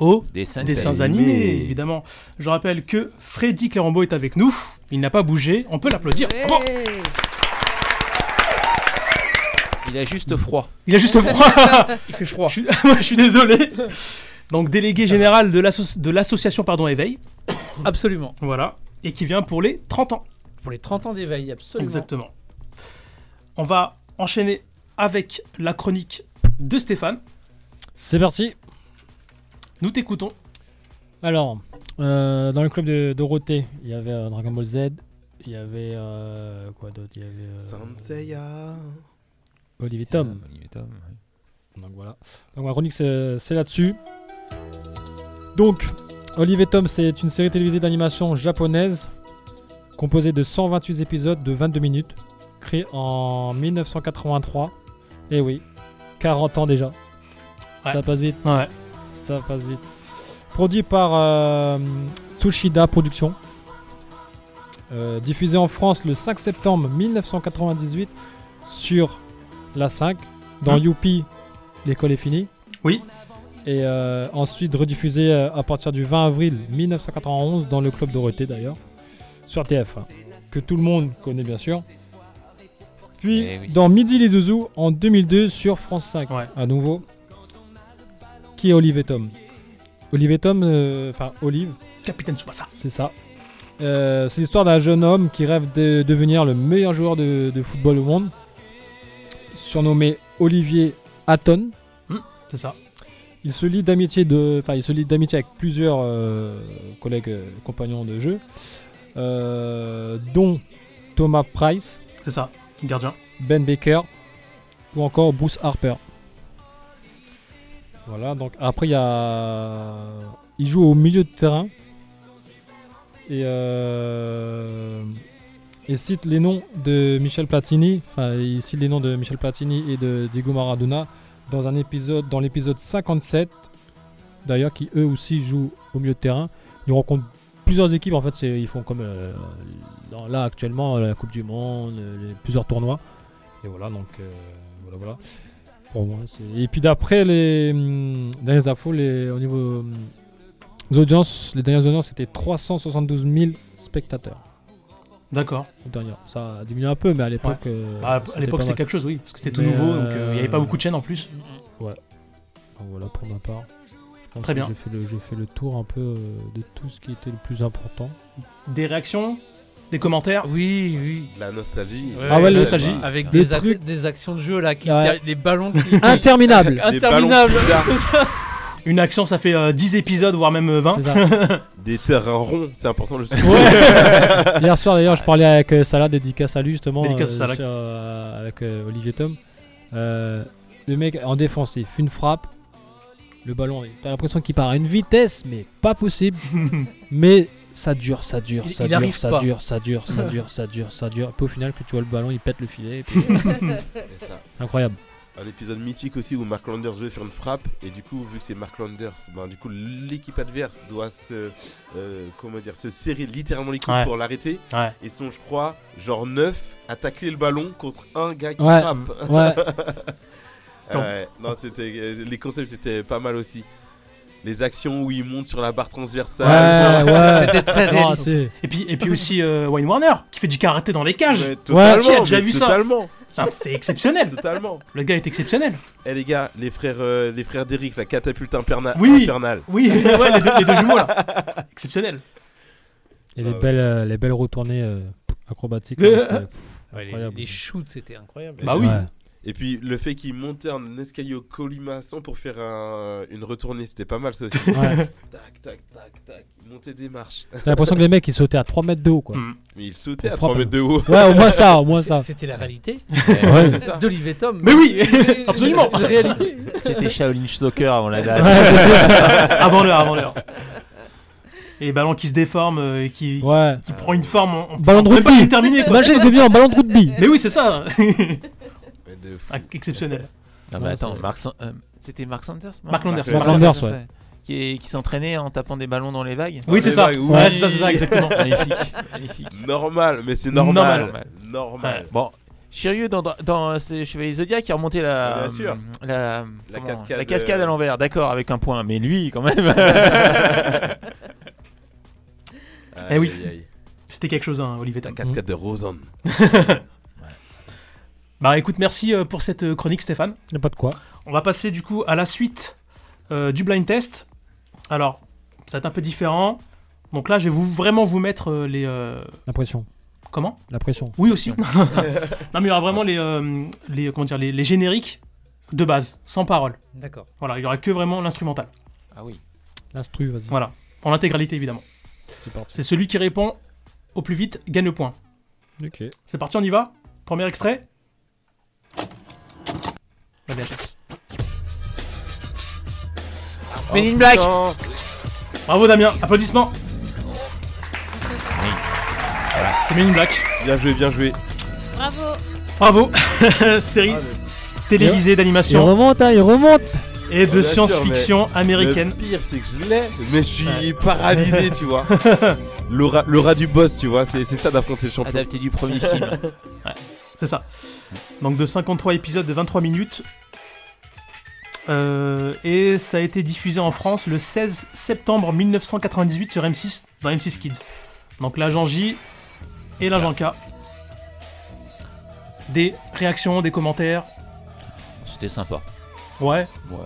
S4: aux
S5: Dessins
S4: animés.
S5: animés.
S4: évidemment. Je rappelle que Freddy Clérambeau est avec nous. Il n'a pas bougé. On peut l'applaudir. Bravo.
S5: Il a juste froid.
S4: Il a juste froid.
S5: Il fait froid.
S4: Je suis, je suis désolé. Donc délégué général de l'asso- de l'association pardon Éveil.
S9: Absolument.
S4: Voilà. Et qui vient pour les 30 ans.
S9: Pour les 30 ans d'éveil, absolument.
S4: Exactement. On va enchaîner avec la chronique de Stéphane.
S7: C'est parti.
S4: Nous t'écoutons.
S7: Alors, euh, dans le club de Dorothée, il y avait euh, Dragon Ball Z, il y avait euh, quoi d'autre Il y avait euh,
S6: Sanseiya.
S7: Olivier Tom.
S5: Olivier Tom,
S7: Donc voilà. Donc ma chronique, c'est c'est là-dessus. Donc, Olivier Tom, c'est une série télévisée d'animation japonaise composée de 128 épisodes de 22 minutes, créée en 1983. Et Eh oui, 40 ans déjà. Ça passe vite.
S4: Ouais.
S7: Ça passe vite. Produit par euh, Tsushida Productions. Euh, diffusé en France le 5 septembre 1998 sur la 5 dans
S4: Hein
S7: Youpi, l'école est finie.
S4: Oui.
S7: Et euh, ensuite rediffusé euh, à partir du 20 avril 1991 dans le club Dorothée d'ailleurs sur TF1 que tout le monde connaît bien sûr. Puis dans Midi les Zouzous en 2002 sur France 5 à nouveau. Qui est Olive et Tom Olive et Tom, euh, enfin Olive.
S4: Capitaine Tsubasa.
S7: C'est ça. Euh, c'est l'histoire d'un jeune homme qui rêve de devenir le meilleur joueur de, de football au monde, surnommé Olivier Hatton.
S4: Hmm, c'est ça.
S7: Il se lie d'amitié de, enfin, il se lie d'amitié avec plusieurs euh, collègues euh, compagnons de jeu, euh, dont Thomas Price,
S4: C'est ça. Gardien.
S7: ben Baker ou encore Bruce Harper. Voilà, donc après il y a. Il joue au milieu de terrain. Et, euh, et cite les noms de Michel Platini. Enfin, il cite les noms de Michel Platini et de Diego Maradona dans un épisode, dans l'épisode 57. D'ailleurs, qui eux aussi jouent au milieu de terrain. Ils rencontrent plusieurs équipes. En fait, c'est- ils font comme euh, dans- là actuellement la Coupe du Monde, euh, les- plusieurs tournois. Et voilà, donc euh, voilà, voilà. Pour moi, c'est- et puis d'après les hum, dernières infos, les, au niveau hum, des audiences, les dernières audiences c'était 372 000 spectateurs.
S4: D'accord.
S7: Les dernières. Ça a diminué un peu, mais à l'époque.
S4: Ouais.
S7: euh,
S4: Bah, à
S7: c'était
S4: l'époque,
S7: pas
S4: c'est
S7: mal.
S4: quelque chose, oui, parce que c'était tout
S7: Mais,
S4: nouveau, donc, euh, il y avait pas
S7: euh,
S4: beaucoup de chaînes en plus.
S7: Ouais. Donc voilà pour ma part. Je pense
S4: Très
S7: que
S4: bien.
S7: J'ai fait, le- j'ai fait le tour un peu euh, de tout ce qui était le plus important.
S4: Des réactions, des commentaires.
S9: Oui, oui.
S6: De la nostalgie.
S7: Ah ouais, le-
S9: Avec
S7: le
S9: des, ac-
S7: truc-
S9: des actions de jeu là, qui
S7: Ouais.
S9: des ballons qui.
S7: Interminables. Des ballons
S9: Interminables.
S7: bizarres.
S9: c'est ça.
S4: Une action, ça fait euh, 10 épisodes, voire même euh, 20.
S6: Des terrains ronds, c'est important le souvenir.
S7: Hier soir d'ailleurs, je parlais avec euh, Salah, dédicace à lui justement,
S4: Dédicace à
S7: euh,
S4: Salah.
S7: sur, euh, avec euh, Olivier Tom. Euh, le mec en défensif, une frappe, le ballon, t'as l'impression qu'il part à une vitesse, mais pas possible. mais ça dure, ça dure,
S9: Il-
S7: ça
S9: il
S7: dure,
S9: arrive
S7: ça
S9: pas.
S7: dure, ça dure, ça
S9: Mm.
S7: dure, ça dure, ça dure. Et puis au final, que tu vois le ballon, il pète le filet. et puis- euh,
S6: C'est ça.
S7: Incroyable.
S6: Un épisode mythique aussi où Mark Landers veut faire une frappe et du coup vu que c'est Mark Landers, ben du coup l'équipe adverse doit se euh, comment dire se serrer littéralement les coudes
S4: Ouais.
S6: pour l'arrêter.
S4: Ouais.
S6: Et sont je crois genre 9 à tacler le ballon contre un gars qui
S7: Ouais.
S6: frappe.
S7: Ouais.
S6: Ah ouais. Non, c'était euh, les concepts c'était pas mal aussi. Les actions où il monte sur la barre transversale.
S7: Ouais,
S6: C'est ça.
S7: ouais. C'était très réaliste. Ah, c'est-
S4: et, puis, et puis aussi euh, Wayne Warner, qui fait du karaté dans les cages.
S6: Mais totalement,
S4: qui a déjà
S6: mais
S4: vu
S6: totalement.
S4: ça Putain, C'est exceptionnel.
S6: Totalement.
S4: Le gars est exceptionnel.
S6: Eh les gars, les frères, euh, les frères d'Eric, la catapulte imperna-
S4: Oui.
S6: infernale.
S4: Oui, ouais, les, deux, les deux jumeaux là. Exceptionnel.
S7: Et
S6: Ah
S7: les, belles, euh, les belles retournées euh, acrobatiques.
S4: Euh,
S7: là, c'était-
S9: Ouais, les,
S7: incroyable.
S9: les shoots, c'était incroyable.
S4: Bah oui.
S7: Ouais.
S6: Et puis le fait qu'il montait un escalier au colimaçon pour faire un- une retournée, c'était pas mal ça aussi.
S16: Ouais.
S6: tac, tac, tac, tac. Il montait des marches.
S16: T'as l'impression que les mecs ils sautaient à 3 mètres de haut quoi.
S6: Mais ils sautaient
S16: Pour
S6: à 3
S16: frapper.
S6: mètres de haut.
S16: Ouais, au moins ça, au moins
S9: C'est-
S16: ça.
S9: C'était la réalité
S16: Ouais.
S6: c'est ça.
S9: d'Olivetum.
S4: Mais oui,
S9: Une-
S4: absolument.
S9: Une réalité.
S5: C'était Shaolin Soccer avant la date.
S4: avant l'heure, avant l'heure. Et les ballons qui se déforment, euh, et qui, qui-
S16: Ouais.
S4: qui prend une forme. On, on
S16: Ballon de
S4: peut même pas
S16: rugby.
S4: déterminer, quoi.
S16: Imagine, il est devenu un ballon de rugby.
S4: Mais oui, c'est ça.
S6: de fou.
S4: Ah, Exceptionnel.
S5: Non, mais bah, attends, Mark San- euh, c'était Mark Sanders non
S4: Mark Landers.
S16: Mark Landers, ouais.
S5: Qui, est- qui s'entraînait en tapant des ballons dans les vagues.
S4: Oui,
S6: Dans
S4: c'est
S6: les
S4: ça.
S6: vagues, oui.
S4: Ouais, c'est ça, c'est ça, exactement.
S5: Magnifique, magnifique.
S6: Normal, mais c'est normal.
S5: Normal.
S6: Normal.
S5: Bon, Shiryu dans, dans euh, ces Chevaliers Zodiac qui a remonté la,
S6: Bien sûr.
S5: la,
S6: La
S5: comment,
S6: cascade,
S5: la cascade
S6: euh,
S5: à l'envers, d'accord, avec un point, mais lui quand même.
S4: Eh oui.
S6: Aïe, aïe, aïe.
S4: C'était quelque chose, hein, Olivier.
S6: La cascade de Rosanne.
S4: Bah écoute, merci euh, pour cette euh, chronique, Stéphane.
S16: Y a pas de quoi.
S4: On va passer du coup à la suite euh, du blind test. Alors, ça va être un peu différent. Donc là, je vais vous, vraiment vous mettre euh, les. euh,
S16: La pression.
S4: comment
S16: La pression.
S4: Oui, aussi. non, mais il y aura vraiment les, euh, les, comment dire, les, les génériques de base, sans parole.
S9: D'accord.
S4: Voilà, il y aura que vraiment l'instrumental.
S5: Ah oui.
S16: L'instru, vas-y.
S4: Voilà, en intégralité évidemment.
S16: C'est parti.
S4: C'est celui qui répond au plus vite gagne le point.
S16: Ok.
S4: C'est parti, on y va Premier extrait La VHS.
S5: Men in Black
S6: Oh,
S4: Bravo Damien, applaudissements C'est Men in Black.
S6: Bien joué, bien joué.
S8: Bravo.
S4: Bravo Série
S6: Ah,
S4: télévisée
S16: Il
S4: d'animation
S16: remonte, hein, il remonte.
S4: et de
S6: Bien sûr,
S4: science-fiction
S6: mais
S4: américaine.
S6: Le pire, c'est que je l'ai, mais je suis paralysé, tu vois. L'aura l'aura du boss, tu vois, c'est c'est ça d'affronter le champion.
S5: Adapté du premier film.
S4: C'est ça. Donc de 53 épisodes de 23 minutes. Euh, et ça a été diffusé en France le 16 septembre 1998 sur M6 dans M6 Kids. Donc l'agent J et l'agent K. Des réactions, des commentaires.
S5: C'était sympa.
S4: Ouais.
S5: Ouais.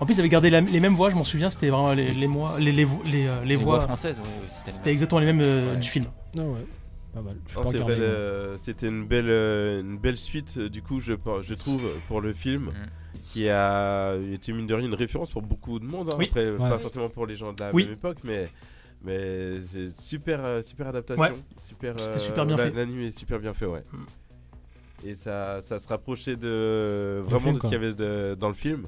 S4: En plus, ils avaient gardé la- les mêmes voix, je m'en souviens, c'était vraiment les, les, mois- les, les, vo- les, euh, les
S5: Les voix
S4: voix.
S5: françaises, ouais, ouais, c'était le
S4: C'était
S5: même.
S4: exactement les mêmes euh,
S5: Ouais.
S4: du film.
S7: Oh,
S16: Ah ouais. Pas mal. Je suis
S6: Non,
S16: pas
S6: c'est
S16: regardé,
S6: belle,
S16: moi.
S6: euh, C'était une belle, euh, une belle suite, euh, du coup, je, pen- je trouve, euh, pour le film,
S5: Mm.
S6: qui a euh, été mine de rien une référence pour beaucoup de monde. hein.
S4: Oui.
S6: Après,
S16: Ouais.
S6: pas forcément pour les gens de la
S4: Oui.
S6: même époque, mais, mais c'est super, euh, super adaptation.
S4: Ouais.
S6: Super, euh,
S4: C'était super bien
S6: la-
S4: fait. Mm.
S6: L'anime est super bien fait, ouais. Et ça, ça se rapprochait de
S16: Du
S6: vraiment
S16: film,
S6: de ce
S16: quoi.
S6: qu'il y avait de- dans le film.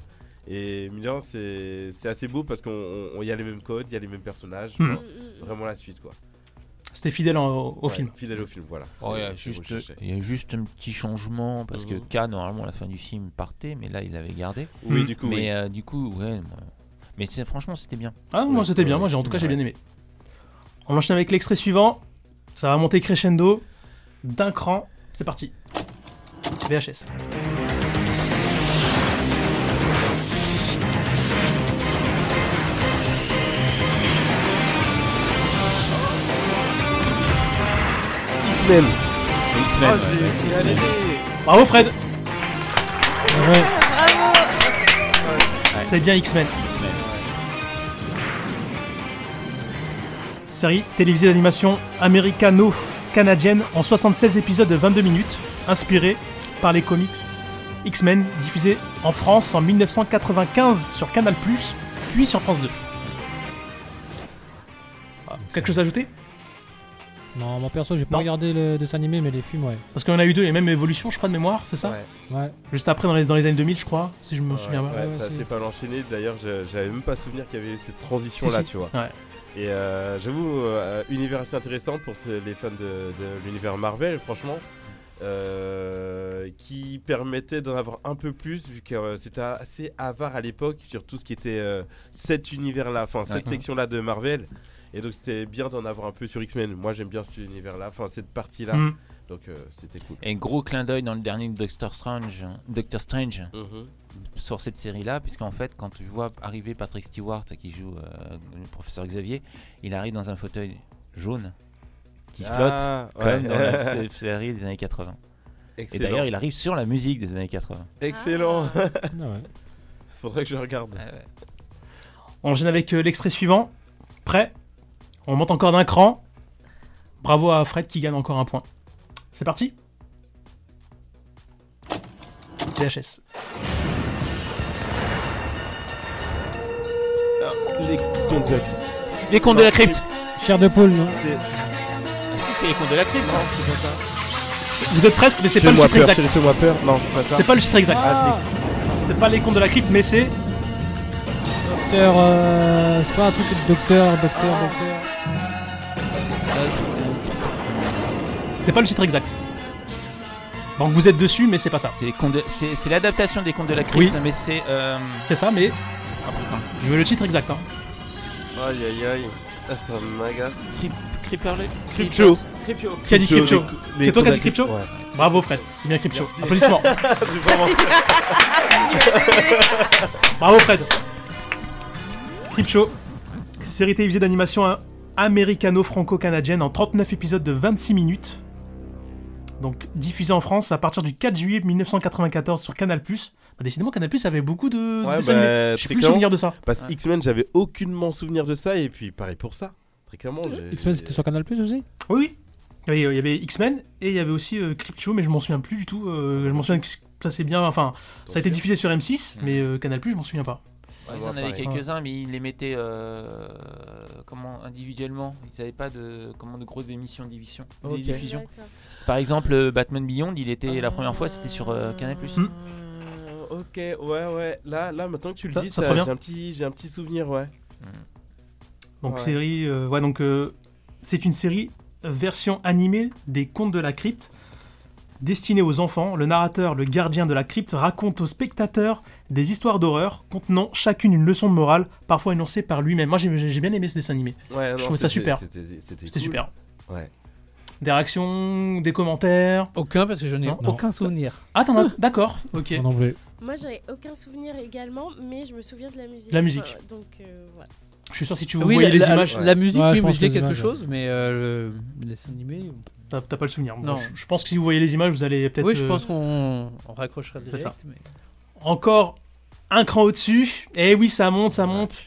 S6: Et mine de rien, c'est c'est assez beau parce qu'il y a les mêmes codes, il y a les mêmes personnages.
S4: Mm.
S6: Enfin, Vraiment la suite, quoi.
S4: C'était fidèle en- au, au
S6: Ouais,
S4: film.
S6: Fidèle au film, voilà.
S5: Oh, il, y a
S6: C'est- c'est
S5: juste,
S6: recherché.
S5: il y a juste un petit changement parce que
S6: Mhm.
S5: K normalement à la fin du film partait mais là il l'avait gardé.
S6: Oui,
S4: Mm.
S6: du coup,
S5: mais
S6: oui.
S5: euh, du coup ouais, moi- mais c'est- franchement c'était bien.
S4: Ah, moi
S6: Ouais,
S4: c'était bien,
S6: ouais.
S4: moi j'ai- en tout cas j'ai
S5: Ouais.
S4: bien aimé. On enchaîne avec l'extrait suivant, ça va monter crescendo d'un cran, c'est parti. VHS.
S6: X-Men. Ah,
S5: X-Men. ouais, ouais, c'est X-Men.
S4: Bravo Fred,
S8: Bravo.
S4: c'est bien X-Men.
S5: X-Men.
S4: Série télévisée d'animation américano-canadienne en 76 épisodes de 22 minutes, inspirée par les comics X-Men, diffusée en France en 1995 sur Canal+, puis sur France 2. Ah, Quelque chose à ajouter
S16: Non, mon perso, j'ai pas
S4: Non.
S16: regardé le dessin animé, mais les films, ouais.
S4: Parce qu'on a eu deux, les mêmes évolutions, je crois, de mémoire, c'est ça
S16: Ouais.
S4: Juste après, dans les, dans les années 2000, je crois, si je me souviens
S6: Ouais,
S4: bien.
S6: ouais, ça
S16: si.
S6: s'est pas enchaîné. D'ailleurs, je- j'avais même pas souvenir qu'il y avait cette transition
S4: Si,
S6: là,
S4: si.
S6: tu vois.
S4: Ouais.
S6: Et euh, j'avoue, euh, univers assez intéressant pour ceux- les fans de, de l'univers Marvel, franchement. euh, qui permettait d'en avoir un peu plus, vu que euh, c'était assez avare à l'époque sur tout ce qui était euh, cet univers-là, enfin cette
S5: Ouais.
S6: section-là de Marvel. Et donc c'était bien d'en avoir un peu sur X-Men. Moi j'aime bien cet univers-là, enfin cette partie-là.
S4: Mm.
S6: Donc euh, c'était cool.
S5: Et gros clin d'œil dans le dernier Doctor Strange, Doctor Strange
S6: Mhm.
S5: sur cette série là puisqu'en fait quand tu vois arriver Patrick Stewart qui joue euh, le professeur Xavier, il arrive dans un fauteuil jaune qui flotte
S6: Ah,
S5: comme
S6: ouais.
S5: dans la sé- série des années 80. Et d'ailleurs, il arrive sur la musique des années 80.
S6: Excellent.
S16: Ah ouais.
S6: Faudrait que je regarde.
S4: Ah On enchaîne avec euh, l'extrait suivant. Prêt On monte encore d'un cran. Bravo à Fred qui gagne encore un point. C'est parti VHS.
S5: Ah,
S6: Les contes de la
S5: Les contes de la crypte
S7: Cher de poule, non
S5: Si, c'est les contes de la crypte, non C'est pas ça.
S4: Vous êtes presque, mais c'est pas le
S6: Fais-moi
S4: titre
S6: peur,
S4: exact.
S6: chérie, fais-moi peur. Non, c'est pas ça.
S4: C'est pas le titre exact.
S6: Ah.
S4: C'est pas les contes de la crypte, mais c'est.
S7: Docteur. euh, c'est pas un truc de docteur, docteur, docteur.
S5: Euh,
S4: C'est pas le titre exact. Donc vous êtes dessus, mais c'est pas ça.
S5: C'est les contes de- C'est c'est l'adaptation des contes de la crypte,
S4: Oui.
S5: mais c'est. euh,
S4: C'est ça, mais.
S5: Ah putain.
S4: Je veux le titre exact. Hein.
S6: Aïe aïe aïe. Ah, ça m'agace.
S5: Creeperle
S6: Crypto.
S5: Crypto.
S4: Qui a dit Crypto
S6: les-
S4: C'est toi qui as dit
S6: les-
S4: Crypto
S6: Ouais.
S4: Bravo Fred, c'est bien Crypto. Applaudissements. Bravo Fred. Crypto, série télévisée d'animation hein, américano-franco-canadienne en 39 épisodes de 26 minutes. Donc diffusée en France à partir du 4 juillet 1994 sur Canal+. Bah, décidément Canal+, avait beaucoup de
S6: Ouais,
S4: dessins animés. J'ai
S6: bah, très
S4: plus le
S6: clairement,
S4: souvenir de ça.
S6: Parce que X-Men, j'avais aucunement souvenir de ça, et puis pareil pour ça. Très clairement, j'ai.
S7: X-Men, c'était sur Canal Plus aussi
S4: Oui, oui. Il y avait- il y avait X-Men et il y avait aussi euh, Crypto, mais je m'en souviens plus du tout. euh, je m'en souviens que ça c'est bien. Enfin, ça a été diffusé sur M6, mais euh, Canal, je m'en souviens pas.
S5: Ouais, ils en avaient quelques-uns, mais ils les mettaient euh, comment individuellement. Ils n'avaient pas de comment de grosses émissions de division, des
S10: Ok.
S5: diffusions.
S10: D'accord.
S5: Par exemple, euh, Batman Beyond, il était la première fois, c'était sur euh, Canal+.
S4: Hmm.
S6: Euh, Ok, ouais, ouais. Là, là, maintenant que tu le
S4: Ça-
S6: dis,
S4: ça
S6: ça-
S4: te revient
S6: j'ai un petit, j'ai un petit souvenir, ouais.
S4: Donc
S6: Ouais.
S4: série, euh, ouais donc euh, c'est une série euh, version animée des Contes de la crypte destinée aux enfants. Le narrateur, le gardien de la crypte, raconte aux spectateurs des histoires d'horreur contenant chacune une leçon de morale, parfois énoncée par lui-même. Moi j'ai j'ai bien aimé ce dessin animé.
S6: Ouais, non,
S4: je trouvais ça
S6: c'était-
S4: super.
S6: c'était- c'était- c'était cool.
S4: super.
S6: Ouais.
S4: Des réactions, des commentaires.
S9: Aucun parce que je n'ai
S4: Non.
S9: aucun souvenir.
S4: Ah t'en as- d'accord, ok.
S9: Moi non plus.
S8: Moi, j'avais aucun souvenir également, mais je me souviens de la musique.
S4: La musique.
S8: Euh, donc, euh, voilà.
S4: Je suis sûr si tu
S9: Oui,
S4: voyais
S9: la-
S4: les
S9: la-
S4: images.
S9: la musique,
S4: je
S9: oui, me
S4: pense
S9: disait
S4: les
S9: quelque
S4: images,
S9: chose, mais euh, le dessin animé.
S4: T'as t'as pas le souvenir. Bon,
S9: Non.
S4: Je, je pense que si vous voyez les images, vous allez peut-être.
S9: Oui, je
S4: euh,
S9: pense qu'on on raccrochera direct.
S4: C'est ça.
S9: mais-
S4: Encore un cran au-dessus. Et oui, ça monte, ça monte.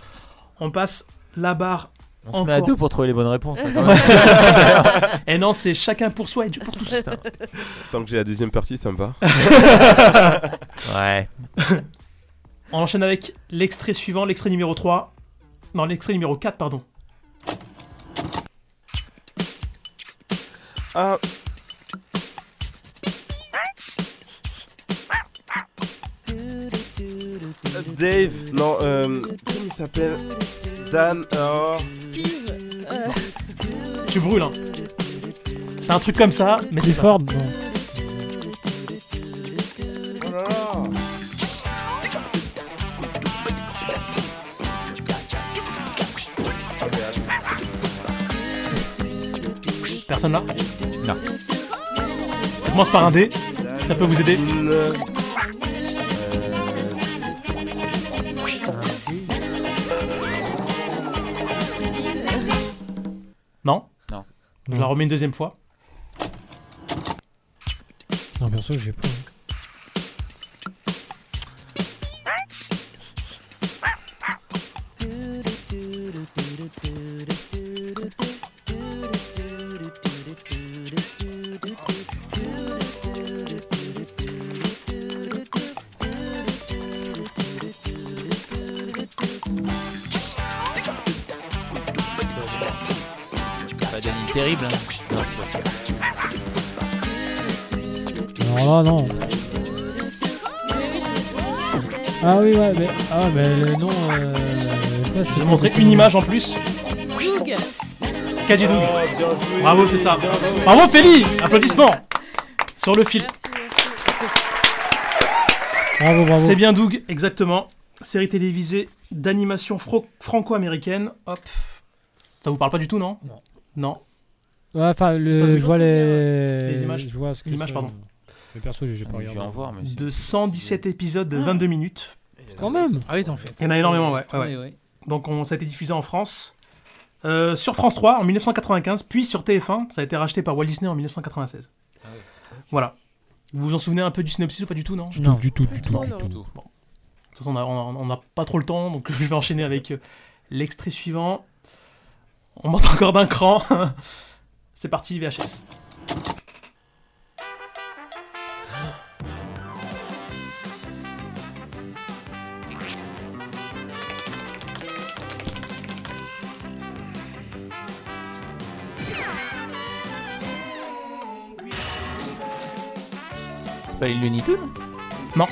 S4: On passe la barre.
S5: On se met à
S4: encore-
S5: deux pour trouver les bonnes réponses, hein, quand
S6: même.
S4: et non, c'est chacun pour soi et Dieu pour tous.
S6: Tant que j'ai la deuxième partie, ça me va.
S5: ouais.
S4: On enchaîne avec l'extrait suivant, l'extrait numéro 3. Non, l'extrait numéro 4, pardon.
S6: Ah. Dave, non, euh, comment il s'appelle Dan, oh.
S8: Steve. euh,
S4: Tu brûles, hein. C'est un truc comme ça, mais c'est
S7: Clifford,
S4: fort.
S7: non.
S6: Oh là là.
S4: Personne là Non. Ça commence par un D. Ça peut vous aider. Non
S5: Non.
S4: Je la remets une deuxième fois.
S16: Non, perso, j'ai pas.
S5: Pas d'anime terrible. hein. Non, c'est pas ça.
S7: Alors là, non. Ah oui, ouais, mais, ah, mais le nom. Euh,
S4: Je vais montrer une image en plus.
S8: Doug.
S4: Kaji Doug. Bravo, c'est ça. Bravo, Feli Applaudissements Sur le fil.
S7: Bravo, bravo.
S4: C'est bien Doug, exactement. Série télévisée d'animation fro- franco-américaine. Hop. Ça vous parle pas du tout, non Non. Non.
S7: Ouais, enfin, le, je vois les.
S16: Euh,
S4: Les images.
S7: Je vois ce que
S4: L'image,
S7: c'est.
S4: pardon.
S16: Mais perso, j'ai j'ai pas
S5: Je
S16: regardé.
S5: vais en voir, Ah, mais.
S4: De 117 épisodes de 22 minutes.
S7: Quand même.
S9: Ah oui, ils en fait.
S4: Il y en a énormément, ouais. ouais, ouais.
S9: Oui, oui.
S4: Donc on, ça a été diffusé en France. euh, sur France 3 en 1995, puis sur TF1, ça a été racheté par Walt Disney en 1996.
S5: Ah
S4: Voilà. Vous vous en souvenez un peu du synopsis ou pas du tout, non
S16: Du tout, Non. du tout, du Pas tout, trop, du non. tout.
S4: Bon. De toute façon, on a- on a- on n'a pas trop le temps, donc je vais enchaîner avec euh, l'extrait suivant. On monte encore d'un cran. C'est parti, VHS.
S5: pas les Looney Tunes
S4: Non.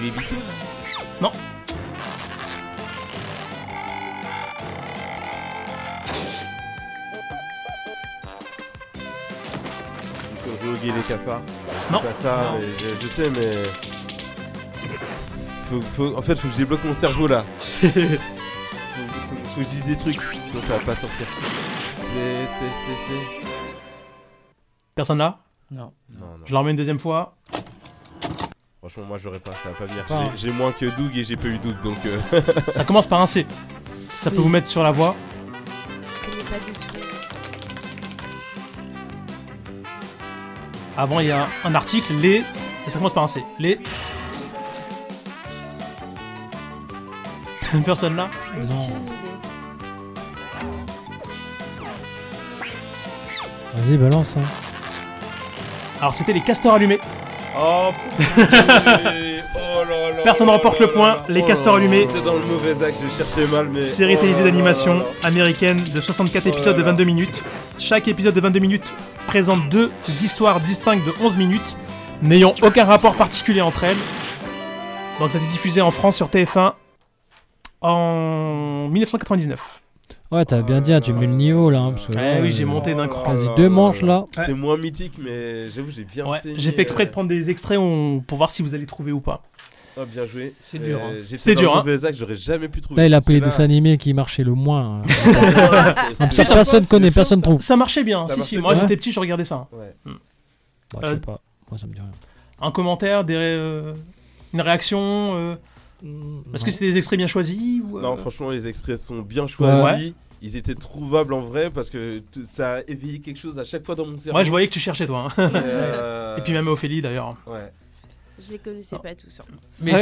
S5: Les Baby Tunes
S4: Non.
S6: Yogi les cafards.
S4: Non.
S6: C'est Pas ça,
S4: Non.
S6: mais je, je sais, mais. Faut- faut- en fait, faut que je débloque mon cerveau là. faut, faut- faut que je dise des trucs. Sinon, ça va pas sortir. C'est. C'est. C'est. c'est-
S4: Personne là
S9: Non.
S6: Non, non.
S4: Je la remets une deuxième fois.
S6: Franchement, moi j'aurais pas, ça va pas venir.
S4: Pas.
S6: J'ai- J'ai moins que Doug et j'ai pas eu Doug donc. euh,
S4: Ça commence par un C. Ça
S6: Si.
S4: peut vous mettre sur la voie.
S8: connais pas du tout.
S4: Avant, il y a un article, les. Et ça commence par un C. Les. Personne là
S7: Non. Vas-y, balance. Hein.
S4: Alors, c'était les castors allumés.
S6: Oh,
S4: Personne ne remporte le point. les castors allumés.
S6: J'étais dans le mauvais axe, je cherchais mal, mais.
S4: Série
S6: oh
S4: télévisée
S6: là là
S4: d'animation
S6: là là.
S4: américaine de 64
S6: Oh là
S4: épisodes de
S6: là.
S4: 22 minutes. Chaque épisode de 22 minutes présente deux histoires distinctes de 11 minutes, n'ayant aucun rapport particulier entre elles. Donc ça a été diffusé en France sur TF1 en 1999.
S7: Ouais, t'as bien dit, hein, tu mets le niveau là. hein, parce que,
S4: Eh
S7: là,
S4: oui, j'ai
S7: euh,
S4: monté d'un cran.
S7: Quasi deux manches là.
S6: C'est moins mythique, mais j'avoue, j'ai bien
S4: Ouais,
S6: saigné,
S4: j'ai fait exprès
S6: euh.
S4: de prendre des extraits on- pour voir si vous allez trouver ou pas.
S6: Ah, bien joué.
S4: C'est
S6: Euh,
S4: dur, hein.
S6: j'étais
S4: C'était
S6: dans
S4: dur,
S6: le
S4: hein.
S6: mauvais axe, j'aurais jamais pu trouver.
S7: Là, il a pris les
S6: Celui-là,
S7: dessins animés qui marchaient le moins.
S6: Ouais,
S7: hein.
S6: c'est-
S7: Comme
S6: c'est
S7: ça,
S6: sympa,
S7: personne
S6: c'est-
S7: connaît,
S6: c'est-
S7: personne
S6: ça-
S7: trouve.
S4: Ça marchait bien, si,
S6: Ça
S4: si,
S6: marchait
S4: moi
S6: bien.
S4: j'étais petit, je regardais ça.
S6: Ouais.
S4: Hmm.
S7: Bah, je sais
S4: Euh,
S7: pas. Moi, ça me dit rien.
S4: Un commentaire, des, euh, une réaction euh,
S7: Mm,
S4: Est-ce que c'était des extraits bien choisis ou, euh,
S6: Non, franchement, les extraits sont bien choisis. Ils étaient trouvables en vrai parce que t- ça a éveillé quelque chose à chaque fois dans mon cerveau.
S4: Moi, je voyais que tu cherchais, toi. hein.
S6: Et, euh,
S4: Et puis même Ophélie, d'ailleurs.
S6: Ouais.
S8: Je les connaissais
S4: Ah.
S8: pas tous. hein.
S9: Mais,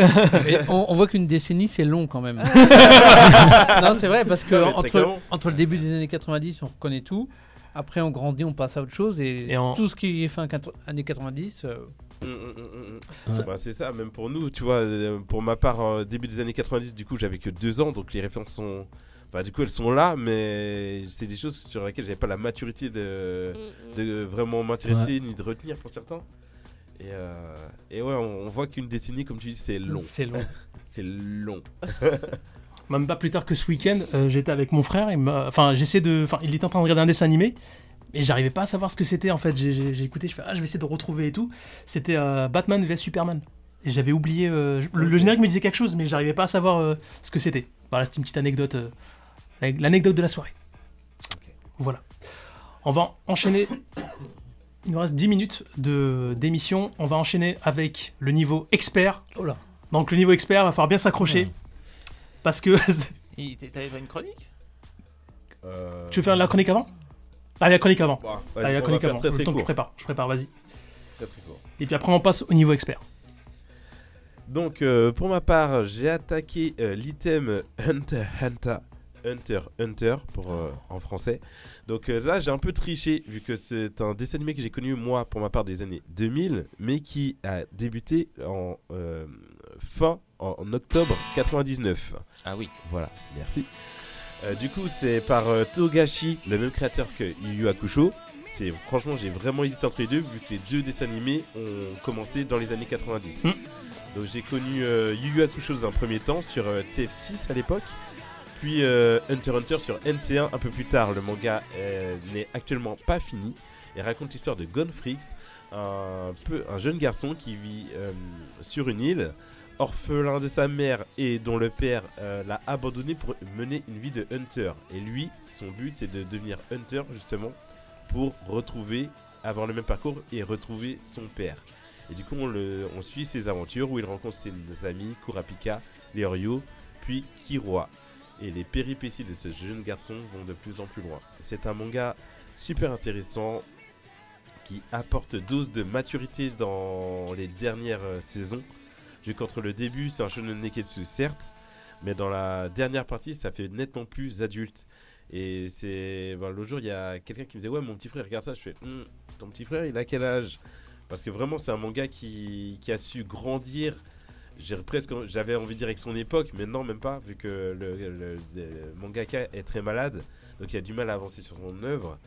S9: mais on, on voit qu'une décennie, c'est long quand même. non, c'est vrai, parce que
S6: Non, mais très
S9: entre,
S6: clairement.
S9: entre le début des années 90, on reconnaît tout. Après, on grandit, on passe à autre chose. Et,
S4: Et on- Hum,
S9: tout ce qui est fin quatre- années 90. euh,
S6: Mm, mm, mm, mm. Bah, c'est ça, même pour nous, tu vois, euh, pour ma part, euh, début des années 90, du coup, j'avais que deux ans, donc les références sont... Bah, du coup, elles sont là, mais c'est des choses sur lesquelles j'avais pas la maturité de,
S9: Mm,
S6: de vraiment m'intéresser ni de retenir pour certains. Et, euh, et ouais, on, on voit qu'une décennie, comme tu dis, c'est long.
S9: C'est long.
S6: c'est long.
S4: Même pas plus tard que ce week-end, euh, j'étais avec mon frère. il m'a- Enfin, j'essaie de. Enfin, il était en train de regarder un dessin animé. Et j'arrivais pas à savoir ce que c'était en fait. J'ai- J'ai j'ai écouté, je fais ah, je vais essayer de retrouver et tout. C'était euh, Batman vs Superman. Et j'avais oublié. euh, je- le, le générique me disait quelque chose, mais j'arrivais pas à savoir euh, ce que c'était. Voilà, c'était une petite anecdote. euh, l'ane- L'anecdote de la soirée. Voilà. On va enchaîner. Il nous reste 10 minutes de- d'émission. On va enchaîner avec le niveau expert.
S9: Oh là.
S4: Donc, le niveau expert, va falloir bien s'accrocher. Parce que.
S5: Et t'- T'avais pas une chronique
S4: Tu veux faire la chronique avant Allez, la chronique avant. Ah,
S6: Bah, vas-y,
S4: Allez, la
S6: on
S4: chronique
S6: va faire
S4: avant.
S6: très,
S4: Le
S6: très
S4: temps que je
S6: court.
S4: prépare, je prépare, vas-y.
S6: Très, très court.
S4: Et puis après, on passe au niveau expert.
S6: Donc, euh, pour ma part, j'ai attaqué euh, l'item Hunter Hunter Hunter Hunter pour, euh, en français. Donc euh, là, j'ai un peu triché vu que c'est un dessin animé que j'ai connu moi pour ma part des années 2000, mais qui a débuté en euh, fin en, en octobre 99.
S5: Ah oui.
S6: Voilà, merci. Euh, du coup, c'est par euh, Togashi, le même créateur que Yu Yu Hakusho. C'est franchement, j'ai vraiment hésité entre les deux vu que les deux dessins animés ont commencé dans les années 90. Donc j'ai connu euh, Yu Yu Hakusho dans un premier temps sur euh, TF6 à l'époque, puis euh, Hunter x Hunter sur NT1 un peu plus tard. Le manga euh, n'est actuellement pas fini et raconte l'histoire de Gonfrix, un, peu, un jeune garçon qui vit euh, sur une île, orphelin de sa mère et dont le père euh, l'a abandonné pour mener une vie de hunter. Et lui, son but c'est de devenir hunter justement pour retrouver, avoir le même parcours et retrouver son père. Et du coup, on, le, on suit ses aventures où il rencontre ses amis Kurapika, les Ryo, puis Kiroi. Et les péripéties de ce jeune garçon vont de plus en plus loin. C'est un manga super intéressant qui apporte dose de maturité dans les dernières euh, saisons. Vu qu'entre le début, c'est un shonen neketsu certes, mais dans la dernière partie, ça fait nettement plus adulte. Et c'est. ben, L'autre jour, il y a quelqu'un qui me disait Ouais, mon petit frère, regarde ça. Je fais Hum, Ton petit frère, il a quel âge Parce que vraiment, c'est un manga qui, qui a su grandir. J'ai presque, j'avais envie de dire avec son époque, mais non, même pas, vu que le, le- le mangaka est très malade, donc il a du mal à avancer sur son œuvre.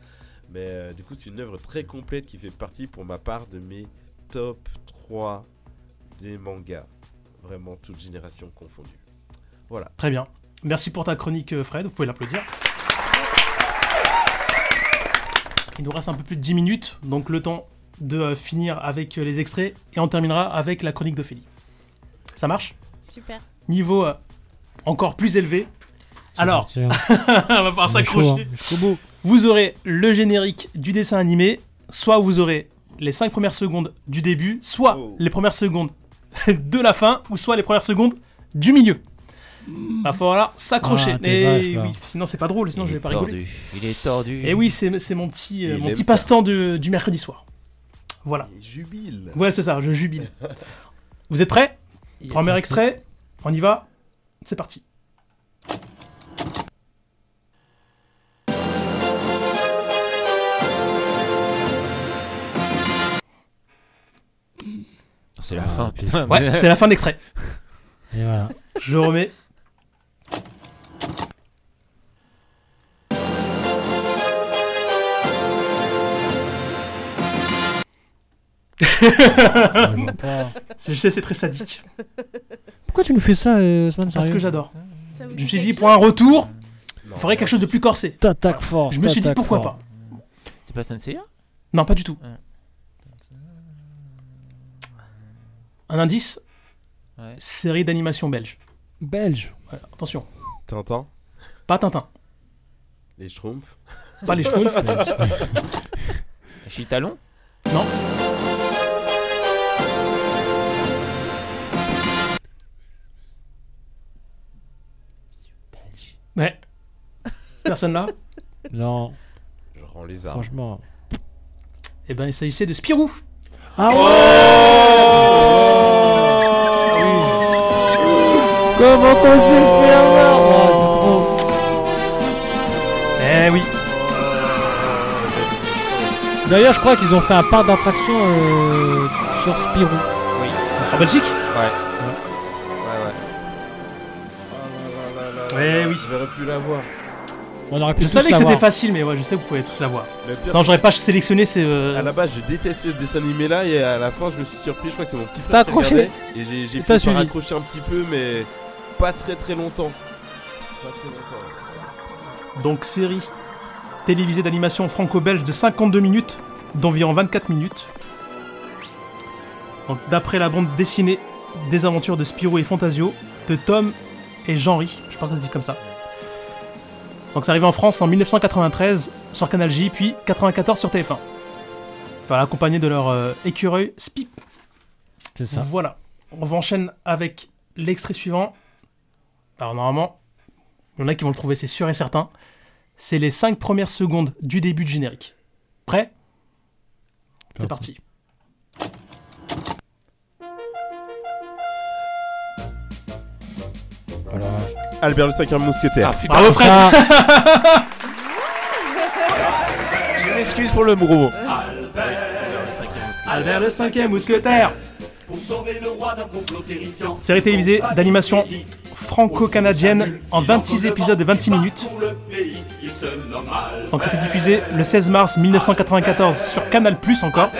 S6: Mais euh, du coup, c'est une œuvre très complète qui fait partie pour ma part de mes top 3 des mangas. Vraiment, toute génération confondue. Voilà.
S4: Très bien. Merci pour ta chronique, euh, Fred. Vous pouvez l'applaudir. Il nous reste un peu plus de 10 minutes, donc le temps de euh, finir avec euh, les extraits et on terminera avec la chronique d'Ophélie. Ça marche
S8: Super.
S4: Niveau euh, encore plus élevé. Alors, on va pouvoir
S16: On est chaud,
S4: s'accrocher.
S16: hein, jusqu'au bout.
S4: Vous aurez le générique du dessin animé, soit vous aurez les 5 premières secondes du début, soit
S5: Oh.
S4: les premières secondes de la fin, ou soit les premières secondes du milieu.
S16: Hmm.
S4: Va falloir s'accrocher.
S5: Ah, t'es
S4: Et
S5: vache, là.
S4: oui, sinon c'est pas drôle, sinon
S5: Il
S4: je vais
S5: est
S4: pas
S5: tordu.
S4: rigoler.
S5: Il est tordu.
S4: Et oui, c'est c'est mon petit, euh,
S5: Il
S4: mon
S5: aime
S4: petit
S5: ça.
S4: passe-temps de- du mercredi soir. Voilà.
S6: jubile.
S4: Ouais, c'est ça, je jubile. Vous êtes prêts Premier extrait, on y va, c'est parti.
S5: C'est
S7: Ah,
S5: la fin, putain.
S4: Ouais, c'est la fin de l'extrait.
S5: Et voilà.
S4: Je remets. C'est- je sais, c'est très sadique.
S7: Pourquoi tu nous fais ça, euh, Osman
S4: Parce
S7: sérieux
S4: Ah, que j'adore. Je me suis dit, pour un retour, il faudrait quelque chose de plus corsé.
S7: T'attaques fort.
S4: Je me suis dit,
S7: t'attaques
S4: pourquoi
S7: fort.
S4: pas
S5: C'est pas Senseiya
S4: Non, pas du tout. Un indice
S5: Ouais.
S4: Série d'animation belge.
S7: Belge.
S4: Ouais, attention.
S6: Tintin
S4: Pas Tintin.
S6: Les Schtroumpfs
S4: Pas les Schtroumpfs.
S5: Chitalon
S4: Non. Ouais. Personne là
S7: Non.
S6: Je rends les armes.
S7: Franchement.
S4: Eh ben, il s'agissait de Spirou.
S7: Ah ouais Comment qu'on s'est fait avoir Oh,
S4: Eh oui.
S7: D'ailleurs, je crois qu'ils ont fait un parc d'attraction euh, sur Spirou.
S6: Oui.
S4: En Belgique
S6: Ouais. Ouais, ouais.
S4: Eh oui.
S6: J'aurais pu l'avoir. Oh
S7: On aurait
S4: Je savais que c'était facile, mais ouais, je sais que vous pouvez tous l'avoir.
S6: Le pire,
S4: Sans
S6: c'est
S4: j'aurais
S6: que-
S4: pas sélectionné ces. euh,
S6: À la base, je détestais ce dessin animé là et à la fin, je me suis surpris. Je crois que c'est mon petit
S4: T'as
S6: frère qui
S4: accroché
S6: regardait et j'ai j'ai
S4: Et t'as
S6: fini par
S4: suivi.
S6: accrocher un petit peu, mais pas très très longtemps. Pas très longtemps.
S4: Donc série télévisée d'animation franco-belge de 52 minutes, d'environ 24 minutes. Donc d'après la bande dessinée des aventures de Spirou et Fantasio, de Tom et Jean-Ry, je pense que ça se dit comme ça. Donc c'est arrivé en France en 1993 sur Canal J, puis 94 sur TF1. Voilà, accompagné de leur euh, écureuil Spip.
S7: C'est ça.
S4: Voilà. On va enchaîner avec l'extrait suivant. Alors normalement, il y en a qui vont le trouver, c'est sûr et certain. C'est les 5 premières secondes du début du générique. Prêt C'est parti.
S6: Albert le cinquième mousquetaire.
S4: Ah, putain, Bravo, Fred.
S6: Ah. Je m'excuse pour le brou.
S4: Albert le cinquième mousquetaire Série télévisée d'animation franco-canadienne en 26 épisodes de 26 minutes. Donc c'était diffusé le 16 mars 1994 sur Canal Plus encore.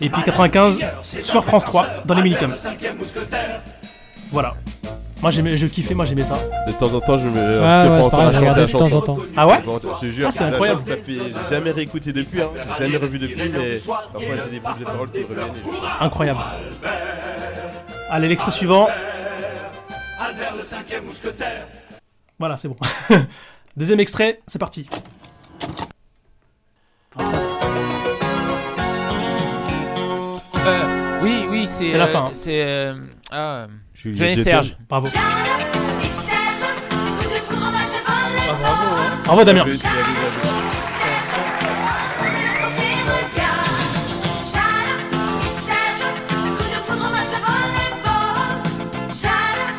S4: Et puis 95 sur France 3 dans les Minicums. Voilà. Moi j'aimais, je kiffais, moi j'aimais ça.
S6: De temps en temps, je me
S7: ouais,
S6: surprends
S7: c'est pareil,
S6: à
S7: je
S6: chanter
S7: regardais
S6: la
S7: de temps
S6: chanson.
S7: en temps.
S4: Ah ouais
S6: Je te jure,
S4: Ah, c'est
S6: la
S4: incroyable.
S6: chanson, ça fait- J'ai jamais réécouté depuis, hein. J'ai jamais revu depuis, mais parfois j'ai des bouts de paroles qui me reviennent. et je-
S4: Incroyable. Allez, l'extrait suivant.
S2: Albert le cinquième mousquetaire.
S4: Voilà, c'est bon. Deuxième extrait, c'est parti.
S5: Euh, oui, oui, c'est.
S4: C'est la
S5: euh,
S4: fin, hein.
S5: C'est. euh, ah,
S6: Juliette
S5: Johnny
S6: Jepel.
S5: Serge.
S4: Bravo.
S5: bravo.
S4: Bravo, Damien.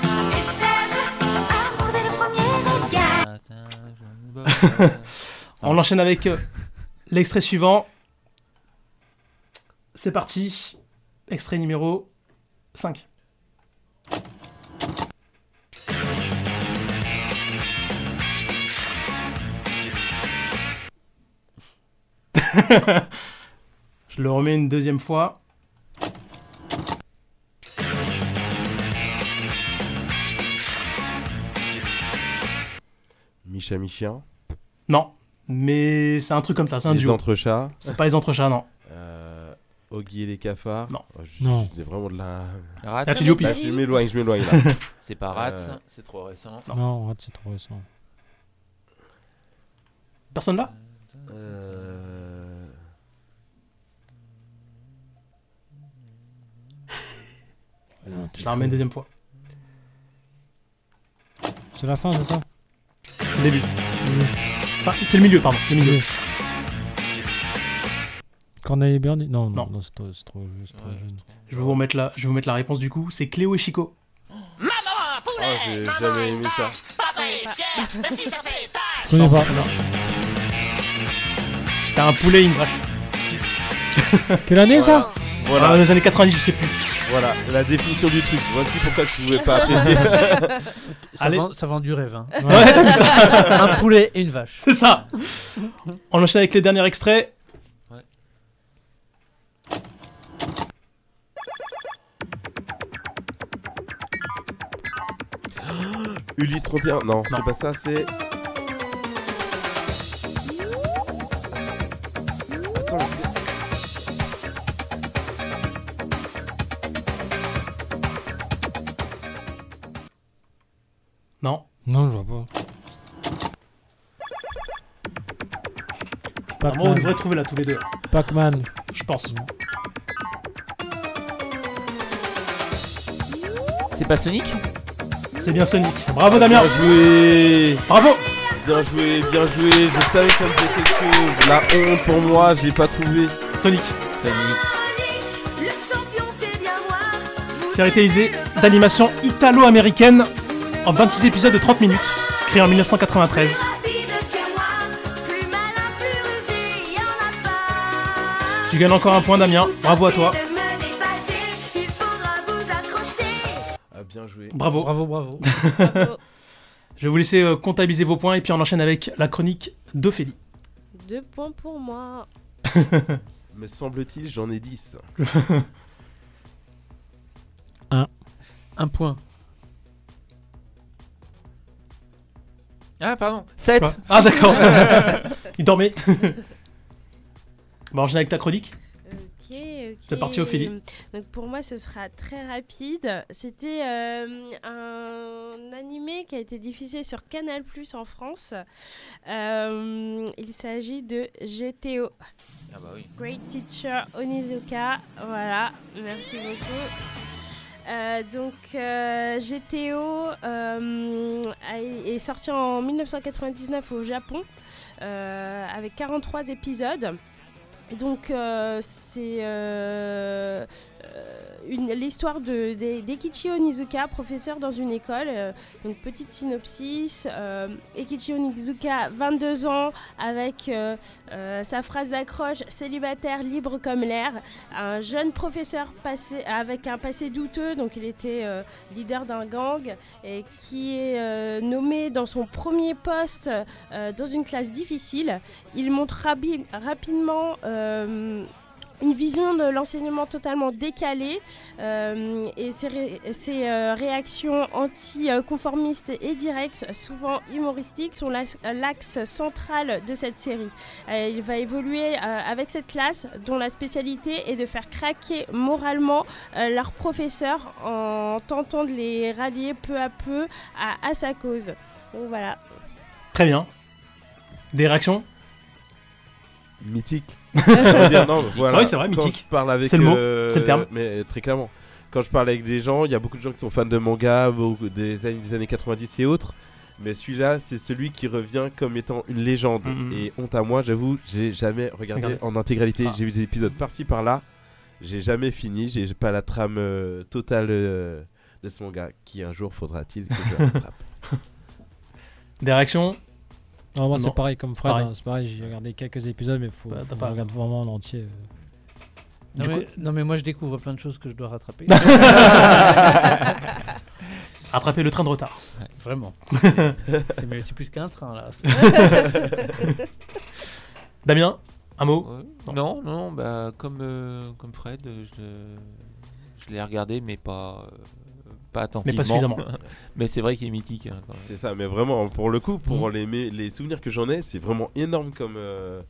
S4: On enchaîne avec euh, l'extrait suivant. C'est parti. Extrait numéro 5. Je le remets une deuxième fois.
S6: Micha Michien.
S4: Non, mais c'est un truc comme ça, c'est un
S6: Les
S4: duo.
S6: Entrechats.
S4: C'est pas les entrechats, non.
S6: Euh, Oggy et les cafards.
S4: Non.
S6: non. J'ai vraiment de la.
S5: Rats.
S4: Ah, tu dis au pif.
S6: Ah, Je m'éloigne, je m'éloigne là.
S5: C'est pas Rats,
S6: Euh,
S5: c'est trop récent.
S16: Non, non arrête, c'est trop récent.
S4: Personne là
S6: euh,
S4: Je la remets une deuxième fois.
S16: C'est la fin, c'est ça
S4: C'est le début. Enfin, c'est le milieu, pardon. Le milieu.
S16: Corneille et Bernie Non, non,
S4: Non.
S16: non, c'est trop, c'est trop, c'est trop jeune.
S4: Je vais vous remettre la, je vais vous mettre la réponse du coup. C'est Cléo et Chico.
S6: Oh, j'ai jamais aimé ça.
S4: Je connais pas. C'était un poulet et une vache.
S16: Quelle année ça
S4: Voilà. les années 90, je sais plus.
S6: Voilà, la définition du truc. Voici pourquoi je ne pouvais pas apprécier.
S9: Ça, vend, ça vend du rêve. hein.
S4: Ouais, t'as vu ça
S9: un poulet et une vache.
S4: C'est ça. On enchaîne avec les derniers extraits.
S6: Ulysse 31. Non, c'est pas ça, c'est. Attends, mais c'est.
S4: Non.
S16: Non, je vois pas.
S4: Normalement, vous
S16: Pac-Man.
S4: devrez trouver là tous les deux.
S16: Pac-Man.
S4: Je pense.
S5: C'est pas Sonic
S4: C'est bien Sonic. Bravo Damien.
S6: Bien joué
S4: Bravo
S6: Bien joué, bien joué. Je savais que ça me faisait quelque chose. La honte pour moi, j'ai Ah, pas trouvé.
S4: Sonic.
S5: Sonic.
S12: Le champion, c'est bien moi.
S4: Série télévisée d'animation italo-américaine en 26 épisodes de 30 minutes, créée en 1993. Tu gagnes encore un point Damien, bravo à toi.
S6: Ah, bien joué.
S4: Bravo.
S9: Bravo, bravo.
S4: Je vais vous laisser euh, comptabiliser vos points et puis on enchaîne avec la chronique d'Ophélie.
S8: Deux points pour moi.
S6: Me semble-t-il, j'en ai 10.
S9: Un point.
S5: Ah, pardon. 7
S4: Quoi Ah d'accord. Il dormait. bon, enchaîne avec ta chronique.
S8: Ok, ok.
S4: C'est parti, Ophélie.
S8: Donc pour moi, ce sera très rapide. C'était euh, un animé qui a été diffusé sur Canal Plus en France. Euh, il s'agit de GTO.
S5: Ah bah oui.
S8: Great Teacher Onizuka. Voilà, merci beaucoup. Euh, donc euh, GTO euh, a- est sorti en 1999 au Japon euh, avec 43 épisodes. Et donc euh, c'est euh, euh, une- l'histoire de, de- d'Ekichi Onizuka, professeur dans une école. Euh, donc petite synopsis. euh, Ekichi Onizuka, 22 ans, avec euh, euh, sa phrase d'accroche célibataire, libre comme l'air. Un jeune professeur passé, avec un passé douteux, donc il était euh, leader d'un gang, et qui est euh, nommé dans son premier poste euh, dans une classe difficile. Il montre rabi- rapidement... euh, une vision de l'enseignement totalement décalée euh, et ses, ré- ses, euh, réactions anti-conformistes et directes, souvent humoristiques, sont l'axe- l'axe central de cette série. Euh, il va évoluer euh, avec cette classe dont la spécialité est de faire craquer moralement euh, leurs professeurs en tentant de les rallier peu à peu à, à sa cause. Donc voilà.
S4: Très bien. Des réactions
S6: Mythique. On va dire, non, mais voilà.
S4: Ah oui, c'est vrai,
S6: Quand
S4: mythique.
S6: je parle avec,
S4: C'est le mot,
S6: euh,
S4: c'est le terme.
S6: Mais très clairement, quand je parle avec des gens, il y a beaucoup de gens qui sont fans de manga, beaucoup des années, des années 90 et autres. Mais celui-là, c'est celui qui revient comme étant une légende.
S4: Mhm.
S6: Et honte à moi, j'avoue, j'ai jamais regardé
S4: Regardez. Ah.
S6: en intégralité. J'ai vu des épisodes par-ci, par-là. J'ai jamais fini. J'ai j'ai pas la trame euh, totale euh, de ce manga. Qui un jour faudra-t-il que je rattrape
S4: Des réactions
S16: Non, moi
S4: Non.
S16: c'est pareil comme Fred,
S4: Pareil.
S16: hein, c'est pareil, j'ai regardé quelques épisodes, mais faut,
S4: Bah, t'as
S16: faut que
S4: pas- Ah
S16: je regarde vraiment en entier. euh.
S9: Non
S4: Du
S9: mais,
S4: coup-
S9: non, mais moi je découvre plein de choses que je dois rattraper.
S4: Attraper le train de retard.
S9: Ouais, Vraiment. C'est mais c'est plus qu'un train là.
S4: Damien, Un mot
S5: Non, Euh, non, non, bah, comme, euh, comme Fred, euh, je, le- je l'ai regardé, mais pas, euh, pas attentivement.
S4: suffisamment.
S5: mais c'est vrai qu'il est mythique. hein, quand même. Mhm.
S6: C'est ça, mais vraiment, pour le coup, pour les, mé- les souvenirs que j'en ai, c'est vraiment énorme comme, euh,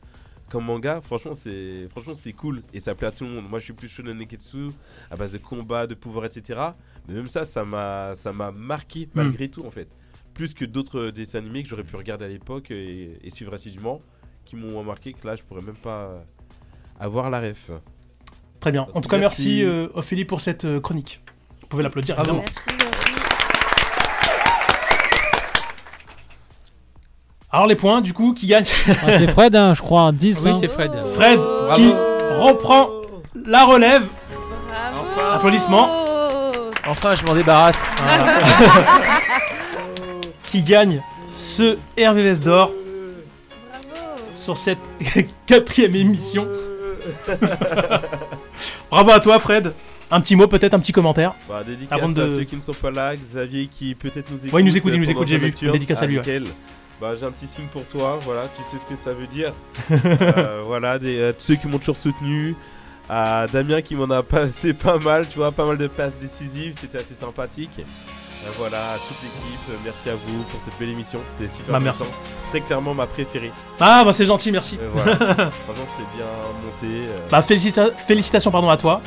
S6: comme manga. Franchement, c'est franchement c'est cool. Et ça plaît à tout le monde. Moi, je suis plus shonen neketsu, à base de combats, de pouvoirs, etc. Mais même ça, ça m'a ça m'a marqué malgré tout, en fait. Plus que d'autres euh, dessins animés que j'aurais pu regarder à l'époque et, et suivre assidûment, qui m'ont marqué que là, je pourrais même pas avoir la ref.
S4: Très bien. En tout cas, merci,
S6: Merci.
S4: euh, Ophélie pour cette euh, chronique. Vous pouvez l'applaudir,
S8: Bravo.
S4: évidemment.
S8: Merci, merci.
S4: Alors, les points, du coup, qui gagne
S16: Ah, c'est Fred, hein, je crois, 10.
S4: Ah Oui,
S16: hein.
S4: c'est Fred. Fred qui reprend la relève. Applaudissements.
S8: Oh,
S5: Enfin, je m'en débarrasse.
S4: qui gagne ce RVVS d'or sur cette quatrième émission. Bravo à toi, Fred. Un petit mot, peut-être un petit commentaire.
S6: Bah, dédicace
S4: avant de-
S6: à ceux qui ne sont pas là, Xavier qui peut-être nous écoute.
S4: Ouais, il nous écoute, il nous
S6: pendant
S4: écoute, j'ai
S6: sa
S4: vu.
S6: nocturne.
S4: Dédicace à lui, ouais.
S6: nickel. Bah, j'ai un petit signe pour toi, voilà, tu sais ce que ça veut dire. Euh, voilà, des, euh, ceux qui m'ont toujours soutenu. À Damien qui m'en a passé pas mal, tu vois, pas mal de passes décisives, c'était assez sympathique. Euh, voilà, à toute l'équipe, euh, merci à vous pour cette belle émission, c'était super
S4: Bah, merci.
S6: intéressant. Très clairement ma préférée.
S4: Ah, bah c'est gentil, merci.
S6: Euh, voilà. Franchement, c'était bien monté. euh,
S4: Bah, félicita- félicitations pardon, à toi.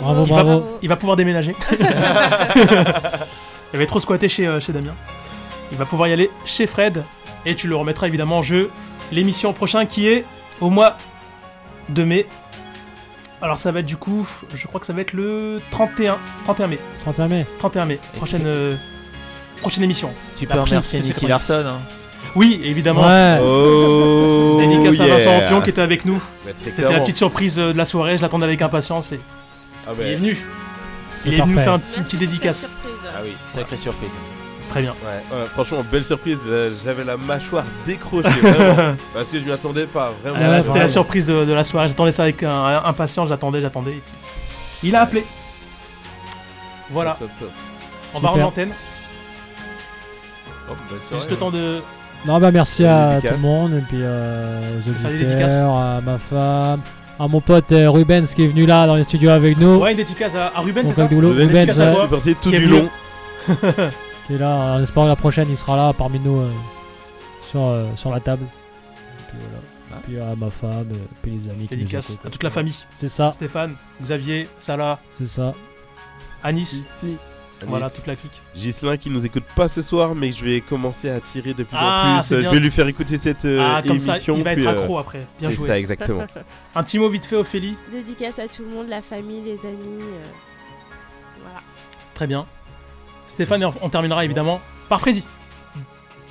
S16: Bravo,
S4: il, va,
S16: bravo.
S4: il va pouvoir déménager. il avait trop squatté chez, euh, chez Damien. Il va pouvoir y aller chez Fred. Et tu le remettras évidemment en jeu. L'émission prochaine qui est au mois de mai. Alors ça va être du coup, je crois que ça va être le 31, 31 mai.
S16: 31 mai.
S4: 31 mai. Prochaine, euh, prochaine émission.
S5: Tu
S4: La
S5: peux
S4: prochaine
S5: remercier
S4: spéciale
S5: Nicky
S4: chronique.
S5: Larson. hein.
S4: Oui, évidemment.
S5: Ouais. Oh,
S4: Dédicace à Vincent
S5: yeah.
S4: Rampion qui était avec nous.
S6: Ouais, très
S4: C'était la
S6: clairement.
S4: petite surprise euh, de la soirée, je l'attendais avec impatience et
S6: Ah
S4: il
S6: ouais.
S4: est venu.
S6: C'est
S4: Il est venu nous
S6: parfait.
S4: faire un- une petite dédicace.
S6: Ah oui,
S5: sacrée surprise.
S4: Très bien.
S6: Ouais, ouais, franchement, belle surprise. euh, J'avais la mâchoire décrochée, vraiment. parce que je m'y attendais pas, vraiment.
S4: Ah, C'était la
S6: Vraiment.
S4: surprise de, de la soirée, j'attendais ça avec un- impatience, j'attendais, j'attendais et puis il a appelé. Voilà.
S6: Top, top, top.
S4: On va
S16: Super.
S4: rendre l'antenne.
S6: Hop, Oh, bonne soirée. hein.
S4: Juste le temps de.
S16: Non, bah merci
S4: Faire
S16: à
S4: des
S16: tout le
S4: dédicaces.
S16: monde, et puis euh, aux
S4: Faire des dédicaces.
S16: auditeurs, à ma femme, à mon pote euh, Rubens qui est venu là dans les studios avec nous.
S4: Ouais, une dédicace à, à Ruben,
S16: Mon
S4: c'est ça
S16: collègue de boulot,
S4: Une
S16: Ruben,
S4: dédicace à
S16: ouais.
S4: toi,
S16: C'est parti tout
S4: qui est
S16: du
S4: venu.
S16: long. qui est là, en espérant que la prochaine il sera là parmi nous euh, sur, euh, sur la table. Et puis voilà. Puis à ma femme, euh, puis les amis qui nous
S4: Ah. Dédicace
S16: écoutent.
S4: à toute la famille.
S16: C'est ça.
S4: Stéphane, Xavier, Salah,
S16: C'est ça.
S4: Anis. Voilà,
S6: Anis.
S4: toute la clique.
S6: Ghislain qui nous écoute pas ce soir, mais je vais commencer à tirer de plus
S4: Ah,
S6: en
S4: c'est
S6: plus. Je
S4: bien.
S6: vais lui faire écouter cette euh,
S4: Ah, comme ça,
S6: émission.
S4: il va
S6: puis,
S4: être
S6: euh,
S4: accro après. Bien
S6: c'est
S4: joué.
S6: ça, exactement.
S4: un petit mot vite fait, Ophélie.
S8: Dédicace à tout le monde, la famille, les amis. euh, voilà.
S4: Très bien. Stéphane, et on on terminera évidemment par Freddy.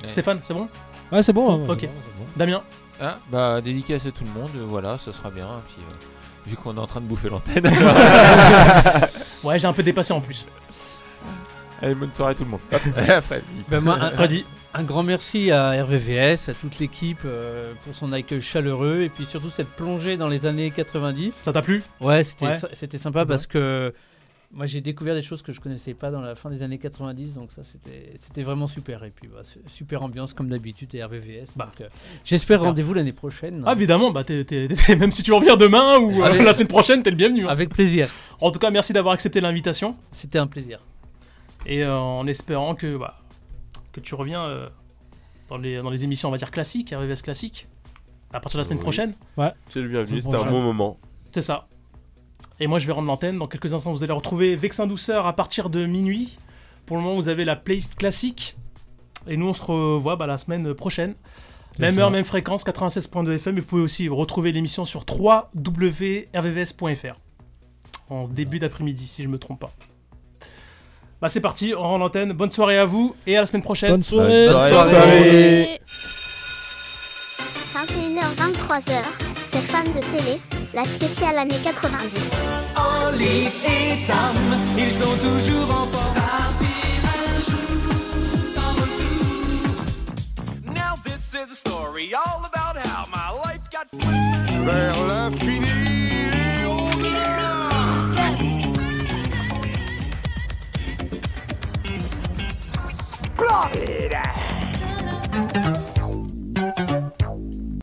S5: Ouais.
S4: Stéphane, c'est bon
S16: Ouais, c'est bon, ouais,
S4: ok.
S16: c'est bon,
S4: Damien.
S5: Ah, bah, dédicace à tout le monde, euh, voilà, ça sera bien. Puis, euh, vu qu'on est en train de bouffer l'antenne.
S4: ouais, j'ai un peu dépassé en plus.
S5: Allez, bonne soirée à tout le monde. Hop, à Fred.
S9: Ben moi,
S5: Eh.
S9: un, un grand merci à RVVS, à toute l'équipe euh, pour son accueil chaleureux et puis surtout cette plongée dans les années 90.
S4: Ça t'a plu
S9: Ouais, c'était
S4: Ouais.
S9: c'était sympa parce que moi j'ai découvert des choses que je connaissais pas dans la fin des années 90, donc ça c'était c'était vraiment super. Et puis bah, c'est- super ambiance comme d'habitude et RVVS. donc, euh, J'espère
S4: Bah. super.
S9: rendez-vous l'année prochaine.
S4: Ah, évidemment, bah, t'es- t'es- t'es- même si tu reviens demain ou euh,
S9: Avec-
S4: la semaine prochaine, t'es le bienvenu. hein.
S9: Avec plaisir.
S4: En tout cas, merci d'avoir accepté l'invitation.
S9: C'était un plaisir.
S4: Et euh, en espérant que, bah, que tu reviens euh, dans, les, dans les émissions, on va dire classiques, RVVS classiques, à partir de la semaine
S6: Oui.
S4: prochaine.
S16: Ouais.
S6: Tu es le bienvenu,
S16: C'est
S6: c'était un
S16: bon.
S6: bon moment.
S4: C'est ça. Et moi, je vais rendre l'antenne. Dans quelques instants, vous allez retrouver Vexin Douceur à partir de minuit. Pour le moment, vous avez la playlist classique. Et nous, on se revoit bah, la semaine prochaine.
S9: C'est
S4: Même
S9: ça.
S4: heure, même fréquence, 96.2 FM. Et vous pouvez aussi retrouver l'émission sur 3wrvvs.fr en début d'après-midi, si je me trompe pas. Bah, c'est parti, on rend l'antenne. Bonne soirée à vous et à la semaine prochaine.
S16: Bonne soirée. Bah, Bonne soirée.
S1: Soirée. 21h-23h, c'est fan de télé, la spéciale année 90.
S2: En ligne et âme, ils sont toujours en forme.